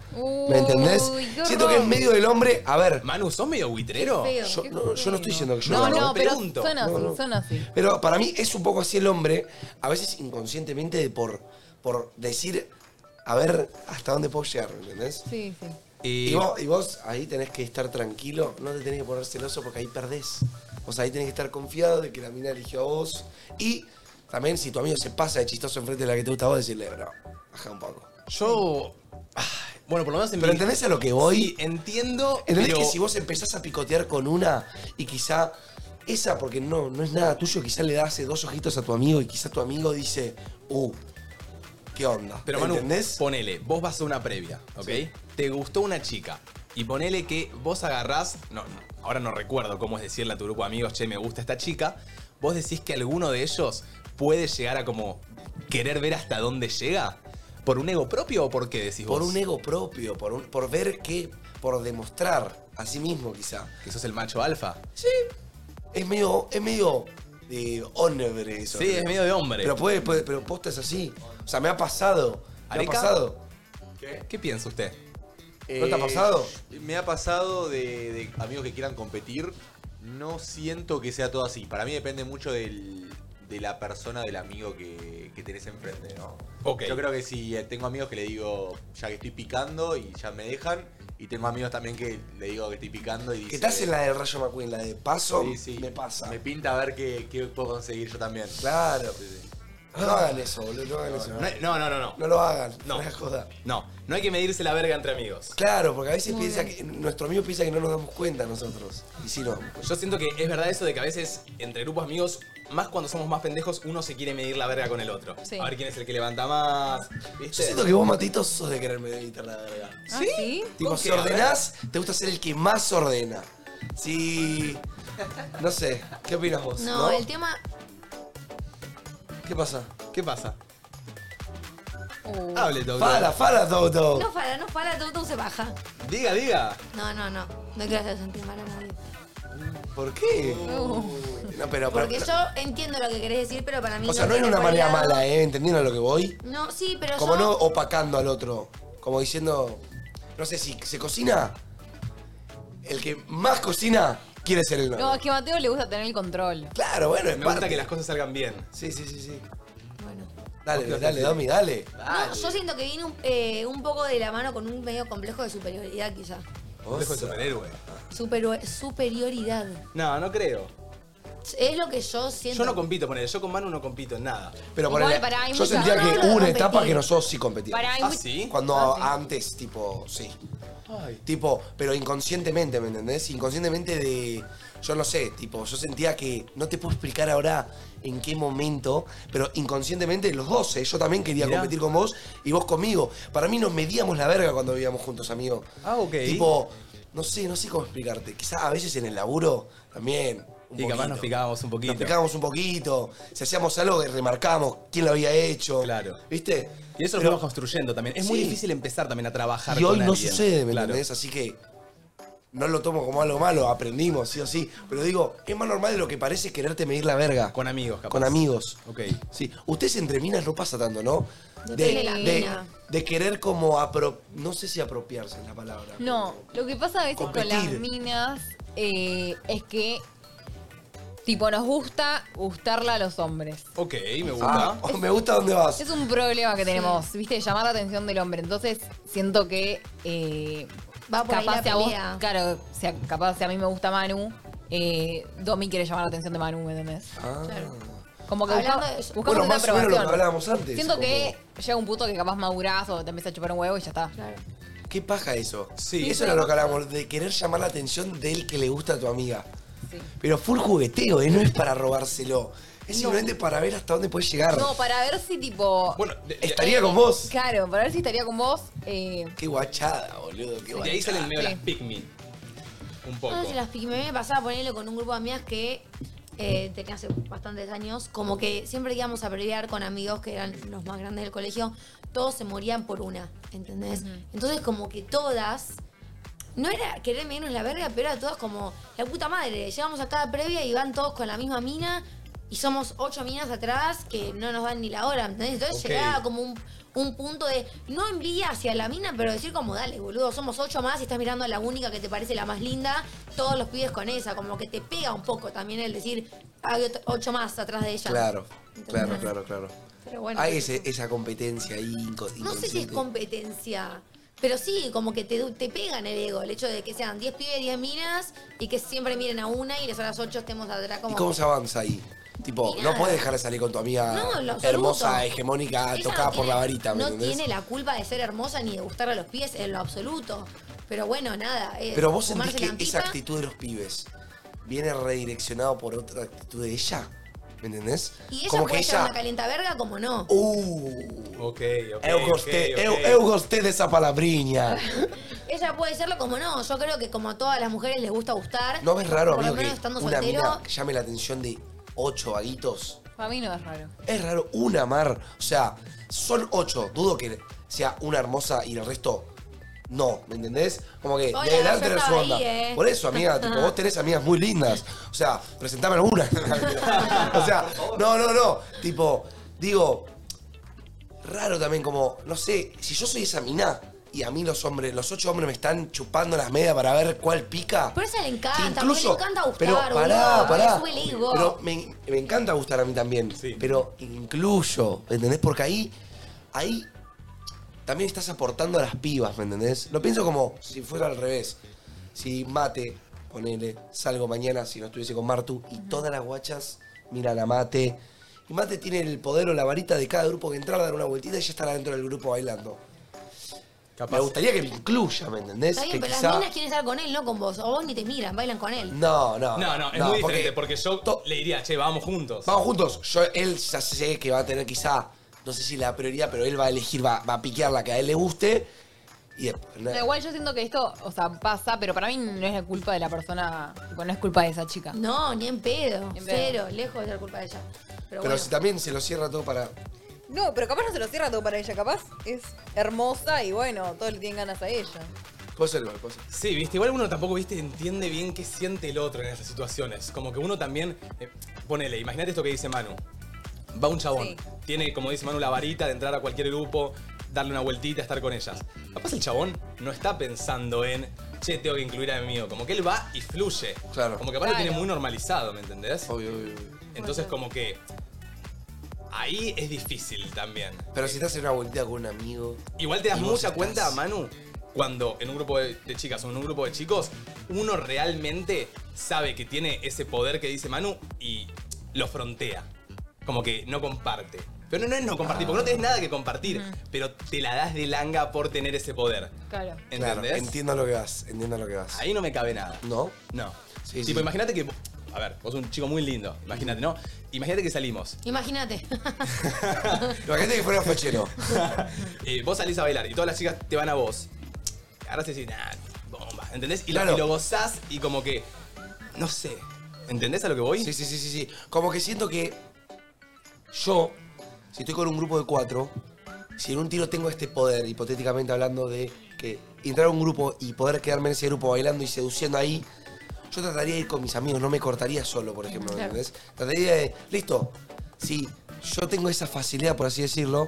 [SPEAKER 3] ¿Me entendés?
[SPEAKER 1] qué
[SPEAKER 3] Siento que
[SPEAKER 1] horror.
[SPEAKER 3] en medio del hombre. A ver.
[SPEAKER 1] Manu, ¿sos medio buitrero?
[SPEAKER 2] Qué feo,
[SPEAKER 3] Yo,
[SPEAKER 2] qué
[SPEAKER 3] no, yo no estoy diciendo que yo
[SPEAKER 2] No,
[SPEAKER 3] lo hago.
[SPEAKER 2] no, pero son así, son así.
[SPEAKER 3] Pero para mí es un poco así el hombre, a veces inconscientemente de por, por decir, a ver hasta dónde puedo llegar, ¿me ¿entendés?
[SPEAKER 2] Sí, sí.
[SPEAKER 3] Y, vos, y vos ahí tenés que estar tranquilo, no te tenés que poner celoso porque ahí perdés. O sea, ahí tenés que estar confiado de que la mina eligió a vos. Y también si tu amigo se pasa de chistoso enfrente de la que te gusta a vos, decirle, bro, baja un poco. Ah,
[SPEAKER 1] Yo. Bueno, por lo menos en
[SPEAKER 3] Pero
[SPEAKER 1] mi-
[SPEAKER 3] ¿entendés a lo que voy?
[SPEAKER 1] Sí, entiendo.
[SPEAKER 3] ¿Entendés
[SPEAKER 1] pero-
[SPEAKER 3] que si vos empezás a picotear con una y quizá esa, porque no, no es nada tuyo, quizá le das eh, dos ojitos a tu amigo y quizá tu amigo dice, uh, ¿qué onda?
[SPEAKER 1] Pero Manu,
[SPEAKER 3] ¿Entendés?
[SPEAKER 1] ponele, vos vas a una previa, ¿ok?
[SPEAKER 3] Sí.
[SPEAKER 1] Te gustó una chica y ponele que vos agarrás, no, no, ahora no recuerdo cómo es decirle a tu grupo de amigos, che, me gusta esta chica, vos decís que alguno de ellos puede llegar a como querer ver hasta dónde llega. ¿Por un ego propio o por qué decís vos?
[SPEAKER 3] Por un ego propio, por, un- por ver qué, por demostrar a sí mismo quizá.
[SPEAKER 1] Que sos el macho alfa.
[SPEAKER 3] Sí, es medio, es medio de hombre eso.
[SPEAKER 1] Sí,
[SPEAKER 3] creo.
[SPEAKER 1] es medio de hombre.
[SPEAKER 3] Pero puede, puede- pero posta es así. O sea, me ha pasado. Me
[SPEAKER 1] ¿Areca?
[SPEAKER 3] ha pasado. e-
[SPEAKER 1] ¿Qué, piensa usted?
[SPEAKER 3] ¿No te ha pasado?
[SPEAKER 5] Eh, Me ha pasado de, de amigos que quieran competir. No siento que sea todo así. Para mí depende mucho del- de la persona, del amigo que, que tenés enfrente, ¿no?
[SPEAKER 1] Ok.
[SPEAKER 5] Yo creo que si eh, tengo amigos que le digo, ya que estoy picando y ya me dejan. Y tengo amigos también que le digo que estoy picando y
[SPEAKER 3] Que
[SPEAKER 5] dice,
[SPEAKER 3] estás en la del Rayo McQueen, la de paso,
[SPEAKER 5] Sí, sí.
[SPEAKER 3] me pasa.
[SPEAKER 5] Me pinta a ver qué, qué puedo conseguir yo también.
[SPEAKER 3] Claro.
[SPEAKER 5] Sí, sí.
[SPEAKER 3] No hagan eso, boludo, no hagan eso.
[SPEAKER 1] No, hay- no, no, no, no.
[SPEAKER 3] No lo hagan,
[SPEAKER 1] No.
[SPEAKER 3] no es joda.
[SPEAKER 1] No, no hay que medirse la verga entre amigos.
[SPEAKER 3] Claro, porque a veces piensa que nuestro amigo piensa que no nos damos cuenta nosotros. Y si no.
[SPEAKER 1] Yo siento que es verdad eso de que a veces entre grupos amigos, más cuando somos más pendejos, uno se quiere medir la verga con el otro.
[SPEAKER 3] Sí.
[SPEAKER 1] A ver quién es el que levanta más. ¿viste?
[SPEAKER 3] Yo siento que vos, Matito, sos de quererme meditar la verga.
[SPEAKER 1] ¿Sí? ¿Sí?
[SPEAKER 3] Tipo,
[SPEAKER 1] ¿Por
[SPEAKER 3] si
[SPEAKER 1] qué? A ver.
[SPEAKER 3] ordenás, te gusta ser el que más ordena. Si. No sé, ¿qué opinas vos?
[SPEAKER 4] No, el tema.
[SPEAKER 3] ¿Qué pasa?
[SPEAKER 1] ¿Qué pasa?
[SPEAKER 4] Uh.
[SPEAKER 1] Hable, Toto.
[SPEAKER 3] Fala, fala, Toto.
[SPEAKER 4] No para, no para, todo, todo se baja.
[SPEAKER 1] Diga, diga.
[SPEAKER 4] No, no, no. No quiero hacer sentir mal a nadie.
[SPEAKER 3] ¿Por qué?
[SPEAKER 4] No.
[SPEAKER 3] No, pero.
[SPEAKER 4] Uh, Porque
[SPEAKER 3] pero-
[SPEAKER 4] yo entiendo lo que querés decir, pero para mí
[SPEAKER 3] Uh. o sea, no en
[SPEAKER 4] tiene
[SPEAKER 3] una manera
[SPEAKER 4] cualidad-
[SPEAKER 3] mala, ¿eh? ¿Entendieron a lo que voy?
[SPEAKER 4] No, sí, pero
[SPEAKER 3] Como
[SPEAKER 4] yo.
[SPEAKER 3] no opacando al otro. Como diciendo. No sé, si se cocina. El que más cocina quiere ser el
[SPEAKER 2] No,
[SPEAKER 3] novio.
[SPEAKER 2] es que a Mateo le gusta tener el control.
[SPEAKER 3] Claro, bueno, es
[SPEAKER 1] Me gusta
[SPEAKER 3] parte.
[SPEAKER 1] que las cosas salgan bien.
[SPEAKER 3] Sí, sí, sí, sí.
[SPEAKER 4] Bueno.
[SPEAKER 3] Dale,
[SPEAKER 1] Ok, ok,
[SPEAKER 3] dale,
[SPEAKER 1] sí.
[SPEAKER 3] Domi, dale.
[SPEAKER 4] No, yo siento que viene un, eh, un poco de la mano con un medio complejo de superioridad, quizá.
[SPEAKER 1] Complejo de superhéroe.
[SPEAKER 4] Supero- superioridad.
[SPEAKER 1] No, no creo.
[SPEAKER 4] Es lo que yo siento.
[SPEAKER 1] Yo no compito con él. Yo con Manu no compito en nada.
[SPEAKER 3] Pero
[SPEAKER 4] Igual,
[SPEAKER 3] ponele,
[SPEAKER 4] pará, hay
[SPEAKER 3] yo
[SPEAKER 4] muchas-
[SPEAKER 3] sentía
[SPEAKER 4] No,
[SPEAKER 3] que
[SPEAKER 4] no, no,
[SPEAKER 3] hubo una
[SPEAKER 4] competir.
[SPEAKER 3] etapa que nosotros sí competíamos.
[SPEAKER 4] Pará, hay
[SPEAKER 1] ¿Ah, mu- sí?
[SPEAKER 3] Cuando
[SPEAKER 1] Ah, sí.
[SPEAKER 3] antes, tipo, sí. Tipo, pero inconscientemente, ¿me entendés? Inconscientemente de. Yo no sé, tipo, yo sentía que. No te puedo explicar ahora en qué momento, pero inconscientemente los dos, ¿eh? Yo también quería
[SPEAKER 1] Mirá.
[SPEAKER 3] competir con vos y vos conmigo. Para mí nos medíamos la verga cuando vivíamos juntos, amigo.
[SPEAKER 1] Ah, ok.
[SPEAKER 3] Tipo, no sé, no sé cómo explicarte. Quizás a veces en el laburo también. un
[SPEAKER 1] y capaz
[SPEAKER 3] poquito.
[SPEAKER 1] nos picábamos un poquito.
[SPEAKER 3] Nos picábamos un poquito, si hacíamos algo, remarcábamos quién lo había hecho. Claro. ¿Viste?
[SPEAKER 1] Y eso lo
[SPEAKER 3] Pero-
[SPEAKER 1] fuimos construyendo también. Es muy
[SPEAKER 3] Sí.
[SPEAKER 1] difícil empezar también a trabajar
[SPEAKER 3] Y hoy
[SPEAKER 1] con
[SPEAKER 3] no
[SPEAKER 1] alguien.
[SPEAKER 3] sucede, ¿me
[SPEAKER 1] Claro.
[SPEAKER 3] entendés? Así que no lo tomo como algo malo, aprendimos, sí o sí. Pero digo, es más normal de lo que parece quererte medir la verga.
[SPEAKER 1] Con amigos, capaz.
[SPEAKER 3] Con amigos.
[SPEAKER 1] Ok.
[SPEAKER 3] Sí. Ustedes entre minas no pasa tanto, ¿no?
[SPEAKER 2] Depende de la mina.
[SPEAKER 3] de querer como apro... No sé si apropiarse es la palabra.
[SPEAKER 2] No, lo que pasa a veces con
[SPEAKER 3] Competir.
[SPEAKER 2] las minas eh, es que, tipo, nos gusta gustarla a los hombres.
[SPEAKER 1] Ok, me gusta.
[SPEAKER 3] Ah, me gusta dónde vas.
[SPEAKER 2] Es un problema que tenemos, ¿viste? Llamar la atención del hombre. Entonces, siento que. eh,
[SPEAKER 4] Va por ahí
[SPEAKER 2] capaz
[SPEAKER 4] la
[SPEAKER 2] si a vos-
[SPEAKER 4] pelea.
[SPEAKER 2] Claro, si a- capaz si a mí me gusta Manu, eh, Domi quiere llamar la atención de Manu, ¿me entendés?
[SPEAKER 3] Ah.
[SPEAKER 2] Como que
[SPEAKER 4] Hablando
[SPEAKER 2] busca-
[SPEAKER 4] de-
[SPEAKER 2] buscamos
[SPEAKER 3] Bueno,
[SPEAKER 2] una
[SPEAKER 3] más o menos lo que
[SPEAKER 2] aprobación.
[SPEAKER 3] hablábamos antes.
[SPEAKER 2] Siento
[SPEAKER 3] como-
[SPEAKER 2] que llega un punto que capaz madurás o te empiezas a chupar un huevo y ya está.
[SPEAKER 3] ¿Qué paja eso?
[SPEAKER 2] Sí.
[SPEAKER 3] Eso era lo que hablábamos, de querer llamar la atención del que le gusta a tu amiga. Pero full jugueteo, ¿eh? No es para robárselo. Es
[SPEAKER 2] No.
[SPEAKER 3] simplemente para ver hasta dónde puedes llegar.
[SPEAKER 2] No, para ver si tipo. eh,
[SPEAKER 3] Bueno, estaría con vos.
[SPEAKER 2] Claro, para ver si estaría con vos. Eh,
[SPEAKER 3] Qué guachada, boludo. Qué guachada.
[SPEAKER 1] De ahí salen medio
[SPEAKER 2] Sí.
[SPEAKER 1] las pick me. Un poco.
[SPEAKER 4] No, Ah, si las piqué, me pasaba ponerle con un grupo de amigas que eh, tenía hace bastantes años, como que siempre íbamos a pelear con amigos que eran los más grandes del colegio, todos se morían por una, ¿entendés? Entonces como que todas, no era querer menos la verga, pero era todas como la puta madre, llegamos a cada previa y van todos con la misma mina y somos ocho minas atrás que no nos dan ni la hora, ¿entendés? Entonces
[SPEAKER 16] Ok.
[SPEAKER 4] llegaba como un, un punto de, no envidia hacia la mina, pero decir como, dale, boludo, somos ocho más y estás mirando a la única que te parece la más linda, todos los pibes con esa, como que te pega un poco también el decir, hay ot- ocho más atrás de ella.
[SPEAKER 3] Claro, claro,
[SPEAKER 4] Entendés.
[SPEAKER 3] claro, claro.
[SPEAKER 4] Pero bueno.
[SPEAKER 3] Hay ese- esa competencia ahí inco-
[SPEAKER 4] No sé si es
[SPEAKER 3] inconsciente.
[SPEAKER 4] competencia, pero sí, como que te, du- te pega en el ego, el hecho de que sean 10 pibes, 10 minas y que siempre miren a una y les a las 8 estemos atrás como...
[SPEAKER 3] ¿Y cómo se avanza ahí? Tipo, no puedes dejar de salir con tu amiga
[SPEAKER 4] No, en lo absoluto.
[SPEAKER 3] hermosa, hegemónica,
[SPEAKER 4] Ella
[SPEAKER 3] tocada
[SPEAKER 4] no
[SPEAKER 3] por
[SPEAKER 4] tiene-
[SPEAKER 3] la varita, ¿me
[SPEAKER 4] No
[SPEAKER 3] entendés?
[SPEAKER 4] tiene la culpa de ser hermosa ni de gustar a los pies en lo absoluto. Pero bueno, nada. es
[SPEAKER 3] Pero vos
[SPEAKER 4] fumarse
[SPEAKER 3] sentís que
[SPEAKER 4] la
[SPEAKER 3] esa
[SPEAKER 4] pipa.
[SPEAKER 3] actitud de los pibes viene redireccionado por otra actitud de ella, ¿me entendés?
[SPEAKER 4] Y ella
[SPEAKER 3] Como que
[SPEAKER 4] puede ser
[SPEAKER 3] ella... Uh.
[SPEAKER 4] una calienta verga como no.
[SPEAKER 1] Ok, ok.
[SPEAKER 3] Eu gosté, eu- eu gosté de esa palabriña.
[SPEAKER 4] Ella puede serlo como no. Yo creo que como a todas las mujeres les gusta gustar.
[SPEAKER 3] ¿No ves raro,
[SPEAKER 4] por
[SPEAKER 3] amigo,
[SPEAKER 4] lo menos
[SPEAKER 3] que
[SPEAKER 4] estando
[SPEAKER 3] una
[SPEAKER 4] soltero.
[SPEAKER 3] mina que llame la atención de ocho vaguitos?
[SPEAKER 2] para mí no es raro.
[SPEAKER 3] Es raro, una mar. O sea, son ocho. Dudo que sea una hermosa y el resto no, ¿me entendés? Como que
[SPEAKER 4] Hola,
[SPEAKER 3] de adelante
[SPEAKER 4] yo
[SPEAKER 3] era su
[SPEAKER 4] estaba
[SPEAKER 3] onda.
[SPEAKER 4] ahí, ¿eh?
[SPEAKER 3] Por eso, amiga, tipo, vos tenés amigas muy lindas. O sea, presentame alguna. o sea, no, no, no. Tipo, digo, raro también, como, no sé, si yo soy esa mina y a mí los hombres, los ocho hombres me están chupando las medias para ver cuál pica.
[SPEAKER 4] Pero a ella le encanta, porque
[SPEAKER 3] Incluso,
[SPEAKER 4] le encanta gustar.
[SPEAKER 3] pero
[SPEAKER 4] boludo,
[SPEAKER 3] pará,
[SPEAKER 4] le
[SPEAKER 3] pará.
[SPEAKER 4] sube el ego.
[SPEAKER 3] Pero me, me encanta gustar a mí también. Pero incluyo, ¿me ¿entendés? Porque ahí, ahí también estás aportando a las pibas, ¿me entendés? Lo pienso como si fuera al revés. Si mate, ponele, salgo mañana si no estuviese con Martu y todas las guachas miran a mate. Y mate tiene el poder o la varita de cada grupo que entrar, dar una vueltita y ya estará dentro del grupo bailando. Me gustaría que me incluya, ¿me entendés?
[SPEAKER 4] Está bien,
[SPEAKER 3] que
[SPEAKER 4] pero las minas quieren estar con él, no con vos. O vos ni te miran, bailan con él.
[SPEAKER 3] No, no.
[SPEAKER 1] No, no, es muy diferente porque, yo le diría, che, vamos juntos.
[SPEAKER 3] Vamos juntos. Yo, él ya sé que va a tener quizá, no sé si la prioridad, pero él va a elegir, va, va a piquear la que a él le guste. Y después,
[SPEAKER 2] Pero igual yo siento que esto, o sea, pasa, pero para mí no es la culpa de la persona, tipo, no es culpa de esa chica.
[SPEAKER 4] No, ni en pedo.
[SPEAKER 2] en pedo.
[SPEAKER 4] Cero, lejos de ser culpa de ella. Pero,
[SPEAKER 3] pero
[SPEAKER 4] bueno.
[SPEAKER 3] si también se lo cierra todo para.
[SPEAKER 16] No, pero capaz no se lo cierra todo para ella, capaz es hermosa y bueno, todos le tienen ganas a ella.
[SPEAKER 3] Puede ser, puede ser.
[SPEAKER 1] Sí, viste, igual uno tampoco, viste, entiende bien qué siente el otro en esas situaciones. Como que uno también, eh, ponele, imagínate esto que dice Manu. Va un chabón, tiene, como dice Manu, la varita de entrar a cualquier grupo, darle una vueltita, estar con ellas. Capaz el chabón no está pensando en, che, tengo que incluir a mi amigo. Como que él va y fluye.
[SPEAKER 3] Claro.
[SPEAKER 1] Como que capaz lo
[SPEAKER 2] Claro.
[SPEAKER 1] tiene muy normalizado, ¿me entendés?
[SPEAKER 3] Obvio, obvio.
[SPEAKER 1] Entonces como que ahí es difícil también.
[SPEAKER 3] Pero si estás en una vueltita con un amigo.
[SPEAKER 1] Igual te das
[SPEAKER 3] y vos
[SPEAKER 1] mucha
[SPEAKER 3] estás-
[SPEAKER 1] cuenta, Manu, cuando en un grupo de, de chicas o en un grupo de chicos, uno realmente sabe que tiene ese poder que dice Manu y lo frontea. Como que no comparte. Pero no es no compartir, porque no tenés nada que compartir, pero te la das de langa por tener ese poder.
[SPEAKER 2] Claro.
[SPEAKER 3] Claro,
[SPEAKER 1] ¿Entendés?
[SPEAKER 3] entiendo lo que vas, entiendo lo que vas.
[SPEAKER 1] Ahí no me cabe nada.
[SPEAKER 3] ¿No?
[SPEAKER 1] No.
[SPEAKER 3] Sí,
[SPEAKER 1] tipo,
[SPEAKER 3] sí.
[SPEAKER 1] imagínate que. A ver, vos sos un chico muy lindo, imagínate, ¿no? Imagínate que salimos.
[SPEAKER 4] Imagínate.
[SPEAKER 3] Imagínate que fuera fachero.
[SPEAKER 1] Eh, vos salís a bailar y todas las chicas te van a vos. Ahora te decís, nah, bomba. ¿Entendés? Y, lo-
[SPEAKER 3] Claro.
[SPEAKER 1] y lo gozás y como que. No sé. ¿Entendés a lo que voy?
[SPEAKER 3] Sí, sí, sí, sí, sí. Como que siento que yo, si estoy con un grupo de cuatro, si en un tiro tengo este poder, hipotéticamente hablando de que entrar a un grupo y poder quedarme en ese grupo bailando y seduciendo ahí, yo trataría de ir con mis amigos, no me cortaría solo, por ejemplo,
[SPEAKER 1] Claro.
[SPEAKER 3] ¿entendés? Trataría de, listo, si yo tengo esa facilidad, por así decirlo,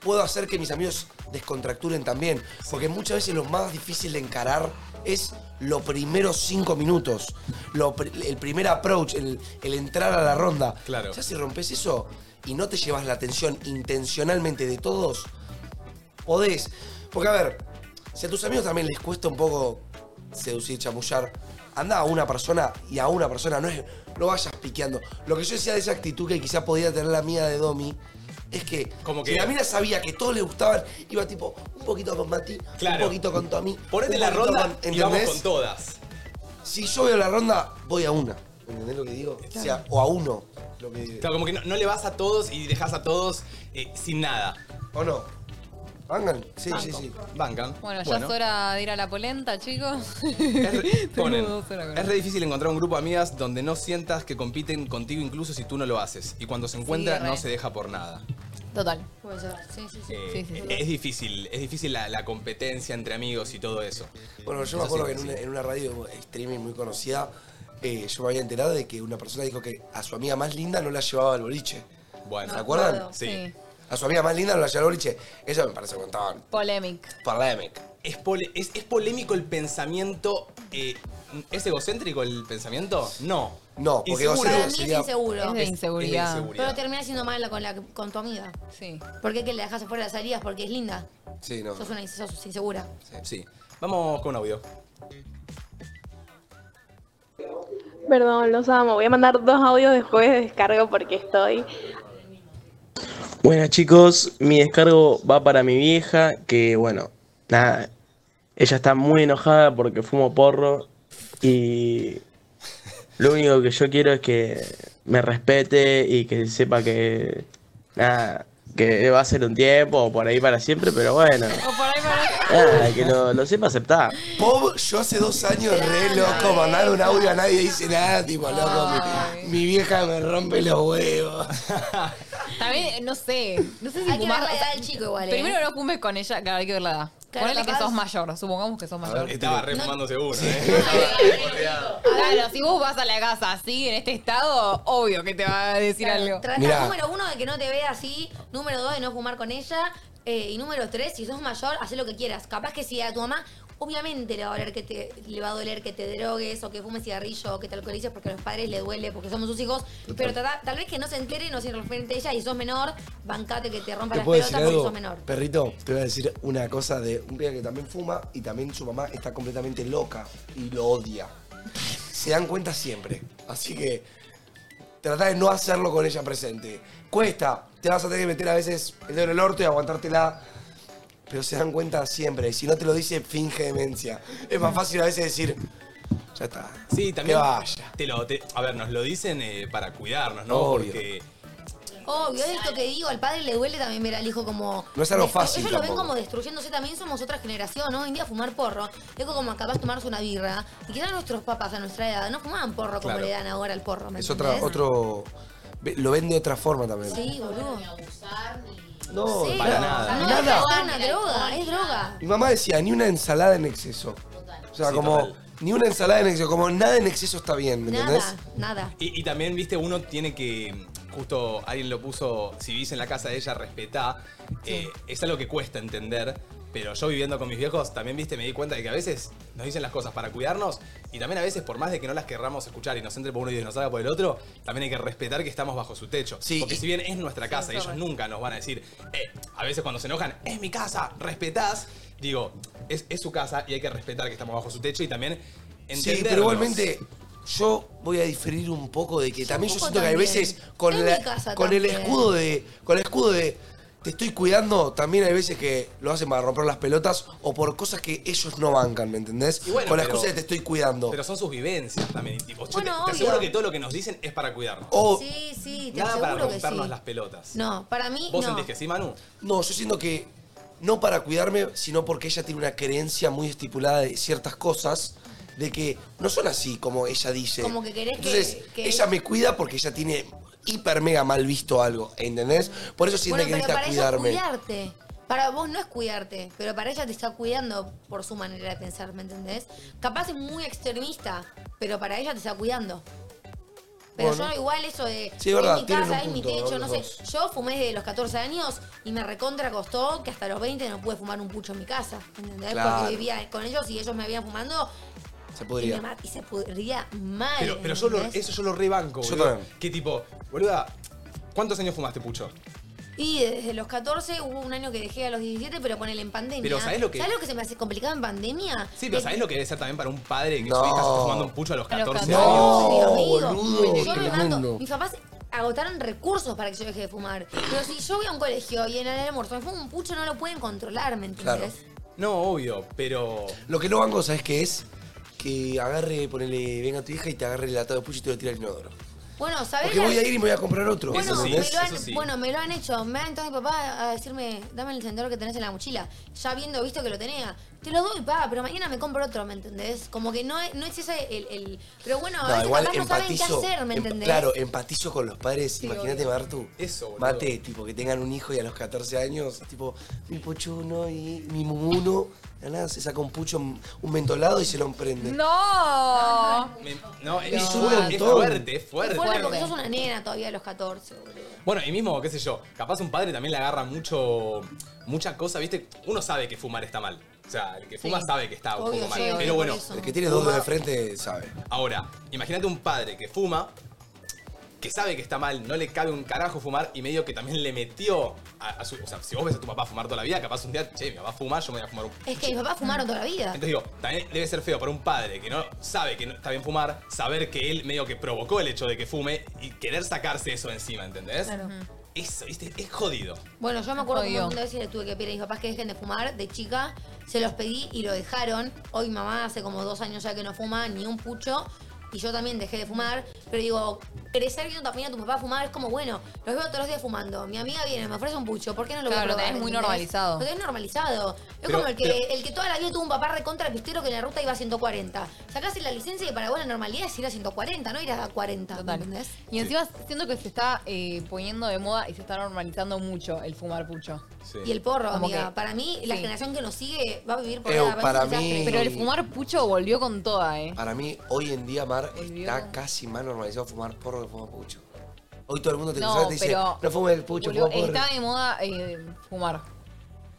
[SPEAKER 3] puedo hacer que mis amigos descontracturen también. Porque muchas veces lo más difícil de encarar es los primeros cinco minutos. Lo pr- el primer approach, el, el entrar a la ronda.
[SPEAKER 1] Claro.
[SPEAKER 3] Ya si rompes eso y no te llevas la atención intencionalmente de todos, podés. Porque a ver, si a tus amigos también les cuesta un poco seducir, chamullar, anda a una persona y a una persona, no es, no vayas piqueando. Lo que yo decía de esa actitud que quizá podía tener la mía de Domi, es que,
[SPEAKER 1] Como
[SPEAKER 3] si
[SPEAKER 1] que-
[SPEAKER 3] la mina sabía que todos le gustaban, iba tipo, un poquito con Mati,
[SPEAKER 1] Claro.
[SPEAKER 3] un poquito con Tommy.
[SPEAKER 1] Ponete
[SPEAKER 3] un
[SPEAKER 1] la
[SPEAKER 3] poquito
[SPEAKER 1] ronda
[SPEAKER 3] con-
[SPEAKER 1] y vamos
[SPEAKER 3] ¿entendés?
[SPEAKER 1] con todas.
[SPEAKER 3] Si yo veo la ronda, voy a una. ¿Entendés lo que digo? O sea, o a uno. Lo que...
[SPEAKER 1] Claro, como que no, no le vas a todos y dejas a todos eh, sin nada.
[SPEAKER 3] ¿O no? ¿Bangan? Sí,
[SPEAKER 1] sí, sí. Bancan.
[SPEAKER 2] Bueno, ya es hora de ir a la polenta, chicos.
[SPEAKER 1] Ponen,
[SPEAKER 2] dos horas con
[SPEAKER 1] es re difícil encontrar un grupo de amigas donde no sientas que compiten contigo incluso si tú no lo haces. Y cuando se encuentra
[SPEAKER 2] Sí, re.
[SPEAKER 1] no se deja por nada.
[SPEAKER 2] Total.
[SPEAKER 4] Sí, sí, sí.
[SPEAKER 1] Eh,
[SPEAKER 4] Sí, sí, sí.
[SPEAKER 1] Es difícil, es difícil la, la competencia entre amigos y todo eso.
[SPEAKER 3] Bueno, yo
[SPEAKER 1] Eso
[SPEAKER 3] me acuerdo
[SPEAKER 1] sí,
[SPEAKER 3] que en
[SPEAKER 1] sí.
[SPEAKER 3] una, en una radio streaming muy conocida, eh, yo me había enterado de que una persona dijo que a su amiga más linda no la llevaba al boliche.
[SPEAKER 1] Bueno.
[SPEAKER 3] ¿Se acuerdan?
[SPEAKER 2] acuerdo. Sí.
[SPEAKER 3] A su amiga más linda no la llevaba al boliche. Eso me parece un montón.
[SPEAKER 2] Polémica.
[SPEAKER 3] Polémico.
[SPEAKER 1] Es, pole- es- es polémico el pensamiento. eh, ¿Es egocéntrico el pensamiento? No.
[SPEAKER 3] No,
[SPEAKER 4] porque Para mí es inseguro.
[SPEAKER 2] Es de inseguridad.
[SPEAKER 4] Pero termina siendo mal con, la, con tu amiga.
[SPEAKER 2] Sí.
[SPEAKER 4] ¿Por qué que la dejas afuera de las salidas? Porque es linda.
[SPEAKER 1] Sí, no.
[SPEAKER 4] Sos, una, sos insegura.
[SPEAKER 1] Sí. Vamos con un audio.
[SPEAKER 15] Perdón, los amo. Voy a mandar dos audios después de descargo porque estoy.
[SPEAKER 17] Buenas chicos, mi descargo va para mi vieja, que bueno, nada, ella está muy enojada porque fumo porro y lo único que yo quiero es que me respete y que sepa que nada, que va a ser un tiempo o por ahí para siempre, pero bueno, nada, que lo, lo sepa aceptar.
[SPEAKER 3] Pop, yo hace dos años re loco, mandar un audio a nadie dice nada, tipo, loco, mi, mi vieja me rompe los huevos.
[SPEAKER 2] También, eh, no sé. No sé si
[SPEAKER 4] Hay que
[SPEAKER 2] fumás-
[SPEAKER 4] ver la
[SPEAKER 2] o sea,
[SPEAKER 4] edad del chico igual, ¿eh?
[SPEAKER 2] Primero no fumes con ella, claro, hay que ver la edad.
[SPEAKER 4] Claro,
[SPEAKER 2] Ponele que
[SPEAKER 4] capaz-
[SPEAKER 2] sos mayor, supongamos que sos mayor.
[SPEAKER 1] Estaba re fumando este seguro, ¿eh?
[SPEAKER 2] Claro, si vos vas a la casa así, en este estado, obvio que te va a decir algo.
[SPEAKER 4] Tras-
[SPEAKER 3] Mirá.
[SPEAKER 4] Número uno, de que no te vea así. Número dos, de no fumar con ella. Eh, y número tres, si sos mayor, haz lo que quieras. Capaz que si a tu mamá, obviamente le va a doler que te, le va a doler que te drogues o que fumes cigarrillo o que te alcoholices porque a los padres le duele, porque somos sus hijos. Pero trata- tal vez que no se entere, no se enfrente a ella y sos menor, bancate que te rompa
[SPEAKER 3] ¿Te
[SPEAKER 4] las
[SPEAKER 3] puedo
[SPEAKER 4] pelotas
[SPEAKER 3] decir
[SPEAKER 4] porque
[SPEAKER 3] algo?
[SPEAKER 4] sos menor.
[SPEAKER 3] Perrito, te voy a decir una cosa de un pibe que también fuma y también su mamá está completamente loca y lo odia. Se dan cuenta siempre. Así que trata de no hacerlo con ella presente. Cuesta, te vas a tener que meter a veces el dedo en el orto y aguantártela. Pero se dan cuenta siempre. Si no te lo dice, finge demencia. Es más fácil a veces decir, ya está.
[SPEAKER 1] Sí, también.
[SPEAKER 3] Que vaya.
[SPEAKER 1] Te lo, te- a ver, nos lo dicen eh, para cuidarnos, ¿no?
[SPEAKER 3] Obvio.
[SPEAKER 1] Porque.
[SPEAKER 4] Obvio, es esto que digo, al padre le duele también ver al hijo como...
[SPEAKER 1] No es algo
[SPEAKER 4] destru-
[SPEAKER 1] fácil
[SPEAKER 4] Ellos lo ven
[SPEAKER 1] tampoco.
[SPEAKER 4] como destruyéndose, también somos otra generación, ¿no? Hoy en día fumar porro, es como capaz de tomarse una birra, y quizás nuestros papás a nuestra edad no fumaban porro como
[SPEAKER 3] Claro.
[SPEAKER 4] le dan ahora al porro, ¿me
[SPEAKER 3] Es otra,
[SPEAKER 4] entendés?
[SPEAKER 3] otro. ve- Lo ven de otra forma también.
[SPEAKER 4] Sí, boludo.
[SPEAKER 3] No,
[SPEAKER 4] Cero.
[SPEAKER 3] para
[SPEAKER 4] No,
[SPEAKER 3] nada.
[SPEAKER 4] es
[SPEAKER 3] Nada.
[SPEAKER 4] droga, una droga, es droga.
[SPEAKER 3] Mi mamá decía, ni una ensalada en exceso. O sea,
[SPEAKER 1] Sí,
[SPEAKER 3] como,
[SPEAKER 1] total.
[SPEAKER 3] ni una ensalada en exceso, como nada en exceso está bien, ¿me entendés?
[SPEAKER 4] Nada, nada.
[SPEAKER 1] Y, y también, viste, uno tiene que. Justo alguien lo puso, si vivís en la casa de ella, respetá. Eh, es algo que cuesta entender. Pero yo viviendo con mis viejos, también, viste, me di cuenta de que a veces nos dicen las cosas para cuidarnos. Y también a veces, por más de que no las querramos escuchar y nos entre por uno y nos salga por el otro, también hay que respetar que estamos bajo su techo. Porque si bien es nuestra casa, y ellos nunca nos van a decir, eh, a veces cuando se enojan, es mi casa, respetás. Digo, es, es su casa y hay que respetar que estamos bajo su techo y también entender.
[SPEAKER 3] Sí, pero igualmente yo voy a diferir un poco de que también yo
[SPEAKER 1] poco
[SPEAKER 3] siento que a
[SPEAKER 1] también.
[SPEAKER 3] veces con,
[SPEAKER 1] Es
[SPEAKER 3] la-
[SPEAKER 1] mi casa
[SPEAKER 3] con el
[SPEAKER 1] también.
[SPEAKER 3] escudo de con el escudo de te estoy cuidando, también hay veces que lo hacen para romper las pelotas o por cosas que ellos no bancan, ¿me entendés?
[SPEAKER 1] Y bueno,
[SPEAKER 3] con la
[SPEAKER 1] pero-
[SPEAKER 3] excusa de te estoy cuidando.
[SPEAKER 1] Pero son sus vivencias también. y tipo, yo
[SPEAKER 4] Bueno,
[SPEAKER 1] te, te aseguro
[SPEAKER 4] obvio.
[SPEAKER 1] que todo lo que nos dicen es para cuidarnos.
[SPEAKER 4] sí, sí, te
[SPEAKER 1] Nada para
[SPEAKER 4] aseguro que
[SPEAKER 1] rompernos
[SPEAKER 4] sí.
[SPEAKER 1] las pelotas.
[SPEAKER 4] No, para mí
[SPEAKER 1] ¿Vos
[SPEAKER 4] no.
[SPEAKER 1] sentís que sí, Manu?
[SPEAKER 3] No, yo siento que no para cuidarme, sino porque ella tiene una creencia muy estipulada de ciertas cosas, de que no son así como ella dice.
[SPEAKER 4] Como que querés que-
[SPEAKER 3] Entonces,
[SPEAKER 4] que-
[SPEAKER 3] ella me cuida porque ella tiene hiper mega mal visto algo, ¿entendés? Por eso siente
[SPEAKER 4] Bueno,
[SPEAKER 3] que
[SPEAKER 4] pero para
[SPEAKER 3] necesita
[SPEAKER 4] ella es
[SPEAKER 3] cuidarme.
[SPEAKER 4] cuidarte. Para vos no es cuidarte, pero para ella te está cuidando por su manera de pensar, ¿me entendés? Capaz es muy extremista, pero para ella te está cuidando. Pero
[SPEAKER 3] Bueno.
[SPEAKER 4] yo igual eso de
[SPEAKER 3] Sí, es verdad,
[SPEAKER 4] es mi
[SPEAKER 3] tienen
[SPEAKER 4] casa,
[SPEAKER 3] un
[SPEAKER 4] es mi
[SPEAKER 3] punto,
[SPEAKER 4] techo, no
[SPEAKER 3] los
[SPEAKER 4] sé.
[SPEAKER 3] dos.
[SPEAKER 4] Yo fumé desde los 14 años y me recontra costó que hasta los 20 no pude fumar un pucho en mi casa, ¿me entendés?
[SPEAKER 3] Claro.
[SPEAKER 4] Porque vivía con ellos y ellos me habían fumando
[SPEAKER 3] Se
[SPEAKER 4] y, me
[SPEAKER 3] podría.
[SPEAKER 4] ma- y se pudría mal.
[SPEAKER 1] Pero, pero yo lo-
[SPEAKER 4] ¿entendés?
[SPEAKER 1] eso yo lo rebanco,
[SPEAKER 3] Yo
[SPEAKER 1] boludo.
[SPEAKER 3] también.
[SPEAKER 1] Que tipo, boluda, ¿cuántos años fumaste, Pucho?
[SPEAKER 4] Y desde los 14 hubo un año que dejé a los 17, pero ponele en pandemia.
[SPEAKER 1] Pero ¿sabés lo que-
[SPEAKER 4] se me hace complicado en pandemia?
[SPEAKER 1] Sí, pero ¿sabés lo que debe ser también para un padre que
[SPEAKER 3] No.
[SPEAKER 1] su hija se está fumando un pucho a los
[SPEAKER 4] A los
[SPEAKER 1] 14 años?
[SPEAKER 4] 14 años, Dios mío.
[SPEAKER 1] Oh, boludo,
[SPEAKER 4] yo no
[SPEAKER 1] tremendo.
[SPEAKER 4] tanto. Mis papás agotaron recursos para que yo deje de fumar. Pero si yo voy a un colegio y en el almuerzo me fumo un pucho, no lo pueden controlar, ¿me entiendes?
[SPEAKER 1] No, obvio, pero.
[SPEAKER 3] Lo que no banco, ¿sabes qué es? Que agarre, ponele, venga tu hija y te agarre el atado de pucho y te lo tira al inodoro.
[SPEAKER 4] Bueno, ¿sabés?
[SPEAKER 3] Porque voy a ir y me voy a comprar otro.
[SPEAKER 4] Bueno,
[SPEAKER 3] ¿entendés?
[SPEAKER 4] me lo han, bueno, me lo han hecho. Me ha entrado mi papá a decirme, dame el encendedor que tenés en la mochila. Ya viendo, visto que lo tenía. Te lo doy, pa, pero mañana me compro otro, ¿me entendés? Como que no, es- no es ese el, el- Pero bueno, a
[SPEAKER 3] No,
[SPEAKER 4] veces
[SPEAKER 3] igual
[SPEAKER 4] capaz no saben qué
[SPEAKER 3] empatizo.
[SPEAKER 4] hacer, ¿me
[SPEAKER 3] em-
[SPEAKER 4] entendés?
[SPEAKER 3] claro, empatizo con los padres. Imagínate,
[SPEAKER 4] obvio.
[SPEAKER 3] Martu.
[SPEAKER 1] Eso, boludo.
[SPEAKER 3] Mate, tipo, que tengan un hijo y a los 14 años, tipo, mi pochuno y mi mumuno. de la Nada, se saca un pucho, un mentolado y se lo emprende.
[SPEAKER 16] ¡No!
[SPEAKER 1] Me- no, es,
[SPEAKER 3] Es
[SPEAKER 1] es,
[SPEAKER 3] un montón.
[SPEAKER 1] fuerte, es fuerte.
[SPEAKER 4] Fue bueno, porque sos una nena todavía a los 14, boludo.
[SPEAKER 1] Bueno, y mismo, qué sé yo, capaz un padre también le agarra mucho, mucha cosa, ¿viste? Uno sabe que fumar está mal. O sea, el que fuma
[SPEAKER 3] Sí.
[SPEAKER 1] sabe que está un
[SPEAKER 3] Obvio,
[SPEAKER 1] poco mal.
[SPEAKER 3] sí, obvio,
[SPEAKER 1] Pero
[SPEAKER 3] por
[SPEAKER 1] bueno.
[SPEAKER 3] eso. El que tiene dos
[SPEAKER 1] fuma-
[SPEAKER 3] dedos de frente sabe.
[SPEAKER 1] Ahora, imagínate un padre que fuma, que sabe que está mal, no le cabe un carajo fumar y medio que también le metió a, a su. O sea, si vos ves a tu papá fumar toda la vida, capaz un día, che, mi papá fuma, yo me voy a fumar un.
[SPEAKER 4] Es que mis papás fumaron toda la vida.
[SPEAKER 1] Entonces digo, también debe ser feo para un padre que no sabe que no está bien fumar, saber que él medio que provocó el hecho de que fume y querer sacarse eso de encima, ¿entendés?
[SPEAKER 4] Claro.
[SPEAKER 1] Eso, ¿viste? Es jodido.
[SPEAKER 4] Bueno, yo me acuerdo que un
[SPEAKER 1] Jodido.
[SPEAKER 4] montón de veces le tuve que pedir a mis papás que dejen de fumar de chica. Se los pedí y lo dejaron. Hoy mamá hace como dos años ya que no fuma ni un pucho. Y yo también dejé de fumar. Pero digo, crecer viendo también a tu papá fumar es como, bueno, los veo todos los días fumando. Mi amiga viene, me ofrece un pucho. ¿Por qué no lo voy a
[SPEAKER 2] Claro, lo
[SPEAKER 4] probar,
[SPEAKER 2] tenés muy
[SPEAKER 4] ¿entendés?
[SPEAKER 2] normalizado.
[SPEAKER 4] Lo tenés normalizado. Es
[SPEAKER 2] Pero-
[SPEAKER 4] como el que,
[SPEAKER 2] pero-
[SPEAKER 4] el que toda la vida tuvo un papá recontra pistero que en la ruta iba a 140. Sacás la licencia y para vos la normalidad es ir a 140, no ir a 40. ¿Entendés?
[SPEAKER 2] Y encima siento que se está eh, poniendo de moda y se está normalizando mucho el fumar pucho.
[SPEAKER 4] Y el porro,
[SPEAKER 2] Como
[SPEAKER 4] amiga.
[SPEAKER 2] que-
[SPEAKER 4] para mí, la
[SPEAKER 2] sí.
[SPEAKER 4] generación que nos sigue va a vivir por
[SPEAKER 3] Eu,
[SPEAKER 4] ahora, va a
[SPEAKER 3] para
[SPEAKER 4] ser un
[SPEAKER 3] mí-
[SPEAKER 4] desastre.
[SPEAKER 2] Pero el fumar pucho volvió con toda, ¿eh?
[SPEAKER 3] Para mí, hoy en día, Mar,
[SPEAKER 2] Volvió.
[SPEAKER 3] está casi más normalizado fumar porro que fumar pucho. Hoy todo el mundo te
[SPEAKER 2] No,
[SPEAKER 3] cruzaba y te dice,
[SPEAKER 2] pero-
[SPEAKER 3] no fumes el pucho,
[SPEAKER 2] Volvió-
[SPEAKER 3] fuma porro.
[SPEAKER 2] está de moda eh, fumar.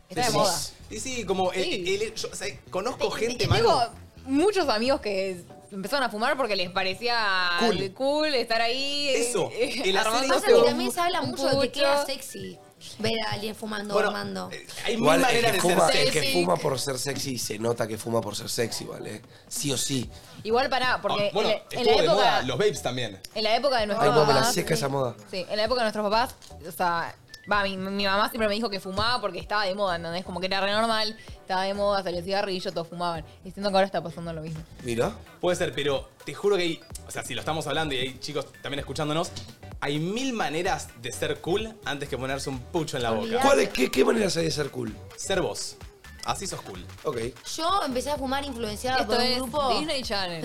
[SPEAKER 2] Está de
[SPEAKER 1] Sí,
[SPEAKER 2] moda.
[SPEAKER 1] sí. Y sí, como el- el- yo, o sea, conozco gente,
[SPEAKER 2] Tengo
[SPEAKER 1] mano.
[SPEAKER 2] muchos amigos que empezaron a fumar porque les parecía
[SPEAKER 1] Cool.
[SPEAKER 2] cool, estar ahí.
[SPEAKER 1] Eso,
[SPEAKER 2] eh,
[SPEAKER 1] el hacer
[SPEAKER 2] armando
[SPEAKER 1] eso.
[SPEAKER 4] Y también se habla
[SPEAKER 2] un
[SPEAKER 4] mucho de que
[SPEAKER 2] pucho.
[SPEAKER 4] queda sexy ver a alguien fumando o
[SPEAKER 1] Bueno, eh,
[SPEAKER 4] armando.
[SPEAKER 1] Hay mil
[SPEAKER 3] Igual el
[SPEAKER 1] maneras
[SPEAKER 3] que,
[SPEAKER 1] de ser
[SPEAKER 3] fuma, el
[SPEAKER 1] sexy.
[SPEAKER 3] que fuma por ser sexy se nota que fuma por ser sexy, ¿vale? Sí o sí.
[SPEAKER 2] Igual pará, porque
[SPEAKER 1] Ah, bueno,
[SPEAKER 2] en la- en,
[SPEAKER 1] estuvo
[SPEAKER 2] la
[SPEAKER 1] de moda
[SPEAKER 2] época,
[SPEAKER 1] los babes también.
[SPEAKER 2] en la época de
[SPEAKER 3] Ay,
[SPEAKER 2] nuestros
[SPEAKER 3] vos me la
[SPEAKER 4] Ah,
[SPEAKER 2] papás.
[SPEAKER 3] seca esa moda.
[SPEAKER 2] Sí, en la época de nuestros papás, o sea, va, mi, mi mamá siempre me dijo que fumaba porque estaba de moda, ¿entendés? Como que era re normal, estaba de moda, salió el cigarrillo, todos fumaban. Y siento que ahora está pasando lo mismo.
[SPEAKER 3] Mira.
[SPEAKER 1] Puede ser, pero te juro que hay. O sea, si lo estamos hablando y hay chicos también escuchándonos, hay mil maneras de ser cool antes que ponerse un pucho en la boca.
[SPEAKER 3] ¿Cuál es- qué, ¿Qué maneras hay de ser cool?
[SPEAKER 1] Ser vos. Así sos cool.
[SPEAKER 3] Ok.
[SPEAKER 4] Yo empecé a fumar influenciada
[SPEAKER 2] Esto
[SPEAKER 4] por un
[SPEAKER 2] es
[SPEAKER 4] grupo.
[SPEAKER 2] Disney Channel.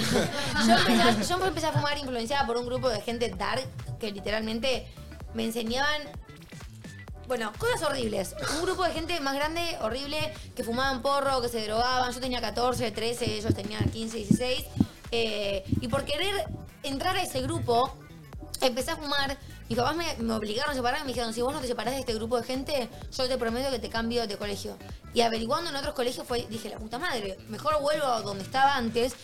[SPEAKER 4] Yo empecé, yo empecé a fumar influenciada por un grupo de gente dark que literalmente me enseñaban. Bueno, cosas horribles. Un grupo de gente más grande, horrible, que fumaban porro, que se drogaban. Yo tenía 14, 13, ellos tenían 15, 16. Eh, y por querer entrar a ese grupo, empecé a fumar. Mis papás me, me obligaron a separarme. Me dijeron, si vos no te separás de este grupo de gente, yo te prometo que te cambio de colegio. Y averiguando en otros colegios, fue, dije, la puta madre, mejor vuelvo a donde estaba antes.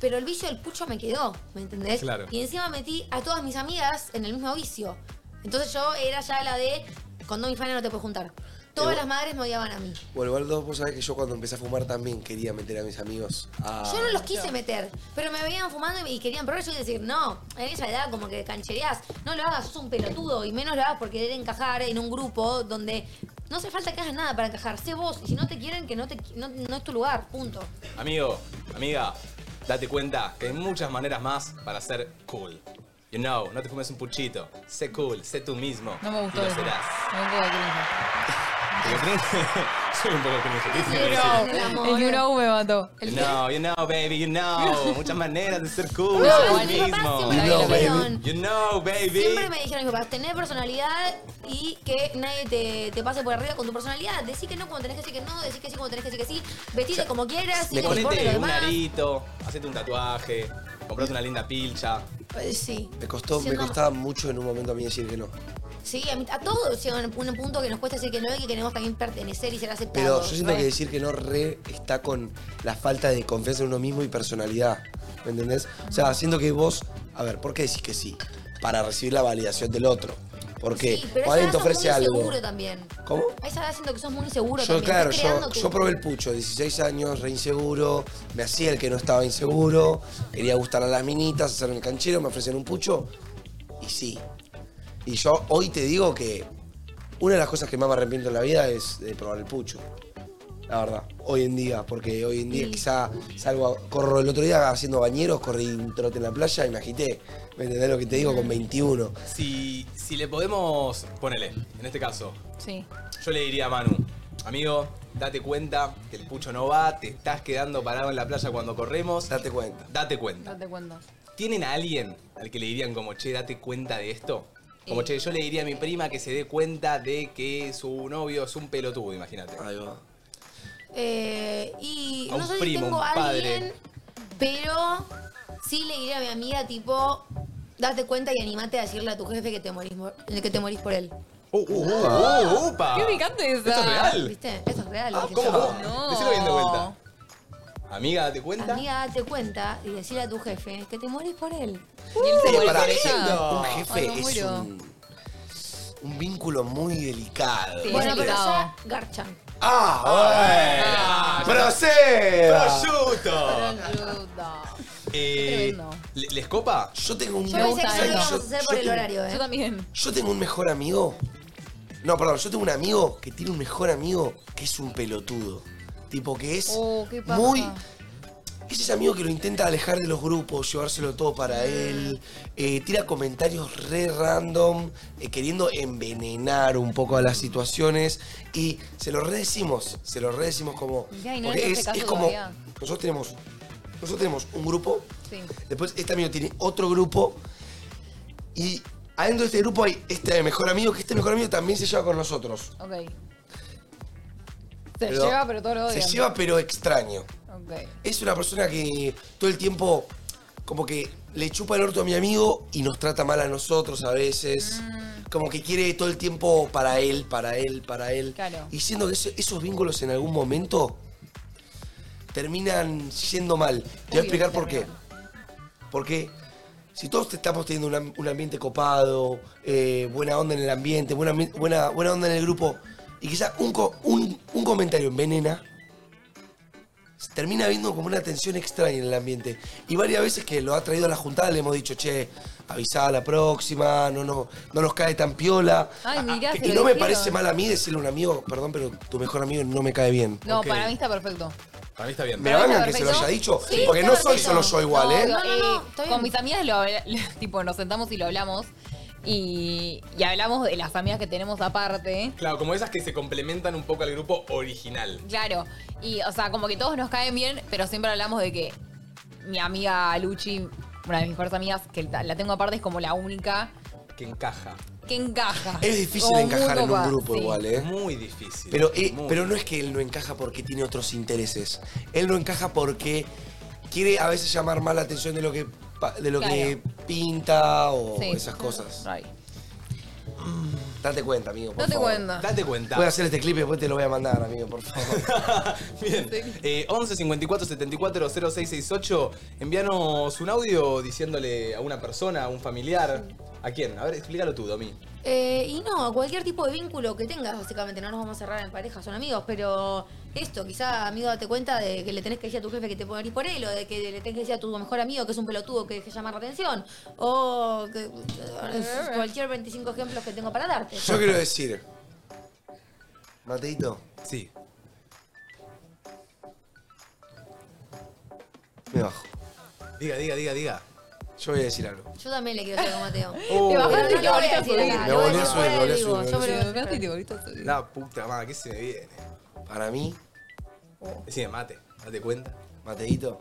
[SPEAKER 4] Pero el vicio del pucho me quedó, ¿me entendés?
[SPEAKER 18] Claro.
[SPEAKER 4] Y encima metí a todas mis amigas en el mismo vicio. Entonces yo era ya la de, con dos Fania no te puedes juntar. Todas
[SPEAKER 3] Pero-
[SPEAKER 4] las madres me odiaban a mí.
[SPEAKER 3] Bueno, Valdo, vos sabés que yo cuando empecé a fumar también quería meter a mis amigos a...
[SPEAKER 4] Yo no los quise meter, pero me veían fumando y querían probar. Yo iba a decir, no, en esa edad como que canchereás, no lo hagas, sos un pelotudo y menos lo hagas por querer encajar en un grupo donde no hace falta que hagas nada para encajar. Sé vos, y si no te quieren, que no, te, qui- no, no es tu lugar, punto.
[SPEAKER 1] Amigo, amiga, date cuenta que hay muchas maneras más para ser cool. You know, no te fumes un puchito. Sé cool, sé tú mismo.
[SPEAKER 2] No me gustó
[SPEAKER 1] Y lo
[SPEAKER 2] eso.
[SPEAKER 1] serás.
[SPEAKER 2] No me queda cringe.
[SPEAKER 1] ¿Te crees? Soy un poco cringe. ¿qué te voy
[SPEAKER 2] You
[SPEAKER 1] a decir?
[SPEAKER 2] know, El you know me mató.
[SPEAKER 1] You know, you know, baby, you know. Muchas maneras de ser cool.
[SPEAKER 4] No,
[SPEAKER 1] ser tú
[SPEAKER 4] mis
[SPEAKER 1] mismo.
[SPEAKER 4] papás siempre me dijeron.
[SPEAKER 1] You know, baby.
[SPEAKER 4] Siempre me dijeron mis papás, tener personalidad y que nadie te, te pase por arriba con tu personalidad. Decí que no cuando tenés que decir que no, decí que sí cuando tenés que decir que sí, vestite como quieras, y
[SPEAKER 1] Le
[SPEAKER 4] no te importa lo
[SPEAKER 1] ponete un
[SPEAKER 4] demás.
[SPEAKER 1] arito, hacete un tatuaje, comprate una linda pilcha.
[SPEAKER 4] Pues sí.
[SPEAKER 3] Me costó, me
[SPEAKER 4] Siendo-
[SPEAKER 3] costaba mucho en un momento a mí decir que no.
[SPEAKER 4] Sí, a, mí- a todos llega un, un punto que nos cuesta decir que no y que queremos también pertenecer y ser
[SPEAKER 3] Pero
[SPEAKER 4] aceptados.
[SPEAKER 3] yo siento que decir que no re está con la falta de confianza en uno mismo y personalidad. ¿Me entendés? O sea, siento que vos, a ver, ¿por qué decís que sí? Para recibir la validación del otro. Porque
[SPEAKER 4] Sí, pero a esa edad
[SPEAKER 3] Paddington
[SPEAKER 4] sos
[SPEAKER 3] ofrece
[SPEAKER 4] muy
[SPEAKER 3] algo.
[SPEAKER 4] inseguro también.
[SPEAKER 3] ¿Cómo?
[SPEAKER 4] A esa edad siento que sos muy inseguro
[SPEAKER 3] Yo,
[SPEAKER 4] también.
[SPEAKER 3] claro,
[SPEAKER 4] estás
[SPEAKER 3] yo,
[SPEAKER 4] creando tu-
[SPEAKER 3] yo probé el pucho, 16 años, re inseguro, me hacía el que no estaba inseguro, quería gustar a las minitas, hacerme el canchero, me ofrecen un pucho, y sí. Y yo hoy te digo que una de las cosas que más me arrepiento en la vida es de probar el pucho. La verdad, hoy en día, porque hoy en día quizá salgo, a- corro el otro día haciendo bañeros, corrí un trote en la playa y me agité. ¿Me entendés lo que te digo? Con 21.
[SPEAKER 1] Si, si le podemos, ponele, en este caso,
[SPEAKER 2] Sí.
[SPEAKER 1] yo le diría a Manu, amigo, date cuenta que el pucho no va, te estás quedando parado en la playa cuando corremos.
[SPEAKER 3] Date cuenta.
[SPEAKER 1] Date cuenta.
[SPEAKER 2] Date cuenta.
[SPEAKER 1] ¿Tienen a alguien al que le dirían como, che, date cuenta de esto? Como, che, yo le diría a mi prima que se dé cuenta de que su novio es un pelotudo, imagínate.
[SPEAKER 4] Eh, y
[SPEAKER 1] A un
[SPEAKER 4] no sé
[SPEAKER 1] primo,
[SPEAKER 4] si tengo
[SPEAKER 1] un
[SPEAKER 4] a
[SPEAKER 1] padre.
[SPEAKER 4] alguien, pero sí le diré a mi amiga, tipo, date cuenta y animate a decirle a tu jefe que te morís, mo- que te morís por él.
[SPEAKER 1] ¡Uh, uh, uh! uh, upa.
[SPEAKER 4] ¡Qué picante
[SPEAKER 1] esa! ¿Esto es real? Ah,
[SPEAKER 4] ¿Viste? Eso es real. dije
[SPEAKER 1] ¿Cómo,
[SPEAKER 4] yo.
[SPEAKER 1] cómo? Decilo bien de vuelta. Amiga, date cuenta.
[SPEAKER 4] Amiga, date cuenta y decirle a tu jefe que te morís por él.
[SPEAKER 3] Pero para
[SPEAKER 4] por
[SPEAKER 3] mí,
[SPEAKER 4] ella.
[SPEAKER 3] un jefe
[SPEAKER 4] Ay, me
[SPEAKER 3] es
[SPEAKER 4] muero.
[SPEAKER 3] un, un vínculo muy delicado.
[SPEAKER 4] Bueno, pero ya garchan.
[SPEAKER 3] ¡Ah! bueno. ¡Proceda!
[SPEAKER 1] ¡Prosciutto! Eh,
[SPEAKER 4] Tremendo.
[SPEAKER 1] ¿le- ¿Les copa?
[SPEAKER 3] Yo tengo un
[SPEAKER 4] Yo pensé que
[SPEAKER 3] gusta
[SPEAKER 4] no lo
[SPEAKER 3] eso.
[SPEAKER 4] íbamos a hacer por
[SPEAKER 3] Yo
[SPEAKER 4] el
[SPEAKER 3] tengo-
[SPEAKER 4] horario, ¿eh? Yo
[SPEAKER 2] también.
[SPEAKER 3] Yo tengo un mejor amigo. No, perdón, yo tengo un amigo que tiene un mejor amigo que es un pelotudo. Tipo que es
[SPEAKER 2] Oh, qué paja.
[SPEAKER 3] muy. Es ese amigo que lo intenta alejar de los grupos, llevárselo todo
[SPEAKER 2] Mm.
[SPEAKER 3] para él, eh, tira comentarios re random, eh, queriendo envenenar un poco a
[SPEAKER 2] Mm.
[SPEAKER 3] las situaciones y se lo redecimos, se lo redecimos como...
[SPEAKER 2] Mirá, y no
[SPEAKER 3] porque
[SPEAKER 2] le hace
[SPEAKER 3] es,
[SPEAKER 2] caso
[SPEAKER 3] es como...
[SPEAKER 2] todavía.
[SPEAKER 3] Nosotros tenemos, nosotros tenemos un grupo
[SPEAKER 2] Sí.
[SPEAKER 3] Después este amigo tiene otro grupo. Y adentro de este grupo hay este mejor amigo, que este mejor amigo también se lleva con nosotros.
[SPEAKER 2] Ok. Se
[SPEAKER 3] Pero-
[SPEAKER 2] lleva, pero todo lo
[SPEAKER 3] Se
[SPEAKER 2] odian.
[SPEAKER 3] lleva pero extraño.
[SPEAKER 2] Ok.
[SPEAKER 3] Es una persona que todo el tiempo como que le chupa el orto a mi amigo y nos trata mal a nosotros a veces. Como que quiere todo el tiempo para él, para él, para él.
[SPEAKER 2] Claro.
[SPEAKER 3] Y siendo que eso- esos vínculos en algún momento terminan yendo mal. Te voy a explicar por qué. Porque si todos te estamos teniendo un, am- un ambiente copado, eh, buena onda en el ambiente, buena, ambi- buena, buena onda en el grupo, y quizá un, co- un, un comentario envenena, se termina viendo como una tensión extraña en el ambiente. Y varias veces que lo ha traído a la juntada le hemos dicho, che, avisá a la próxima, no, no, no nos cae tan piola.
[SPEAKER 2] Ay, mirá, Ah, se
[SPEAKER 3] y
[SPEAKER 2] lo
[SPEAKER 3] Ah, no me
[SPEAKER 2] dijeron.
[SPEAKER 3] parece mal a mí decirle a un amigo, perdón, pero tu mejor amigo no me cae bien.
[SPEAKER 2] No,
[SPEAKER 3] Ok.
[SPEAKER 2] para mí está perfecto.
[SPEAKER 1] Para mí está bien.
[SPEAKER 3] Me
[SPEAKER 2] Para mí
[SPEAKER 3] bancan
[SPEAKER 2] está
[SPEAKER 3] que se lo
[SPEAKER 2] perfecto.
[SPEAKER 3] haya dicho,
[SPEAKER 2] Sí,
[SPEAKER 3] porque
[SPEAKER 2] está
[SPEAKER 3] no soy
[SPEAKER 2] perfecto.
[SPEAKER 3] solo yo igual, ¿eh?
[SPEAKER 2] No, no, no, Con mis amigas lo, habla- tipo, nos sentamos y lo hablamos. Y, y hablamos de las amigas que tenemos aparte.
[SPEAKER 1] Claro, como esas que se complementan un poco al grupo original.
[SPEAKER 2] Claro. Y, o sea, como que todos nos caen bien, pero siempre hablamos de que mi amiga Luchi, una de mis mejores amigas, que ta- la tengo aparte, es como la única
[SPEAKER 1] Que encaja.
[SPEAKER 2] que encaja.
[SPEAKER 3] Es difícil
[SPEAKER 2] Como muy
[SPEAKER 3] encajar en un
[SPEAKER 2] copada,
[SPEAKER 3] grupo
[SPEAKER 2] sí.
[SPEAKER 3] igual, ¿eh?
[SPEAKER 1] Muy difícil.
[SPEAKER 3] Pero, eh, pero no es que él no encaja porque tiene otros intereses. Él no encaja porque quiere a veces llamar más la atención de lo que, pa- de lo que pinta o
[SPEAKER 2] Sí.
[SPEAKER 3] esas cosas. Mm, Date cuenta, amigo, por
[SPEAKER 2] Date
[SPEAKER 3] favor.
[SPEAKER 2] cuenta.
[SPEAKER 1] Date cuenta.
[SPEAKER 3] Voy a hacer este clip y después te lo voy a mandar, amigo, por favor.
[SPEAKER 1] Bien. Eh, 11 54 74 0668. Envíanos un audio diciéndole a una persona, a un familiar. ¿A quién? A ver, explícalo tú, Domi.
[SPEAKER 4] Eh, y no, cualquier tipo de vínculo que tengas, básicamente, no nos vamos a cerrar en pareja, son amigos, pero esto, quizá, amigo, date cuenta de que le tenés que decir a tu jefe que te morís por él, o de que le tenés que decir a tu mejor amigo que es un pelotudo que deje llamar la atención, o que- cualquier 25 ejemplos que tengo para darte.
[SPEAKER 3] Yo quiero decir. Mateito.
[SPEAKER 1] Sí.
[SPEAKER 3] Me bajo.
[SPEAKER 1] Diga, diga, diga, diga.
[SPEAKER 3] Yo voy a decir algo.
[SPEAKER 4] Yo también le quiero decir algo a Mateo.
[SPEAKER 1] Oh. Te bajaste y
[SPEAKER 4] Pero no
[SPEAKER 1] te
[SPEAKER 4] lo voy
[SPEAKER 1] volviste
[SPEAKER 4] a
[SPEAKER 1] a
[SPEAKER 4] decir
[SPEAKER 1] subir.
[SPEAKER 4] acá,
[SPEAKER 3] Me
[SPEAKER 4] lo voy a decir fuera
[SPEAKER 3] volví a subir, me volví a
[SPEAKER 4] de vivo,
[SPEAKER 3] subir, me
[SPEAKER 4] yo
[SPEAKER 3] volví a
[SPEAKER 4] me lo-
[SPEAKER 1] La puta madre, ¿qué se me viene?
[SPEAKER 3] Para mí.
[SPEAKER 1] Decime, mate. Date cuenta.
[SPEAKER 3] Mateito.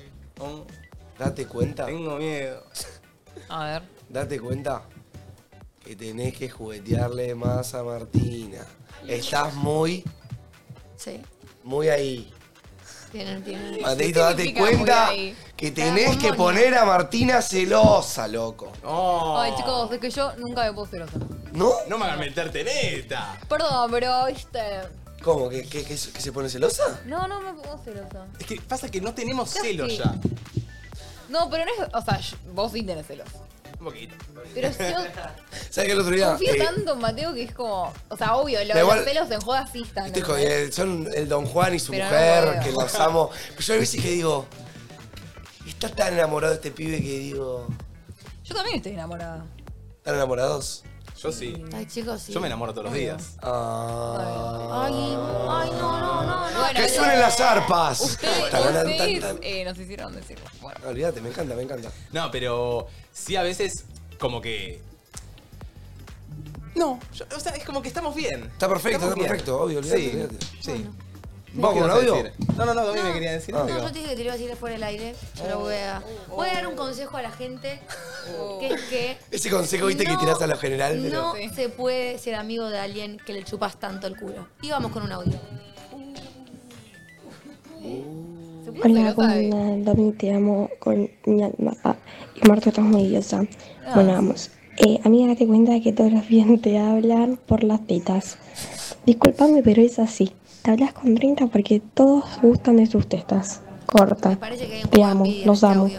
[SPEAKER 3] Date cuenta.
[SPEAKER 1] Tengo miedo.
[SPEAKER 2] A ver.
[SPEAKER 3] Date cuenta que tenés que juguetearle más a Martina. Estás muy,
[SPEAKER 4] Sí,
[SPEAKER 3] muy ahí.
[SPEAKER 4] tienen, tienen.
[SPEAKER 3] Mateito, date cuenta que tenés que poner a Martina celosa, loco.
[SPEAKER 2] Ay, chicos, es que yo nunca me puedo celosa.
[SPEAKER 3] ¿No?
[SPEAKER 1] No me hagas meterte en esta.
[SPEAKER 2] Perdón, pero, viste.
[SPEAKER 3] ¿Cómo? ¿Que, que- que- que se pone celosa?
[SPEAKER 2] No, no me puedo celosa.
[SPEAKER 1] Es que pasa que no tenemos
[SPEAKER 2] Casi.
[SPEAKER 1] celos ya.
[SPEAKER 2] No, pero no es. O sea, yo- vos sí tenés celos.
[SPEAKER 1] poquito.
[SPEAKER 2] Pero yo
[SPEAKER 3] ¿Sabes qué el otro día?
[SPEAKER 2] confío
[SPEAKER 3] Eh,
[SPEAKER 2] tanto en Mateo que es como. O sea, obvio, lo-
[SPEAKER 3] Da igual.
[SPEAKER 2] los pelos en joda sí están.
[SPEAKER 3] Viste,
[SPEAKER 2] ¿no?
[SPEAKER 3] con el- son el Don Juan y su
[SPEAKER 2] Pero no
[SPEAKER 3] mujer,
[SPEAKER 2] puedo.
[SPEAKER 3] que los amo. Pero yo a veces que digo, está tan enamorado de este pibe que digo,
[SPEAKER 2] Yo también estoy enamorada.
[SPEAKER 3] ¿están enamorados? Ah.
[SPEAKER 1] Yo sí.
[SPEAKER 4] Ay, chicos, sí.
[SPEAKER 1] Yo me enamoro todos los días.
[SPEAKER 4] Ay, ay, no, no, no, no.
[SPEAKER 3] ¡Que suenen las arpas!
[SPEAKER 2] Ustedes,
[SPEAKER 3] Tan, tan,
[SPEAKER 2] ustedes,
[SPEAKER 3] tan, tan.
[SPEAKER 2] eh, nos hicieron decir. Bueno.
[SPEAKER 3] Olvídate, me encanta, me encanta.
[SPEAKER 1] No, pero sí a veces como que... No, yo- o sea, es como que estamos bien.
[SPEAKER 3] Está perfecto,
[SPEAKER 1] Estamos
[SPEAKER 3] está
[SPEAKER 1] bien.
[SPEAKER 3] perfecto, obvio, olvídate.
[SPEAKER 1] Sí,
[SPEAKER 3] olvídate.
[SPEAKER 1] sí.
[SPEAKER 3] ¿Vamos con un
[SPEAKER 1] ¿Qué ibas a
[SPEAKER 3] audio?
[SPEAKER 1] decir? No, no, no, a mí me quería decir
[SPEAKER 3] Ah.
[SPEAKER 1] algo.
[SPEAKER 4] No, yo te dije que te lo iba a decir fuera del aire. Yo lo voy a.
[SPEAKER 2] Oh.
[SPEAKER 4] Voy a dar un consejo a la gente. Que es que.
[SPEAKER 3] Ese consejo, viste, que
[SPEAKER 4] no-
[SPEAKER 3] tirás a lo general, pero-
[SPEAKER 4] No se puede ser amigo de alguien que le chupas tanto el culo. Y vamos con un audio.
[SPEAKER 18] Hola, ¿cómo andan? Domi, te amo con mi alma. Ah, y Marta, estás muy diosa. Bueno, vamos. Eh, amiga, date cuenta que todos los días te hablan por las tetas. Disculpame, pero es así. Te hablas con 30 porque todos gustan de sus tetas. Corta. Te amo, los amo.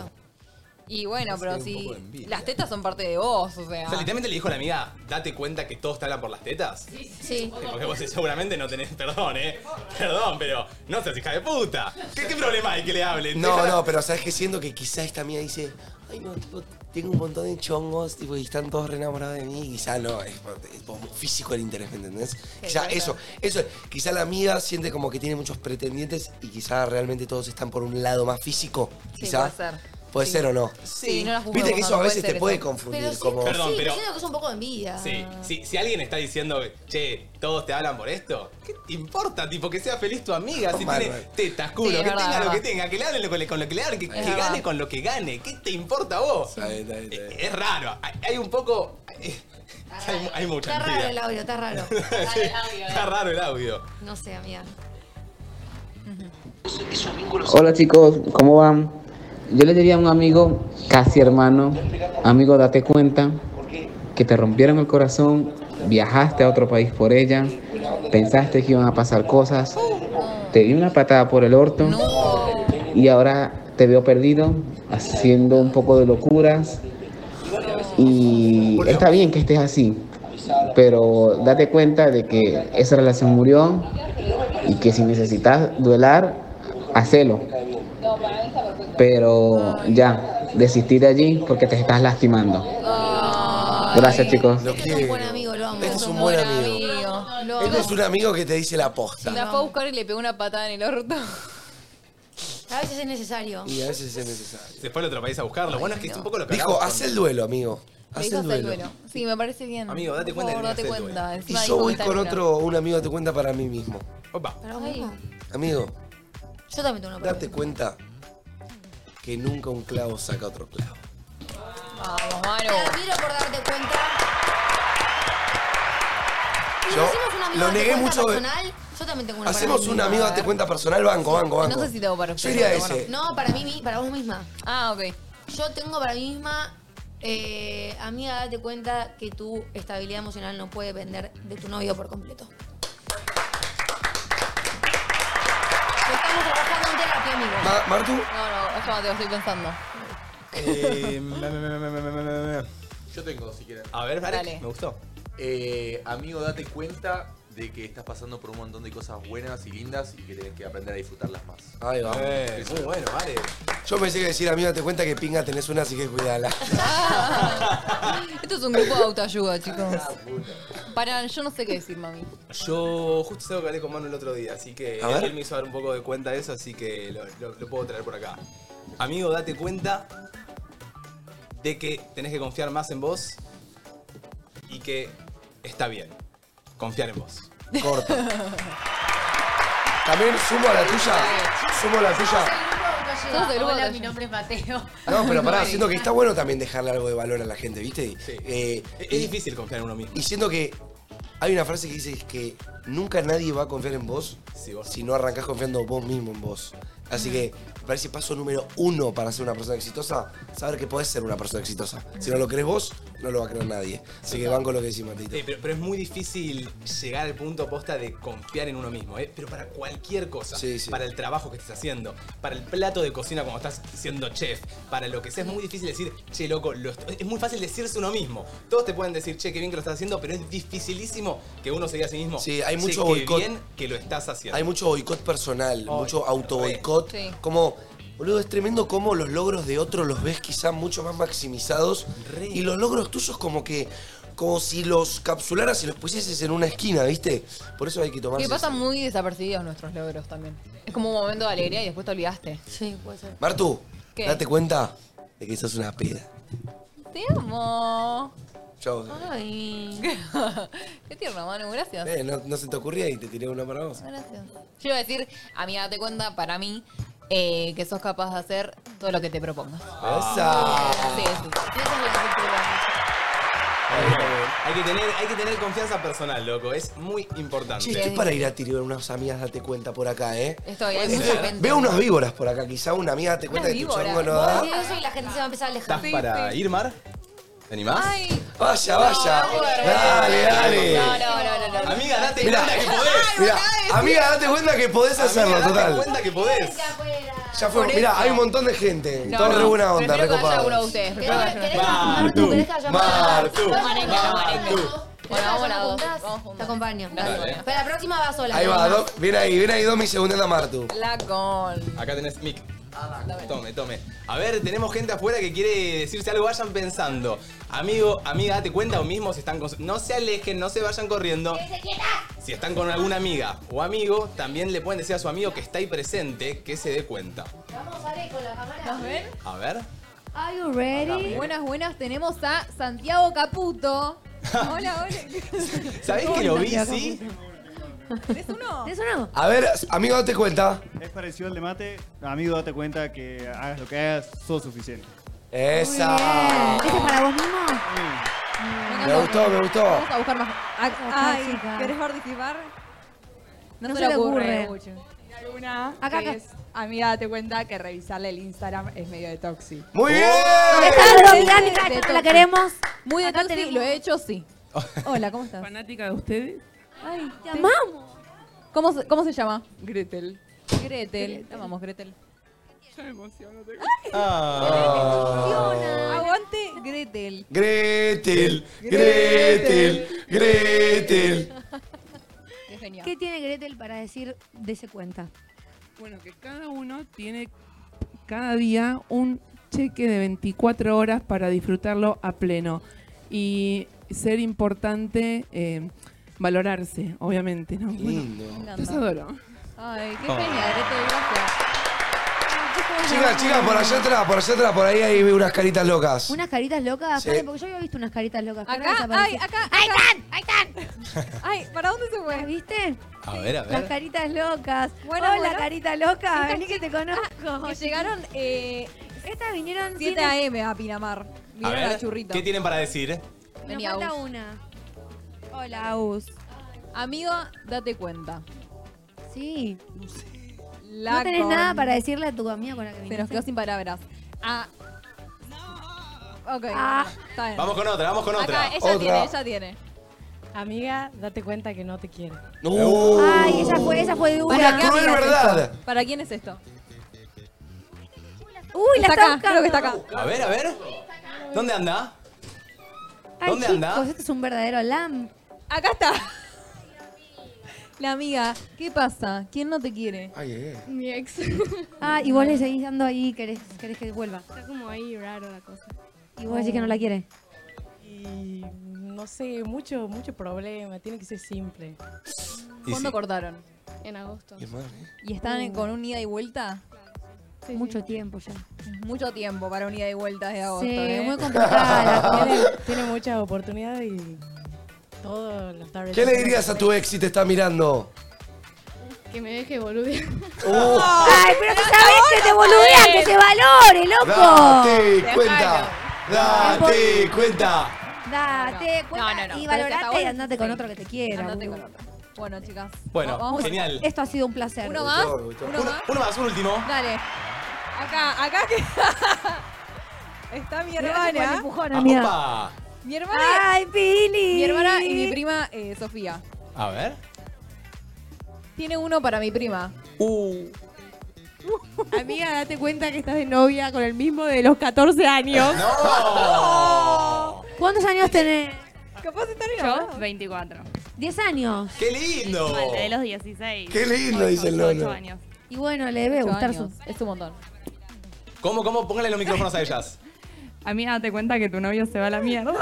[SPEAKER 2] Y bueno, pero si. Las tetas son parte de vos,
[SPEAKER 1] O
[SPEAKER 2] o sea.
[SPEAKER 1] sea, literalmente le dijo a la amiga, date cuenta que todos te hablan por las tetas.
[SPEAKER 4] Sí.
[SPEAKER 1] Porque vos seguramente no tenés, perdón, eh. Perdón, pero no seas hija de puta. ¿Qué, qué problema hay que le hablen?
[SPEAKER 3] No,
[SPEAKER 1] Déjala-
[SPEAKER 3] no, pero sabes que siento que quizá esta mía dice, ay no, tipo, tengo un montón de chongos, tipo, y están todos re enamorados de mí, quizá no, es, por- es por físico el interés, ¿me entendés? Quizá
[SPEAKER 5] puede
[SPEAKER 3] eso, eso, quizá la amiga siente como que tiene muchos pretendientes y quizá realmente todos están por un lado más físico,
[SPEAKER 2] Sí,
[SPEAKER 3] quizá.
[SPEAKER 2] puede ser.
[SPEAKER 3] Puede
[SPEAKER 2] Sí.
[SPEAKER 3] ser o no.
[SPEAKER 2] Sí, no las juzgo,
[SPEAKER 3] Viste que eso
[SPEAKER 2] no
[SPEAKER 3] a
[SPEAKER 2] puede
[SPEAKER 3] veces
[SPEAKER 2] ser
[SPEAKER 3] te puede
[SPEAKER 2] eso.
[SPEAKER 3] confundir,
[SPEAKER 4] Pero sí,
[SPEAKER 3] como...
[SPEAKER 1] Perdón,
[SPEAKER 4] sí,
[SPEAKER 1] pero-
[SPEAKER 4] yo siento que es un poco de envidia.
[SPEAKER 1] Sí, sí, si alguien está diciendo, che, todos te hablan por esto, ¿qué te importa? Tipo, que sea feliz tu amiga, si
[SPEAKER 3] Mal,
[SPEAKER 1] tiene
[SPEAKER 3] mal.
[SPEAKER 1] tetas, culo,
[SPEAKER 3] Sí, es
[SPEAKER 1] que
[SPEAKER 3] verdad,
[SPEAKER 1] tenga lo que
[SPEAKER 3] verdad.
[SPEAKER 1] tenga, que le hablen con, con lo que le hablen, que, que
[SPEAKER 3] verdad.
[SPEAKER 1] gane con lo que gane, ¿qué te importa a vos? Eh, Es raro, hay, hay un poco... Hay, hay mucha
[SPEAKER 4] Está raro
[SPEAKER 1] mentira.
[SPEAKER 4] el audio, está raro.
[SPEAKER 1] Sí, Está raro el audio.
[SPEAKER 4] No sé, amiga.
[SPEAKER 19] Hola chicos, ¿cómo van? Yo le diría a un amigo, casi hermano, amigo, date cuenta que te rompieron el corazón, viajaste a otro país por ella, pensaste que iban a pasar cosas, te di una patada por el orto y ahora te veo perdido haciendo un poco de locuras y está bien que estés así, pero date cuenta de que esa relación murió y que si necesitas duelar, hacelo. Pero ya, desistir de allí porque te estás lastimando. Gracias chicos.
[SPEAKER 4] Este es un buen amigo, lo amo.
[SPEAKER 3] Este es un buen amigo.
[SPEAKER 2] Lo
[SPEAKER 3] Este
[SPEAKER 2] amo.
[SPEAKER 3] es un amigo que te dice la posta.
[SPEAKER 2] La fue a buscar y le pegó una patada en el orto.
[SPEAKER 4] A veces es necesario.
[SPEAKER 3] Y a veces es necesario.
[SPEAKER 1] Se fue al otro país a buscarlo. bueno, es que es un poco lo que
[SPEAKER 3] Dijo,
[SPEAKER 1] hablamos con-
[SPEAKER 3] haz el duelo, amigo.
[SPEAKER 2] Me
[SPEAKER 3] Haz
[SPEAKER 2] dijo
[SPEAKER 3] el
[SPEAKER 2] hasta el
[SPEAKER 3] duelo.
[SPEAKER 2] duelo. Sí, me parece bien.
[SPEAKER 1] Amigo, date
[SPEAKER 2] Por
[SPEAKER 1] cuenta
[SPEAKER 2] favor,
[SPEAKER 1] que
[SPEAKER 2] date
[SPEAKER 1] tenés que hacer el
[SPEAKER 2] cuenta.
[SPEAKER 3] Y
[SPEAKER 2] Encima
[SPEAKER 3] yo
[SPEAKER 2] dijo
[SPEAKER 3] voy
[SPEAKER 2] que
[SPEAKER 3] con
[SPEAKER 2] está
[SPEAKER 3] otro, un amigo date cuenta para mí mismo.
[SPEAKER 4] Para vos mismo.
[SPEAKER 3] Amigo,
[SPEAKER 4] Yo también tengo una pregunta.
[SPEAKER 3] date cuenta que nunca un clavo saca otro clavo.
[SPEAKER 2] Vamos, Manu.
[SPEAKER 4] Te admiro por darte cuenta. Y
[SPEAKER 3] Yo
[SPEAKER 4] hacemos un amigo
[SPEAKER 3] lo
[SPEAKER 4] date
[SPEAKER 3] negué
[SPEAKER 4] cuenta
[SPEAKER 3] mucho, eh.
[SPEAKER 4] Personal. Yo también tengo una
[SPEAKER 3] Hacemos
[SPEAKER 4] para
[SPEAKER 3] un
[SPEAKER 4] mí
[SPEAKER 3] amigo
[SPEAKER 4] misma.
[SPEAKER 3] date cuenta personal, banco, banco, banco.
[SPEAKER 2] ¿eh? No sé si tengo para
[SPEAKER 3] Yo
[SPEAKER 2] usted.
[SPEAKER 3] iría a
[SPEAKER 2] pero
[SPEAKER 3] ese.
[SPEAKER 4] No, para mí, mi- para vos misma.
[SPEAKER 2] Ah, ok.
[SPEAKER 4] Yo tengo para mí misma, eh, amiga, date cuenta que tu estabilidad emocional no puede depender de tu novio por completo. Lo estamos trabajando en terapia, amigos.
[SPEAKER 3] Ma- Martu.
[SPEAKER 2] No, no, ojo, Mateo, estoy pensando.
[SPEAKER 5] Eh, me, me, me, me, me, me, me, me. Yo tengo, si quieren.
[SPEAKER 1] A ver, Varek, Dale. me gustó.
[SPEAKER 5] Eh, amigo, date cuenta de que estás pasando por un montón de cosas buenas y lindas y que tenés que aprender a disfrutarlas más.
[SPEAKER 3] Ahí va.
[SPEAKER 1] Eh, muy bueno, vale.
[SPEAKER 3] Yo pensé que decir, amigo, date cuenta que pinga tenés una, así que cuidala.
[SPEAKER 2] Esto es un grupo de autoayuda, chicos.
[SPEAKER 3] Ah,
[SPEAKER 2] Para, yo no sé qué decir, mami.
[SPEAKER 1] Yo justo sé lo que hablé con Manu el otro día, así que
[SPEAKER 3] A ver.
[SPEAKER 1] él me hizo dar un poco de cuenta de eso, así que lo, lo- lo puedo traer por acá. Amigo, date cuenta de que tenés que confiar más en vos y que está bien confiar en vos.
[SPEAKER 3] Corto. También sumo a la tuya. Sumo a la tuya.
[SPEAKER 2] Sos del grupo
[SPEAKER 13] Hola,
[SPEAKER 2] de-
[SPEAKER 13] mi nombre es Mateo.
[SPEAKER 3] No, pero pará, siento que está bueno también dejarle algo de valor a la gente, ¿viste?
[SPEAKER 1] Sí.
[SPEAKER 3] Eh,
[SPEAKER 1] Es, es
[SPEAKER 3] y-
[SPEAKER 1] difícil confiar en uno mismo.
[SPEAKER 3] Y siento que hay una frase que dice que nunca nadie va a confiar en vos
[SPEAKER 1] si,
[SPEAKER 3] no arrancás confiando vos mismo en vos. Así que me parece paso número uno para ser una persona exitosa, saber que podés ser una persona exitosa. Si no lo crees vos, no lo va a creer nadie. Así que van con lo que decís, Matito.
[SPEAKER 1] Eh, pero, pero es muy difícil llegar al punto posta de confiar en uno mismo, ¿eh? pero para cualquier cosa. Para el trabajo que estés haciendo, para el plato de cocina cuando estás siendo chef, para lo que sea, es muy difícil decir, che, loco, lo est- es muy fácil decirse uno mismo. Todos te pueden decir, che, qué bien que lo estás haciendo, pero es dificilísimo que uno se diga a sí mismo.
[SPEAKER 3] Sí, hay
[SPEAKER 1] "Che,
[SPEAKER 3] mucho
[SPEAKER 1] qué
[SPEAKER 3] boicot".
[SPEAKER 1] bien que lo estás haciendo.
[SPEAKER 3] Hay mucho boicot personal, mucho auto boicot.
[SPEAKER 1] Sí.
[SPEAKER 3] Como, boludo, es tremendo cómo los logros de otros los ves quizá mucho más maximizados. Y los logros tuyos como que, como si los capsularas y los pusieses en una esquina, ¿viste? Por eso hay que tomarse...
[SPEAKER 2] Que pasan muy desapercibidos nuestros logros también. Es como un momento de alegría y después te olvidaste.
[SPEAKER 4] Sí, puede ser.
[SPEAKER 3] Martu,
[SPEAKER 2] ¿Qué?
[SPEAKER 3] date cuenta de que sos una peda.
[SPEAKER 2] Te amo.
[SPEAKER 3] Chau.
[SPEAKER 2] Ah, Ay. Qué tierno, Manu, gracias.
[SPEAKER 3] Eh, no, no se te ocurría y te tiré una para vos.
[SPEAKER 2] Gracias. Yo iba a decir, amiga, date cuenta para mí eh, que sos capaz de hacer todo lo que te propongas.
[SPEAKER 3] Ah.
[SPEAKER 1] Ah.
[SPEAKER 3] ¡Esa!
[SPEAKER 2] Sí, sí.
[SPEAKER 1] Hay que, tener, hay que tener confianza personal, loco. Es muy importante.
[SPEAKER 3] Che, estoy para ir a tirar unas amigas, date cuenta por acá, ¿eh?
[SPEAKER 2] Estoy, hay
[SPEAKER 3] Eh,
[SPEAKER 2] mucha gente.
[SPEAKER 3] Veo unas víboras por acá, quizá una amiga, date cuenta
[SPEAKER 2] Unas
[SPEAKER 3] de que tu
[SPEAKER 2] víboras.
[SPEAKER 3] chongo no
[SPEAKER 4] Vos
[SPEAKER 3] da.
[SPEAKER 4] decís eso y la gente se va a empezar a alejar.
[SPEAKER 1] ¿Estás para ir, Mar? ¿Te animás?
[SPEAKER 2] Ay.
[SPEAKER 3] Vaya, vaya. dale, dale.
[SPEAKER 2] no, no, no.
[SPEAKER 1] Amiga, date
[SPEAKER 3] Mirá.
[SPEAKER 1] cuenta que podés.
[SPEAKER 3] Mirá, amiga, date cuenta que podés hacerlo,
[SPEAKER 1] date
[SPEAKER 3] total.
[SPEAKER 1] cuenta que podés.
[SPEAKER 3] Ya fue,
[SPEAKER 2] Por
[SPEAKER 3] mirá,
[SPEAKER 2] eso.
[SPEAKER 3] hay un montón de gente.
[SPEAKER 2] No,
[SPEAKER 3] Todo
[SPEAKER 2] no,
[SPEAKER 3] re buena onda,
[SPEAKER 2] prefiero que vaya uno de ustedes.
[SPEAKER 3] recopada.
[SPEAKER 4] ¿Querés-
[SPEAKER 2] prefiero que
[SPEAKER 4] querés-
[SPEAKER 2] vaya uno de
[SPEAKER 4] Martu, ¿querés que vayamos a la-
[SPEAKER 3] Martu,
[SPEAKER 4] Vaya, vaya, vaya.
[SPEAKER 3] Martu.
[SPEAKER 2] Bueno, vamos a las dos.
[SPEAKER 4] ¿Juntas? Te acompaño.
[SPEAKER 3] Dale.
[SPEAKER 4] Dale. Pero la próxima va sola.
[SPEAKER 3] Ahí
[SPEAKER 4] ¿no?
[SPEAKER 3] va, Doc. Viene ahí, viene ahí Domi, segunda la Martu.
[SPEAKER 2] ustedes. La con.
[SPEAKER 1] Acá tenés mic. Tome, tome. A ver, tenemos gente afuera que quiere decirse algo, vayan pensando. Amigo, amiga, date cuenta o mismo si están con... No se alejen, no se vayan corriendo. Si están con alguna amiga o amigo, también le pueden decir a su amigo que está ahí presente que se dé cuenta.
[SPEAKER 9] Vamos a ver con la cámara.
[SPEAKER 2] ¿Nos ven?
[SPEAKER 1] A ver.
[SPEAKER 2] Are you ready? Buenas, buenas. Tenemos a Santiago Caputo. Hola, hola.
[SPEAKER 1] ¿Sabés que lo vi, sí?
[SPEAKER 2] ¿Tenés uno?
[SPEAKER 4] ¿Tenés uno?
[SPEAKER 3] A ver, amigo, date cuenta.
[SPEAKER 20] Es parecido al de mate. Amigo, date cuenta que hagas lo que hagas, sos suficiente.
[SPEAKER 3] Esa.
[SPEAKER 5] ¿Este
[SPEAKER 20] para
[SPEAKER 4] vos mismo?
[SPEAKER 3] Me gustó, me gustó.
[SPEAKER 2] Mm. Vamos a buscar más. Ah,
[SPEAKER 21] Ay, ¿querés participar?
[SPEAKER 2] No se le ocurre. Gucho.
[SPEAKER 21] Alguna
[SPEAKER 2] Acá,
[SPEAKER 21] que
[SPEAKER 2] acá.
[SPEAKER 21] es, amiga, date cuenta que revisarle el Instagram es medio de toxi.
[SPEAKER 3] ¡Muy bien!
[SPEAKER 21] la queremos.
[SPEAKER 2] Muy de
[SPEAKER 21] Acá
[SPEAKER 2] Toxi,
[SPEAKER 21] tenemos.
[SPEAKER 2] lo he hecho, sí. Hola, ¿cómo estás?
[SPEAKER 22] Fanática de ustedes.
[SPEAKER 2] Ay, te amamos. ¿Cómo se, cómo se llama?
[SPEAKER 22] Gretel.
[SPEAKER 2] Gretel. Te amamos, Gretel.
[SPEAKER 22] Yo me emociono. te-
[SPEAKER 2] Aguante, Gretel.
[SPEAKER 3] Gretel, Gretel, Gretel.
[SPEAKER 4] ¿Qué tiene Gretel para decir de ese cuenta?
[SPEAKER 22] Bueno, que cada uno tiene cada día un cheque de 24 horas para disfrutarlo a pleno. Y ser importante, eh, valorarse, obviamente. ¿no? Bueno, los adoro.
[SPEAKER 2] Ay, qué
[SPEAKER 22] Oh.
[SPEAKER 2] genial, Gretel, gracias.
[SPEAKER 3] Chicas, chicas, por allá atrás, por allá atrás, por ahí, ahí veo unas caritas locas.
[SPEAKER 4] ¿Unas caritas locas?
[SPEAKER 3] Sí.
[SPEAKER 4] Paren, porque yo había visto unas caritas locas.
[SPEAKER 21] Acá, ay, acá,
[SPEAKER 4] ¡Ahí
[SPEAKER 21] acá.
[SPEAKER 4] están! ¡Ahí están!
[SPEAKER 21] Ay, ¿para dónde se fue?
[SPEAKER 4] ¿Viste?
[SPEAKER 1] A ver, a
[SPEAKER 4] Las
[SPEAKER 1] ver.
[SPEAKER 4] caritas locas.
[SPEAKER 21] Bueno,
[SPEAKER 4] Hola,
[SPEAKER 21] bueno.
[SPEAKER 4] carita loca.
[SPEAKER 21] Estas
[SPEAKER 4] Vení que te conozco.
[SPEAKER 21] Que llegaron eh,
[SPEAKER 4] Estas vinieron
[SPEAKER 21] 7 a.m. a Pinamar.
[SPEAKER 1] A
[SPEAKER 21] Vinieron a la
[SPEAKER 1] ver,
[SPEAKER 21] churrita.
[SPEAKER 1] ¿qué tienen para decir?
[SPEAKER 4] Me
[SPEAKER 2] Vení,
[SPEAKER 4] falta
[SPEAKER 2] Agus.
[SPEAKER 4] una.
[SPEAKER 21] Hola, Aus.
[SPEAKER 2] Amiga, date cuenta.
[SPEAKER 4] Sí.
[SPEAKER 2] La
[SPEAKER 4] no tenés
[SPEAKER 2] con-
[SPEAKER 4] nada para decirle a tu amiga con la que
[SPEAKER 2] Se
[SPEAKER 4] viniste.
[SPEAKER 2] nos quedó sin palabras. Ah. Ok.
[SPEAKER 4] Ah.
[SPEAKER 2] Está bien.
[SPEAKER 1] Vamos con otra, vamos con otra.
[SPEAKER 2] Acá, ella tiene, ella tiene.
[SPEAKER 23] Amiga, date cuenta que no te quiere.
[SPEAKER 3] No.
[SPEAKER 4] Ay, ella fue, ella fue dura.
[SPEAKER 2] Una
[SPEAKER 3] cruel verdad.
[SPEAKER 2] ¿Para quién es esto?
[SPEAKER 4] Uy, la está,
[SPEAKER 2] Está acá,
[SPEAKER 4] buscando.
[SPEAKER 2] creo que está acá.
[SPEAKER 1] A ver, a ver. ¿Dónde anda?
[SPEAKER 4] Ay,
[SPEAKER 1] ¿Dónde
[SPEAKER 4] chicos,
[SPEAKER 1] anda?
[SPEAKER 4] Este es un verdadero lam.
[SPEAKER 2] Acá está. La amiga, ¿qué pasa? ¿Quién no te quiere?
[SPEAKER 3] Ay, eh.
[SPEAKER 23] Mi ex.
[SPEAKER 4] Ah, y vos le seguís dando ahí, querés, querés
[SPEAKER 2] Oh.
[SPEAKER 4] que vuelva.
[SPEAKER 23] Está como ahí raro la cosa.
[SPEAKER 4] Y vos decís que no la quiere.
[SPEAKER 23] Y no sé, mucho, mucho problema. Tiene que ser simple.
[SPEAKER 1] Y
[SPEAKER 2] ¿Cuándo
[SPEAKER 1] sí.
[SPEAKER 2] cortaron?
[SPEAKER 23] En agosto.
[SPEAKER 3] ¿eh?
[SPEAKER 2] ¿Y están en-
[SPEAKER 23] Uh.
[SPEAKER 2] con un ida y vuelta?
[SPEAKER 4] Mucho tiempo ya.
[SPEAKER 2] Mucho tiempo para un ida y vuelta de agosto.
[SPEAKER 23] Sí,
[SPEAKER 2] ¿eh?
[SPEAKER 23] muy
[SPEAKER 4] complicada
[SPEAKER 23] tiene, tiene muchas oportunidades y todo lo está
[SPEAKER 3] ¿Qué le dirías a tu ex si te está mirando?
[SPEAKER 23] Que me deje boludear.
[SPEAKER 3] Uh.
[SPEAKER 23] Ay, pero tú sabes que te
[SPEAKER 4] boludea, que se valore,
[SPEAKER 3] Date
[SPEAKER 4] loco.
[SPEAKER 3] cuenta, date cuenta.
[SPEAKER 4] Date cuenta
[SPEAKER 2] no, no,
[SPEAKER 4] y
[SPEAKER 2] pero esta está
[SPEAKER 4] valorate y
[SPEAKER 2] buena.
[SPEAKER 4] andate con otro que te quiera.
[SPEAKER 2] Andate
[SPEAKER 4] boludo.
[SPEAKER 2] con otro.
[SPEAKER 12] Bueno, chicas.
[SPEAKER 1] Bueno, genial.
[SPEAKER 12] Esto ha sido un placer. ¿Uno
[SPEAKER 1] Me
[SPEAKER 12] más?
[SPEAKER 1] gustó, me gustó.
[SPEAKER 12] ¿Uno
[SPEAKER 1] Uno-
[SPEAKER 12] más?
[SPEAKER 1] uno más, un último.
[SPEAKER 12] Dale.
[SPEAKER 2] Acá, acá que. Está mi
[SPEAKER 12] Mirá, se fue el
[SPEAKER 2] hermana.
[SPEAKER 12] empujón,
[SPEAKER 1] Ah,
[SPEAKER 12] amiga.
[SPEAKER 1] opa.
[SPEAKER 2] Mi hermana.
[SPEAKER 12] ¡Ay, Pili!
[SPEAKER 2] Mi hermana y mi prima eh, Sofía.
[SPEAKER 1] A ver.
[SPEAKER 2] Tiene uno para mi prima.
[SPEAKER 1] Uh.
[SPEAKER 2] Amiga, date cuenta que estás de novia con el mismo de los 14 años. Oh. ¡No!
[SPEAKER 6] ¿Cuántos años tenés?
[SPEAKER 2] Capaz están
[SPEAKER 6] Yo, 24. 10 años.
[SPEAKER 1] ¡Qué lindo!
[SPEAKER 6] Mal, de los 16.
[SPEAKER 1] Qué lindo,
[SPEAKER 6] Ocho,
[SPEAKER 1] dice el
[SPEAKER 6] ocho
[SPEAKER 1] Lolo.
[SPEAKER 6] años. Y bueno, le debe
[SPEAKER 2] Ocho
[SPEAKER 6] gustar su...
[SPEAKER 2] años. Es un montón.
[SPEAKER 1] ¿Cómo, cómo? Póngale los micrófonos a ellas.
[SPEAKER 6] Amiga, date cuenta que tu novio se va a la mierda.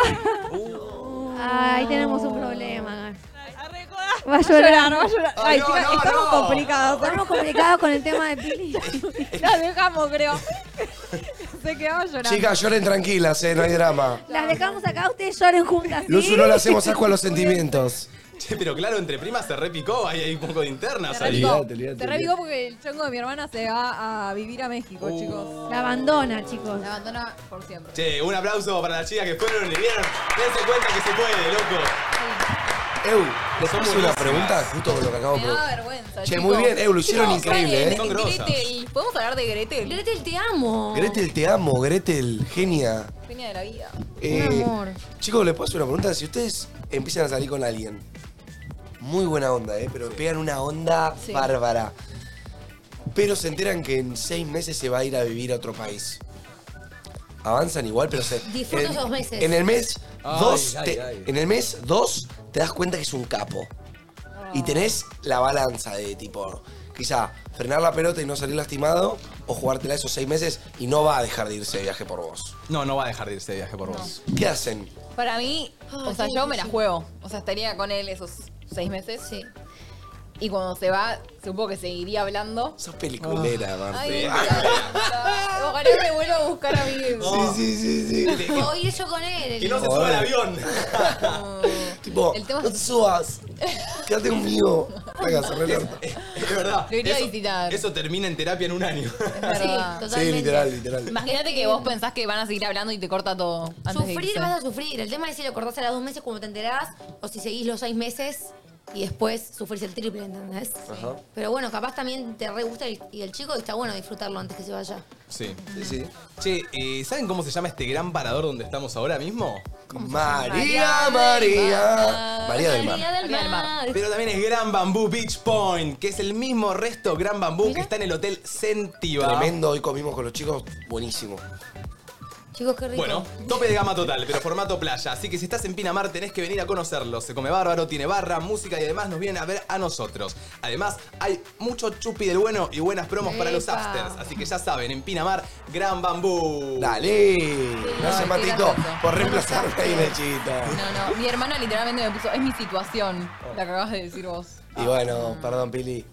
[SPEAKER 6] Ay, tenemos un problema. Va a llorar,
[SPEAKER 2] va a llorar. Ay,
[SPEAKER 6] Oh, no,
[SPEAKER 2] chica,
[SPEAKER 6] no,
[SPEAKER 2] estamos
[SPEAKER 6] no.
[SPEAKER 2] complicados.
[SPEAKER 6] Estamos complicados con el tema de Pili.
[SPEAKER 2] Las dejamos, creo. Se quedaba llorando.
[SPEAKER 3] Chicas, lloren tranquilas, eh, no hay drama.
[SPEAKER 6] Las dejamos acá, ustedes lloren juntas. ¿sí?
[SPEAKER 3] Luzu, no le hacemos asco a los sentimientos.
[SPEAKER 1] Che, pero claro, entre primas se repicó, hay, hay un poco de internas
[SPEAKER 3] Se
[SPEAKER 1] ahí.
[SPEAKER 3] repicó. Olvídate, olvídate,
[SPEAKER 2] Se revigó porque el chongo de mi hermana se va a vivir a México,
[SPEAKER 6] Oh.
[SPEAKER 2] chicos.
[SPEAKER 6] La abandona, chicos.
[SPEAKER 2] La abandona por siempre.
[SPEAKER 1] Che, un aplauso para las chicas que fueron y vieron. Dense cuenta que se puede, loco.
[SPEAKER 3] Eu, les
[SPEAKER 1] Son
[SPEAKER 3] hice una
[SPEAKER 1] buenísimas.
[SPEAKER 3] pregunta justo con lo que acabo de
[SPEAKER 12] Me da
[SPEAKER 3] preguntar.
[SPEAKER 12] vergüenza.
[SPEAKER 3] Che,
[SPEAKER 12] chicos.
[SPEAKER 3] muy bien, eh, lo hicieron
[SPEAKER 12] Chicos,
[SPEAKER 3] increíble,
[SPEAKER 12] paren,
[SPEAKER 3] eh. Son grosas.
[SPEAKER 12] Gretel. ¿Podemos hablar de Gretel? Gretel, te amo.
[SPEAKER 3] Gretel, te amo, Gretel, genia.
[SPEAKER 12] Peña de la vida.
[SPEAKER 3] Eh, Chicos, les puedo hacer una pregunta. Si ustedes empiezan a salir con alguien, muy buena onda, ¿eh? Pero pegan una onda
[SPEAKER 12] Sí.
[SPEAKER 3] bárbara. Pero se enteran que en seis meses se va a ir a vivir a otro país. Avanzan igual, pero se.
[SPEAKER 4] Disfruto
[SPEAKER 3] en-
[SPEAKER 4] esos meses.
[SPEAKER 3] En el mes
[SPEAKER 4] Ay,
[SPEAKER 3] dos.
[SPEAKER 4] ay,
[SPEAKER 3] te-
[SPEAKER 4] ay.
[SPEAKER 3] En el mes dos te das cuenta que es un capo.
[SPEAKER 4] Ah.
[SPEAKER 3] Y tenés la balanza de tipo. Quizá frenar la pelota y no salir lastimado, o jugártela esos seis meses y no va a dejar de irse de viaje por vos.
[SPEAKER 1] No, no va a dejar de irse de viaje por vos.
[SPEAKER 3] ¿Qué hacen?
[SPEAKER 2] Para mí, o sea, yo me la juego. O sea, estaría con él esos seis meses. Sí. Y cuando se va, supongo que seguiría hablando.
[SPEAKER 3] Sos peliculera, Marta.
[SPEAKER 2] Ay, Ojalá me vuelva a buscar a mí.
[SPEAKER 3] Sí, sí, sí, sí.
[SPEAKER 4] O ir yo con él.
[SPEAKER 3] Que no se suba al avión. tipo,
[SPEAKER 4] El tema es-
[SPEAKER 3] no te subas. Quédate conmigo. Venga, cerré la puerta.
[SPEAKER 1] Es verdad.
[SPEAKER 2] Lo iría a
[SPEAKER 1] Eso-
[SPEAKER 2] visitar.
[SPEAKER 1] Eso termina en terapia en un año.
[SPEAKER 2] verdad.
[SPEAKER 3] Sí, literal, literal.
[SPEAKER 2] Imagínate que vos pensás que van a seguir hablando y te corta todo. Antes de
[SPEAKER 4] Sufrir
[SPEAKER 2] irse.
[SPEAKER 4] vas a sufrir. El tema es si lo cortás a los dos meses cuando te enterás o si seguís los seis meses y después sufrís el triple, ¿entendés?
[SPEAKER 3] Ajá.
[SPEAKER 4] Pero bueno, capaz también te re gusta el, y el chico y está bueno disfrutarlo antes que se vaya.
[SPEAKER 1] Sí.
[SPEAKER 3] Sí, sí.
[SPEAKER 1] Che, eh, ¿saben cómo se llama este gran parador donde estamos ahora mismo?
[SPEAKER 3] María, María. María del Mar.
[SPEAKER 4] María del Mar.
[SPEAKER 1] Pero también es Gran Bambú Beach Point, que es el mismo resto Gran Bambú que está en el Hotel Sentiva.
[SPEAKER 3] Tremendo, hoy comimos con los chicos, buenísimo.
[SPEAKER 4] Chicos, qué rico.
[SPEAKER 1] Bueno, tope de gama total, pero formato playa. Así que si estás en Pinamar tenés que venir a conocerlo. Se come bárbaro, tiene barra, música y además nos vienen a ver a nosotros. Además, hay mucho chupi del bueno y buenas promos para los
[SPEAKER 3] Epa.
[SPEAKER 1] upsters. Así que ya saben, en Pinamar, Gran Bambú.
[SPEAKER 3] Dale. Gracias,
[SPEAKER 2] qué
[SPEAKER 3] Matito,
[SPEAKER 2] gracioso.
[SPEAKER 3] por reemplazarme ahí, Mechito.
[SPEAKER 2] No, no, mi hermana literalmente me puso, es mi situación,
[SPEAKER 3] Oh.
[SPEAKER 2] la que acabas de decir vos.
[SPEAKER 3] Y bueno, perdón, Pili.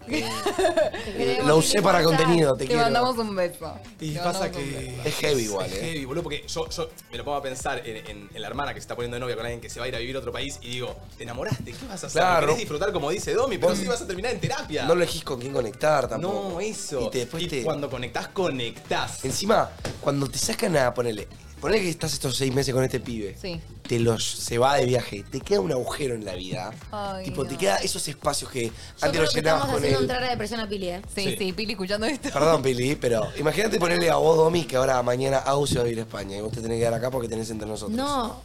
[SPEAKER 3] Lo usé para contenido, te
[SPEAKER 2] Te
[SPEAKER 3] quiero.
[SPEAKER 2] mandamos un beso.
[SPEAKER 1] Y
[SPEAKER 2] Te
[SPEAKER 1] pasa
[SPEAKER 2] mandamos un
[SPEAKER 1] que.
[SPEAKER 3] Es heavy igual,
[SPEAKER 1] es
[SPEAKER 3] eh.
[SPEAKER 1] heavy, boludo, porque yo, yo me lo pongo a pensar en, en- en la hermana que se está poniendo de novia con alguien que se va a ir a vivir a otro país y digo, te enamoraste, ¿qué vas a hacer?
[SPEAKER 3] Claro.
[SPEAKER 1] Querés disfrutar como dice Domi, pero sí vas a terminar en terapia.
[SPEAKER 3] No elegís con quién conectar tampoco.
[SPEAKER 1] No, eso.
[SPEAKER 3] Y te- después
[SPEAKER 1] Y
[SPEAKER 3] te-
[SPEAKER 1] cuando conectás, conectás.
[SPEAKER 3] Encima, cuando te sacan a ponerle. Ponele que estás estos seis meses con este pibe.
[SPEAKER 2] Sí.
[SPEAKER 3] Te los, se va de viaje, te queda un agujero en la vida.
[SPEAKER 2] Ay,
[SPEAKER 3] tipo, te
[SPEAKER 2] no.
[SPEAKER 3] queda esos espacios que
[SPEAKER 4] Yo
[SPEAKER 3] antes
[SPEAKER 4] creo
[SPEAKER 3] los
[SPEAKER 4] que
[SPEAKER 3] llenabas
[SPEAKER 4] estamos
[SPEAKER 3] con
[SPEAKER 4] haciendo
[SPEAKER 3] él.
[SPEAKER 4] entrar a depresión a Pili, ¿eh?
[SPEAKER 2] Sí, sí, Pili, escuchando esto.
[SPEAKER 3] Perdón, Pili, pero imagínate ponerle a vos, Domi, que ahora mañana Au se va a ir a España y vos te tenés que quedar acá porque tenés entre nosotros.
[SPEAKER 4] No,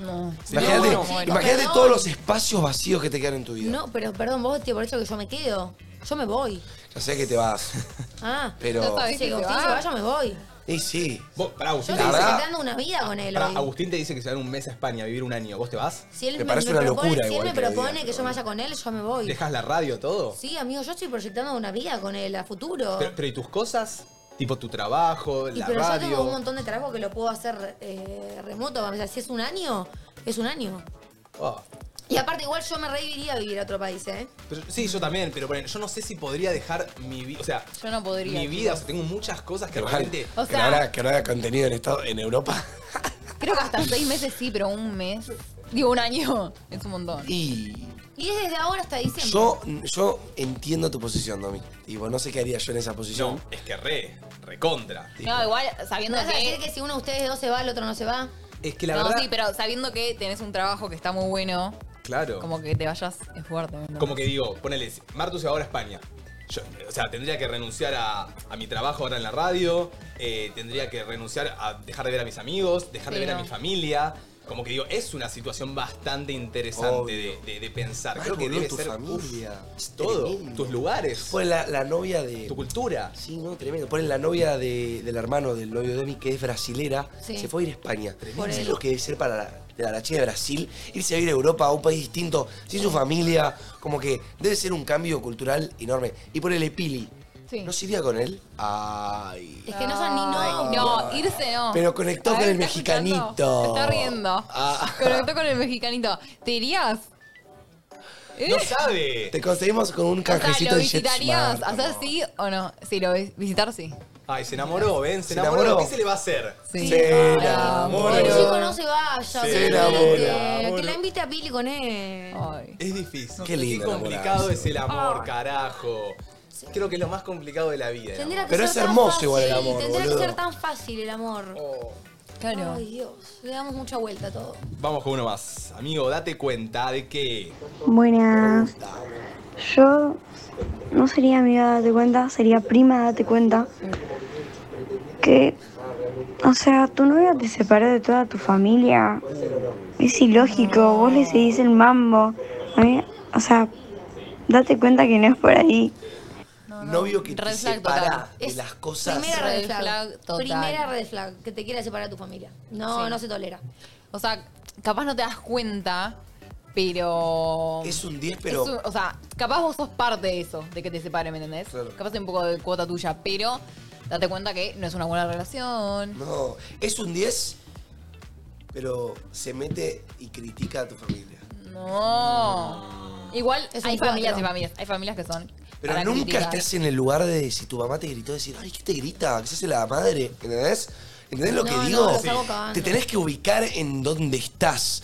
[SPEAKER 2] No.
[SPEAKER 3] Imagínate,
[SPEAKER 4] No, bueno.
[SPEAKER 3] imagínate
[SPEAKER 4] Perdón.
[SPEAKER 3] todos los espacios vacíos que te quedan en tu vida.
[SPEAKER 4] no, pero perdón, vos tío, por eso que yo me quedo. Yo me voy.
[SPEAKER 3] Ya sé que te vas.
[SPEAKER 4] Ah,
[SPEAKER 3] Pero-
[SPEAKER 4] Ya sabés que si
[SPEAKER 2] se
[SPEAKER 4] Agustín
[SPEAKER 2] va.
[SPEAKER 4] se va, yo me voy.
[SPEAKER 3] Y sí.
[SPEAKER 1] Vos, pará,
[SPEAKER 4] Yo
[SPEAKER 1] Agustín, te
[SPEAKER 4] estoy
[SPEAKER 1] dice,
[SPEAKER 4] intentando una vida con él
[SPEAKER 1] pará,
[SPEAKER 4] hoy.
[SPEAKER 1] Agustín te dice que se van un mes a España a vivir un año. ¿Vos te vas?
[SPEAKER 4] Si él me, me propone, si él me propone que yo me vaya con él, yo me voy.
[SPEAKER 1] ¿Dejas la radio, todo?
[SPEAKER 4] Sí, amigo, yo estoy proyectando una vida con él a futuro.
[SPEAKER 1] Pero, pero ¿y tus cosas? Tipo tu trabajo,
[SPEAKER 4] y
[SPEAKER 1] la
[SPEAKER 4] pero yo tengo un
[SPEAKER 1] radio.
[SPEAKER 4] montón de trabajo que lo puedo hacer eh, remoto. O sea, si es un año, es un año.
[SPEAKER 1] Oh.
[SPEAKER 4] Y aparte, igual yo me reiría a vivir a otro país, ¿eh?
[SPEAKER 1] Pero- sí, yo también, pero ponen, yo no sé si podría dejar mi vida. O sea,
[SPEAKER 4] Yo no podría,
[SPEAKER 1] Mi vida, o sea, tengo muchas cosas que realmente.
[SPEAKER 2] O
[SPEAKER 3] Que
[SPEAKER 2] sea-
[SPEAKER 3] ahora que no haya contenido en, estado, en Europa.
[SPEAKER 2] Creo que hasta seis meses sí, pero un mes. Digo, un año es un montón.
[SPEAKER 3] Y
[SPEAKER 4] Y es desde ahora hasta diciembre.
[SPEAKER 3] yo, yo entiendo tu posición, Domi. Tipo, no sé qué haría yo en esa posición.
[SPEAKER 1] es que re, recontra.
[SPEAKER 2] No, igual sabiendo
[SPEAKER 4] ¿No vas a
[SPEAKER 2] que.
[SPEAKER 4] decir que si uno de ustedes dos se va, el otro no se va?
[SPEAKER 1] Es que
[SPEAKER 2] no, sí, pero sabiendo que tenés un trabajo que está muy bueno
[SPEAKER 1] Claro.
[SPEAKER 2] Como que te vayas es fuerte. ¿no?
[SPEAKER 1] Como que digo, ponele, si Martu se va ahora a España. Yo, o sea, tendría que renunciar a, a mi trabajo ahora en la radio, eh, tendría que renunciar a dejar de ver a mis amigos, dejar de
[SPEAKER 2] Sí,
[SPEAKER 1] ver a
[SPEAKER 2] no.
[SPEAKER 1] mi familia. Como que digo, es una situación bastante interesante de, de- de pensar. Creo que
[SPEAKER 3] boludo,
[SPEAKER 1] debe
[SPEAKER 3] tu
[SPEAKER 1] ser
[SPEAKER 3] familia.
[SPEAKER 1] uf, es todo, tus lugares.
[SPEAKER 3] Ponen la, la novia de. Tu
[SPEAKER 1] cultura.
[SPEAKER 3] Sí, no, tremendo. Ponen la novia de- del hermano del novio de Emi, que es brasilera.
[SPEAKER 1] Sí.
[SPEAKER 3] Se fue a ir a España.
[SPEAKER 1] Tremendo.
[SPEAKER 3] ¿Sabes lo que debe ser para la, la, la chica de Brasil? Irse a ir a Europa, a un país distinto, sin su familia. Como que debe ser un cambio cultural enorme. Y ponele Pili. ¿No se iría con él? Ay.
[SPEAKER 4] Es que no son ni no.
[SPEAKER 2] Ay, No, irse no.
[SPEAKER 3] Pero conectó
[SPEAKER 2] A ver,
[SPEAKER 3] con el
[SPEAKER 2] ¿estás escuchando?
[SPEAKER 3] mexicanito.
[SPEAKER 2] Se Está riendo.
[SPEAKER 3] Ah.
[SPEAKER 2] Conectó con el mexicanito. ¿Te irías?
[SPEAKER 1] No sabe.
[SPEAKER 3] Te conseguimos con un
[SPEAKER 2] O sea,
[SPEAKER 3] canjecito
[SPEAKER 2] ¿lo
[SPEAKER 3] de Jetsmart.
[SPEAKER 2] visitarías? ¿Hacer sí o no? Sí, lo vi- visitar sí.
[SPEAKER 1] Ay, se enamoró, ven, se,
[SPEAKER 3] Se
[SPEAKER 1] enamoró.
[SPEAKER 3] enamoró.
[SPEAKER 1] ¿Qué se le va a hacer?
[SPEAKER 2] Sí.
[SPEAKER 3] Se
[SPEAKER 1] enamoró.
[SPEAKER 4] El chico no se vaya.
[SPEAKER 1] Sí,
[SPEAKER 4] obviamente.
[SPEAKER 1] enamora.
[SPEAKER 4] Que la invite a Billy con él.
[SPEAKER 1] Es difícil.
[SPEAKER 3] Qué lindo
[SPEAKER 1] complicado
[SPEAKER 3] enamorarse.
[SPEAKER 1] es el amor, carajo. Creo que es lo más complicado de la vida. el
[SPEAKER 4] Tendría
[SPEAKER 1] amor.
[SPEAKER 4] que ser tan fácil, Tendría que ser tan fácil el amor.
[SPEAKER 2] Claro.
[SPEAKER 4] Ay, Dios. Le damos mucha vuelta a todo.
[SPEAKER 1] Vamos con uno más. Amigo, date cuenta de que.
[SPEAKER 18] Buenas. Yo no sería amiga, date cuenta, sería prima, date cuenta. Que, o sea, tu novia te separó de toda tu familia. Es ilógico, vos le seguís el mambo. A mí, o sea, date cuenta que no es por ahí.
[SPEAKER 3] Novio que te
[SPEAKER 4] Red flag
[SPEAKER 3] separa
[SPEAKER 4] total.
[SPEAKER 3] de
[SPEAKER 4] Es
[SPEAKER 3] las cosas.
[SPEAKER 4] Primera red flag.
[SPEAKER 2] total.
[SPEAKER 4] Primera red flag. Que te quiera separar de tu familia. No,
[SPEAKER 2] Sí.
[SPEAKER 4] no se tolera.
[SPEAKER 2] O sea, capaz no te das cuenta, pero.
[SPEAKER 3] Es un 10, pero-
[SPEAKER 2] Es un- o sea, capaz vos sos parte de eso, de que te separen, ¿me entendés? Capaz es un poco de cuota tuya, pero date cuenta que no es una buena relación.
[SPEAKER 3] No, es un 10, pero se mete y critica a tu familia.
[SPEAKER 2] No. Igual
[SPEAKER 4] Es un
[SPEAKER 2] hay familias y
[SPEAKER 4] cuatro.
[SPEAKER 2] familias. Hay familias que son.
[SPEAKER 3] Pero
[SPEAKER 2] para
[SPEAKER 3] nunca
[SPEAKER 2] criticar.
[SPEAKER 3] estás en el lugar de si tu mamá te gritó, decir, ay, ¿qué te grita? ¿Qué se hace la madre? ¿Entendés? ¿Entendés lo
[SPEAKER 4] No,
[SPEAKER 3] que
[SPEAKER 4] no,
[SPEAKER 3] digo?
[SPEAKER 4] lo saco cagando.
[SPEAKER 3] Te tenés que ubicar en dónde estás.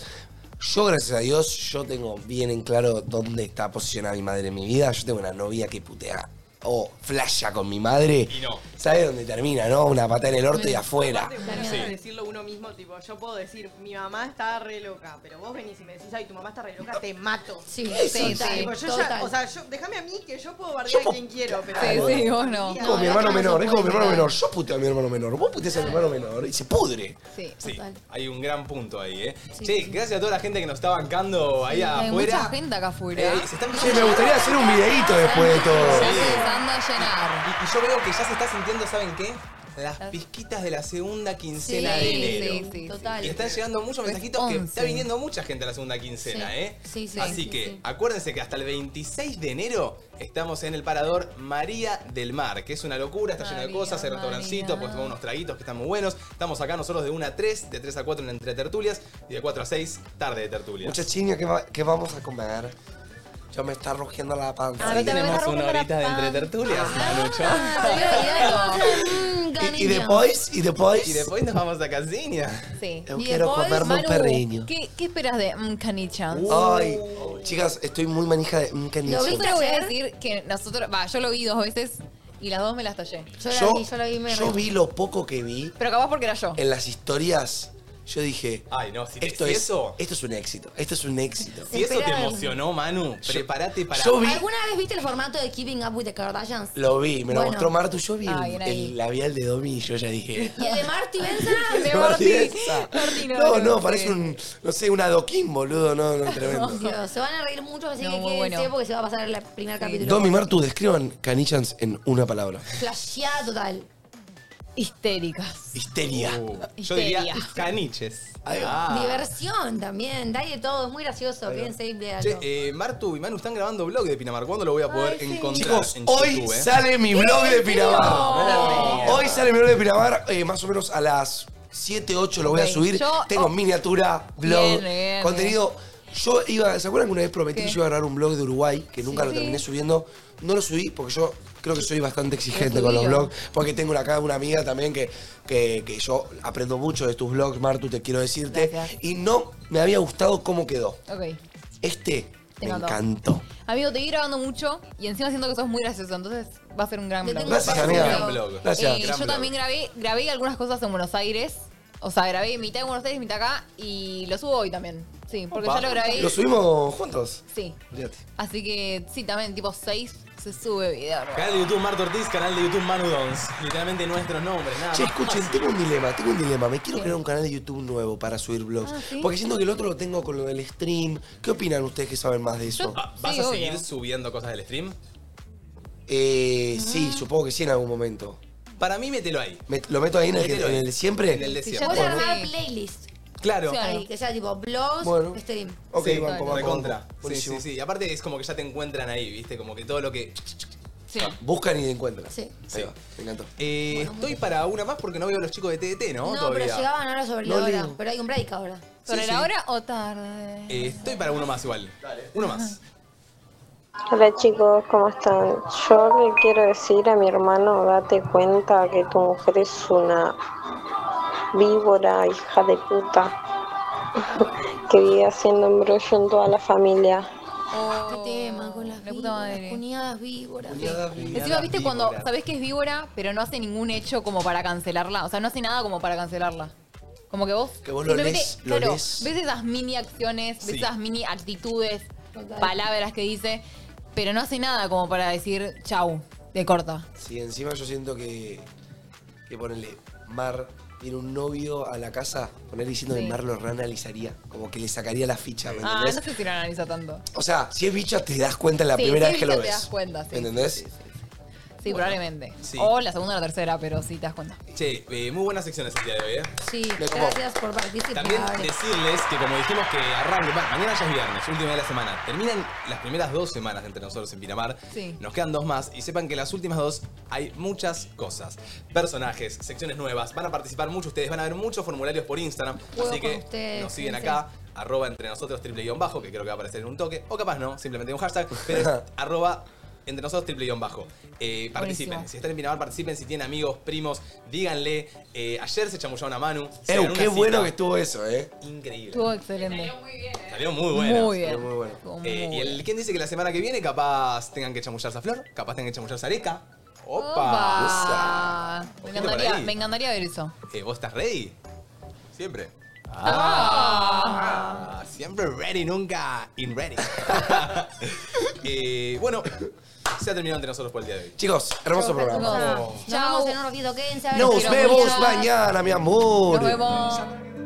[SPEAKER 3] Yo, gracias a Dios, yo tengo bien en claro dónde está posicionada mi madre en mi vida. Yo tengo una novia que putea o flasha con mi madre.
[SPEAKER 1] Y no.
[SPEAKER 3] ¿Sabes dónde termina, no? Una pata en el orto y afuera.
[SPEAKER 12] Aparte, uno puede decirlo uno mismo, tipo, yo puedo decir, mi mamá está re loca, pero vos venís y me decís, ay, tu mamá está re loca, te mato.
[SPEAKER 4] Sí,
[SPEAKER 12] Tipo,
[SPEAKER 4] sí,
[SPEAKER 12] yo ya-
[SPEAKER 4] total.
[SPEAKER 12] o sea, yo, déjame a mí que yo puedo bardear a quien quiero, pero.
[SPEAKER 2] Sí,
[SPEAKER 12] vos-
[SPEAKER 2] sí, vos no.
[SPEAKER 3] Es como mi
[SPEAKER 12] no,
[SPEAKER 3] hermano
[SPEAKER 12] no se
[SPEAKER 3] menor, es como
[SPEAKER 12] puede
[SPEAKER 3] mi
[SPEAKER 12] negar.
[SPEAKER 3] hermano menor. Yo puteo a mi hermano menor, vos puteas a mi hermano menor y se pudre.
[SPEAKER 2] Sí,
[SPEAKER 1] Sí,
[SPEAKER 2] total.
[SPEAKER 1] hay un gran punto ahí, ¿eh? che, gracias a toda la gente que nos está bancando ahí
[SPEAKER 2] Hay
[SPEAKER 1] afuera.
[SPEAKER 2] mucha gente acá afuera.
[SPEAKER 1] Eh, se están-
[SPEAKER 3] Che, me gustaría hacer un videito después de todo.
[SPEAKER 2] Ya se empezando a llenar.
[SPEAKER 1] Y, y yo veo que ya se está sintiendo, ¿saben qué? Las pizquitas de la segunda quincena de enero.
[SPEAKER 2] sí, sí. Total.
[SPEAKER 1] Y están llegando muchos mensajitos que
[SPEAKER 2] once.
[SPEAKER 1] está viniendo mucha gente a la segunda quincena,
[SPEAKER 2] Sí,
[SPEAKER 1] ¿eh?
[SPEAKER 2] sí, sí.
[SPEAKER 1] Así
[SPEAKER 2] Sí,
[SPEAKER 1] que
[SPEAKER 2] sí.
[SPEAKER 1] acuérdense que hasta el 26 de enero estamos en el parador María del Mar, que es una locura, está lleno de cosas, hay restaurancito, puedes tomar unos traguitos que están muy buenos. Estamos acá nosotros de 1 a 3, de 3 a 4 en entre tertulias y de 4 a 6 tarde de tertulias.
[SPEAKER 3] Muchachiña, ¿qué, va- qué vamos a comer? Yo me está rugiendo la panza.
[SPEAKER 1] Ahí tenemos una horita de entre tertulias,
[SPEAKER 2] Ah,
[SPEAKER 1] Nanucho.
[SPEAKER 3] Y, y después, y después.
[SPEAKER 1] Y después nos vamos a Casinha.
[SPEAKER 2] Sí.
[SPEAKER 3] Yo
[SPEAKER 2] Y
[SPEAKER 3] quiero
[SPEAKER 2] después,
[SPEAKER 3] comerme un
[SPEAKER 2] Manu,
[SPEAKER 3] perriño.
[SPEAKER 2] ¿Qué, qué esperas de mm, Canichans?
[SPEAKER 3] Ay, chicas, estoy muy manija de. mm, ¿qué ni
[SPEAKER 2] Yo
[SPEAKER 3] sé.
[SPEAKER 2] solo voy a decir que nosotros. Va, yo lo vi dos veces y las dos me las tallé.
[SPEAKER 3] Yo, yo vi lo poco que vi
[SPEAKER 2] Pero capaz porque era yo.
[SPEAKER 3] en las historias. Yo dije.
[SPEAKER 1] Ay, no, si te-
[SPEAKER 3] esto
[SPEAKER 1] si
[SPEAKER 3] es,
[SPEAKER 1] eso-
[SPEAKER 3] Esto es un éxito. Esto es un éxito.
[SPEAKER 1] Si eso te emocionó, Manu, prepárate para.
[SPEAKER 3] yo vi-
[SPEAKER 4] ¿Alguna vez viste el formato de Keeping Up with the Kardashians?
[SPEAKER 3] Lo vi, me lo
[SPEAKER 4] Bueno.
[SPEAKER 3] mostró Martu. Yo vi el-
[SPEAKER 4] Ay, era
[SPEAKER 3] el,
[SPEAKER 4] ahí.
[SPEAKER 3] labial de Domi y yo ya dije.
[SPEAKER 4] ¿Y el de Marty Benza?
[SPEAKER 3] De Marty. Benza. No, no, parece un, no sé, un adoquín, boludo, no, no, tremendo.
[SPEAKER 4] Dios, se van a reír mucho, así
[SPEAKER 2] No,
[SPEAKER 4] que
[SPEAKER 2] muy
[SPEAKER 4] quédense
[SPEAKER 2] bueno.
[SPEAKER 4] porque se va a pasar el primer capítulo.
[SPEAKER 3] Domi Martu, describan Canichans en una palabra.
[SPEAKER 4] Flasheada total.
[SPEAKER 2] Histéricas.
[SPEAKER 3] Histeria.
[SPEAKER 1] Oh. Yo diría
[SPEAKER 4] Histeria. Ah.
[SPEAKER 1] caniches. Ah.
[SPEAKER 4] Diversión también, da de todo, es muy gracioso, piensen y vean.
[SPEAKER 1] Che, eh, Martu y Manu están grabando blog de Pinamar. ¿Cuándo lo voy a poder encontrar
[SPEAKER 3] Chicos,
[SPEAKER 1] en
[SPEAKER 3] hoy
[SPEAKER 1] YouTube? eh?
[SPEAKER 3] sale mi blog de Pinamar.
[SPEAKER 1] No.
[SPEAKER 3] Hoy sale mi blog de Pinamar, eh, más o menos a las 7, 8 lo voy a
[SPEAKER 2] Ok,
[SPEAKER 3] subir.
[SPEAKER 2] yo-
[SPEAKER 3] Tengo
[SPEAKER 2] oh.
[SPEAKER 3] miniatura, blog,
[SPEAKER 2] Bien, bien,
[SPEAKER 3] contenido. Yo iba, ¿se acuerdan que una vez prometí
[SPEAKER 2] ¿Qué?
[SPEAKER 3] que yo iba a grabar un blog de Uruguay, que nunca
[SPEAKER 2] Sí.
[SPEAKER 3] lo terminé subiendo? No lo subí porque yo creo que soy bastante exigente
[SPEAKER 2] Lo
[SPEAKER 3] con los
[SPEAKER 2] subilo.
[SPEAKER 3] blogs, porque tengo acá una amiga también que, que, que yo aprendo mucho de tus blogs, Martu, te quiero decirte.
[SPEAKER 2] Gracias.
[SPEAKER 3] Y no me había gustado cómo quedó.
[SPEAKER 2] Ok.
[SPEAKER 3] Este
[SPEAKER 2] Te
[SPEAKER 3] me
[SPEAKER 2] mató.
[SPEAKER 3] encantó.
[SPEAKER 2] Amigo, te vi grabando mucho y encima siento que sos muy gracioso, entonces va a ser un gran blog.
[SPEAKER 3] Gracias,
[SPEAKER 1] un
[SPEAKER 3] amiga.
[SPEAKER 1] gran blog.
[SPEAKER 3] Gracias.
[SPEAKER 2] Eh, yo también grabé, grabé algunas cosas en Buenos Aires O sea, grabé mitad en Buenos Aires, mitad acá y lo subo hoy también. Sí, porque
[SPEAKER 3] Opa.
[SPEAKER 2] ya lo grabé.
[SPEAKER 3] ¿Lo subimos juntos?
[SPEAKER 2] Sí.
[SPEAKER 3] Olvídate.
[SPEAKER 2] Así que sí, también tipo 6 se sube video. ¿no?
[SPEAKER 1] Canal de YouTube Marta Ortiz, canal de YouTube Manu Dons. Literalmente nuestros nombres, nada
[SPEAKER 3] Che,
[SPEAKER 1] más.
[SPEAKER 3] escuchen, tengo un dilema, tengo un dilema. Me quiero crear un canal de YouTube nuevo para subir vlogs.
[SPEAKER 1] Ah, ¿sí?
[SPEAKER 3] Porque siento que el otro lo tengo con lo del stream. ¿Qué opinan ustedes que saben más de eso?
[SPEAKER 1] Va- Ah, ¿Vas a seguir subiendo cosas del stream?
[SPEAKER 3] Eh,
[SPEAKER 2] Ah.
[SPEAKER 3] sí, supongo que sí en algún momento.
[SPEAKER 1] Para mí, mételo ahí.
[SPEAKER 3] Me- ¿Lo meto ahí en el, que-
[SPEAKER 1] Mételo
[SPEAKER 3] en
[SPEAKER 1] ahí.
[SPEAKER 3] el de siempre?
[SPEAKER 1] En el de
[SPEAKER 4] Si
[SPEAKER 1] siempre.
[SPEAKER 4] yo voy a armar playlist.
[SPEAKER 1] Claro.
[SPEAKER 4] Ahí, que sea tipo blogs, este,
[SPEAKER 1] Bueno.
[SPEAKER 4] stream.
[SPEAKER 3] Ok,
[SPEAKER 1] sí,
[SPEAKER 3] banco, banco,
[SPEAKER 1] recontra.
[SPEAKER 3] banco.
[SPEAKER 1] Sí,
[SPEAKER 3] Buenísimo.
[SPEAKER 1] sí, sí. Y aparte es como que ya te encuentran ahí, ¿viste? Como que todo lo que.
[SPEAKER 2] Sí.
[SPEAKER 3] Buscan y encuentran.
[SPEAKER 4] Sí.
[SPEAKER 1] Sí.
[SPEAKER 3] Me encantó.
[SPEAKER 1] Eh, estoy para una más porque no veo a los chicos de TDT, ¿no?
[SPEAKER 4] No,
[SPEAKER 1] Todavía.
[SPEAKER 4] pero llegaban ahora sobre
[SPEAKER 1] No
[SPEAKER 4] la hora.
[SPEAKER 1] leo.
[SPEAKER 4] Pero hay un break ahora.
[SPEAKER 2] ¿Sobre
[SPEAKER 1] Sí,
[SPEAKER 2] la
[SPEAKER 1] sí.
[SPEAKER 2] hora o tarde?
[SPEAKER 1] Eh, estoy para uno más igual. Uno más.
[SPEAKER 8] Hola chicos, ¿cómo están? Yo le quiero decir a mi hermano, date cuenta que tu mujer es una víbora, hija de puta, que vive haciendo embrollo en toda la familia.
[SPEAKER 2] ¿Qué
[SPEAKER 4] Este
[SPEAKER 2] tema con las puta madre.
[SPEAKER 4] Cuñadas víboras.
[SPEAKER 3] Cuñadas
[SPEAKER 2] Encima, viste cuando sabés que es víbora, pero no hace ningún hecho como para cancelarla. O sea, no hace nada como para cancelarla. Como que vos.
[SPEAKER 3] Que vos lo
[SPEAKER 2] simplemente-
[SPEAKER 3] lees, lo
[SPEAKER 2] claro,
[SPEAKER 3] lees.
[SPEAKER 2] ves esas mini acciones, ves
[SPEAKER 3] Sí.
[SPEAKER 2] esas mini actitudes, palabras que dice, pero no hace nada como para decir chau, te corta.
[SPEAKER 3] Sí, encima yo siento que. Que ponele. Mar tiene un novio a la casa. Ponerle diciendo que
[SPEAKER 2] Sí.
[SPEAKER 3] Mar lo reanalizaría. Como que le sacaría la ficha, ¿me
[SPEAKER 2] Ah,
[SPEAKER 3] entendés?
[SPEAKER 2] no sé si lo analiza tanto.
[SPEAKER 3] O sea, si es bicha, te das cuenta la
[SPEAKER 2] Sí,
[SPEAKER 3] primera
[SPEAKER 2] sí,
[SPEAKER 3] vez que
[SPEAKER 2] bicha,
[SPEAKER 3] lo
[SPEAKER 2] te
[SPEAKER 3] ves.
[SPEAKER 2] das cuenta, sí,
[SPEAKER 3] ¿Me ¿Entendés?
[SPEAKER 2] Sí, probablemente.
[SPEAKER 1] Sí.
[SPEAKER 2] O la segunda o la tercera, pero sí te das cuenta.
[SPEAKER 1] Che, eh, muy buenas secciones el día de hoy, ¿eh?
[SPEAKER 4] Sí,
[SPEAKER 1] como-
[SPEAKER 4] gracias por participar.
[SPEAKER 1] También decirles que como dijimos que arranque, ma- mañana ya es viernes, última de la semana. Terminan las primeras dos semanas entre nosotros en Pinamar.
[SPEAKER 2] Sí.
[SPEAKER 1] Nos quedan dos más y sepan que las últimas dos hay muchas cosas. Personajes, secciones nuevas, van a participar mucho ustedes, van a ver muchos formularios por Instagram.
[SPEAKER 4] Juego
[SPEAKER 1] así
[SPEAKER 4] con
[SPEAKER 1] que
[SPEAKER 4] ustedes,
[SPEAKER 1] nos siguen
[SPEAKER 4] sí,
[SPEAKER 1] acá, arroba entre nosotros triple guión bajo, que creo que va a aparecer en un toque, o capaz no, simplemente un hashtag, pero es arroba entre nosotros triple guión bajo. Eh, participen,
[SPEAKER 2] Buenísimo.
[SPEAKER 1] si están en Pinamar, participen, si tienen amigos, primos, díganle. Eh, ayer se chamullaron a Manu. se
[SPEAKER 3] Ew,
[SPEAKER 1] ganó una
[SPEAKER 3] qué bueno
[SPEAKER 1] cita.
[SPEAKER 3] que estuvo eso, ¿eh?
[SPEAKER 1] Increíble.
[SPEAKER 2] Estuvo excelente.
[SPEAKER 1] Salió muy bueno.
[SPEAKER 2] Muy bien. Salió
[SPEAKER 1] Eh, y el, ¿Quién dice que la semana que viene capaz tengan que chamullarse a Flor? Capaz tengan que chamullarse a Areca. ¡Opa!
[SPEAKER 2] Ah, me,
[SPEAKER 1] Ojito por
[SPEAKER 2] encantaría,
[SPEAKER 1] ahí.
[SPEAKER 2] me encantaría ver eso.
[SPEAKER 1] Eh, ¿Vos estás ready? Siempre. Ah, siempre ready, nunca in ready. Eh, bueno, se ha terminado entre nosotros por el día de hoy.
[SPEAKER 3] Chicos, hermoso programa.
[SPEAKER 1] Nos
[SPEAKER 4] Nos vemos en un ratito, quédense a ver
[SPEAKER 3] Nos
[SPEAKER 4] si lo
[SPEAKER 3] vemos
[SPEAKER 4] escuchás.
[SPEAKER 3] mañana, mi amor.
[SPEAKER 4] Nos vemos.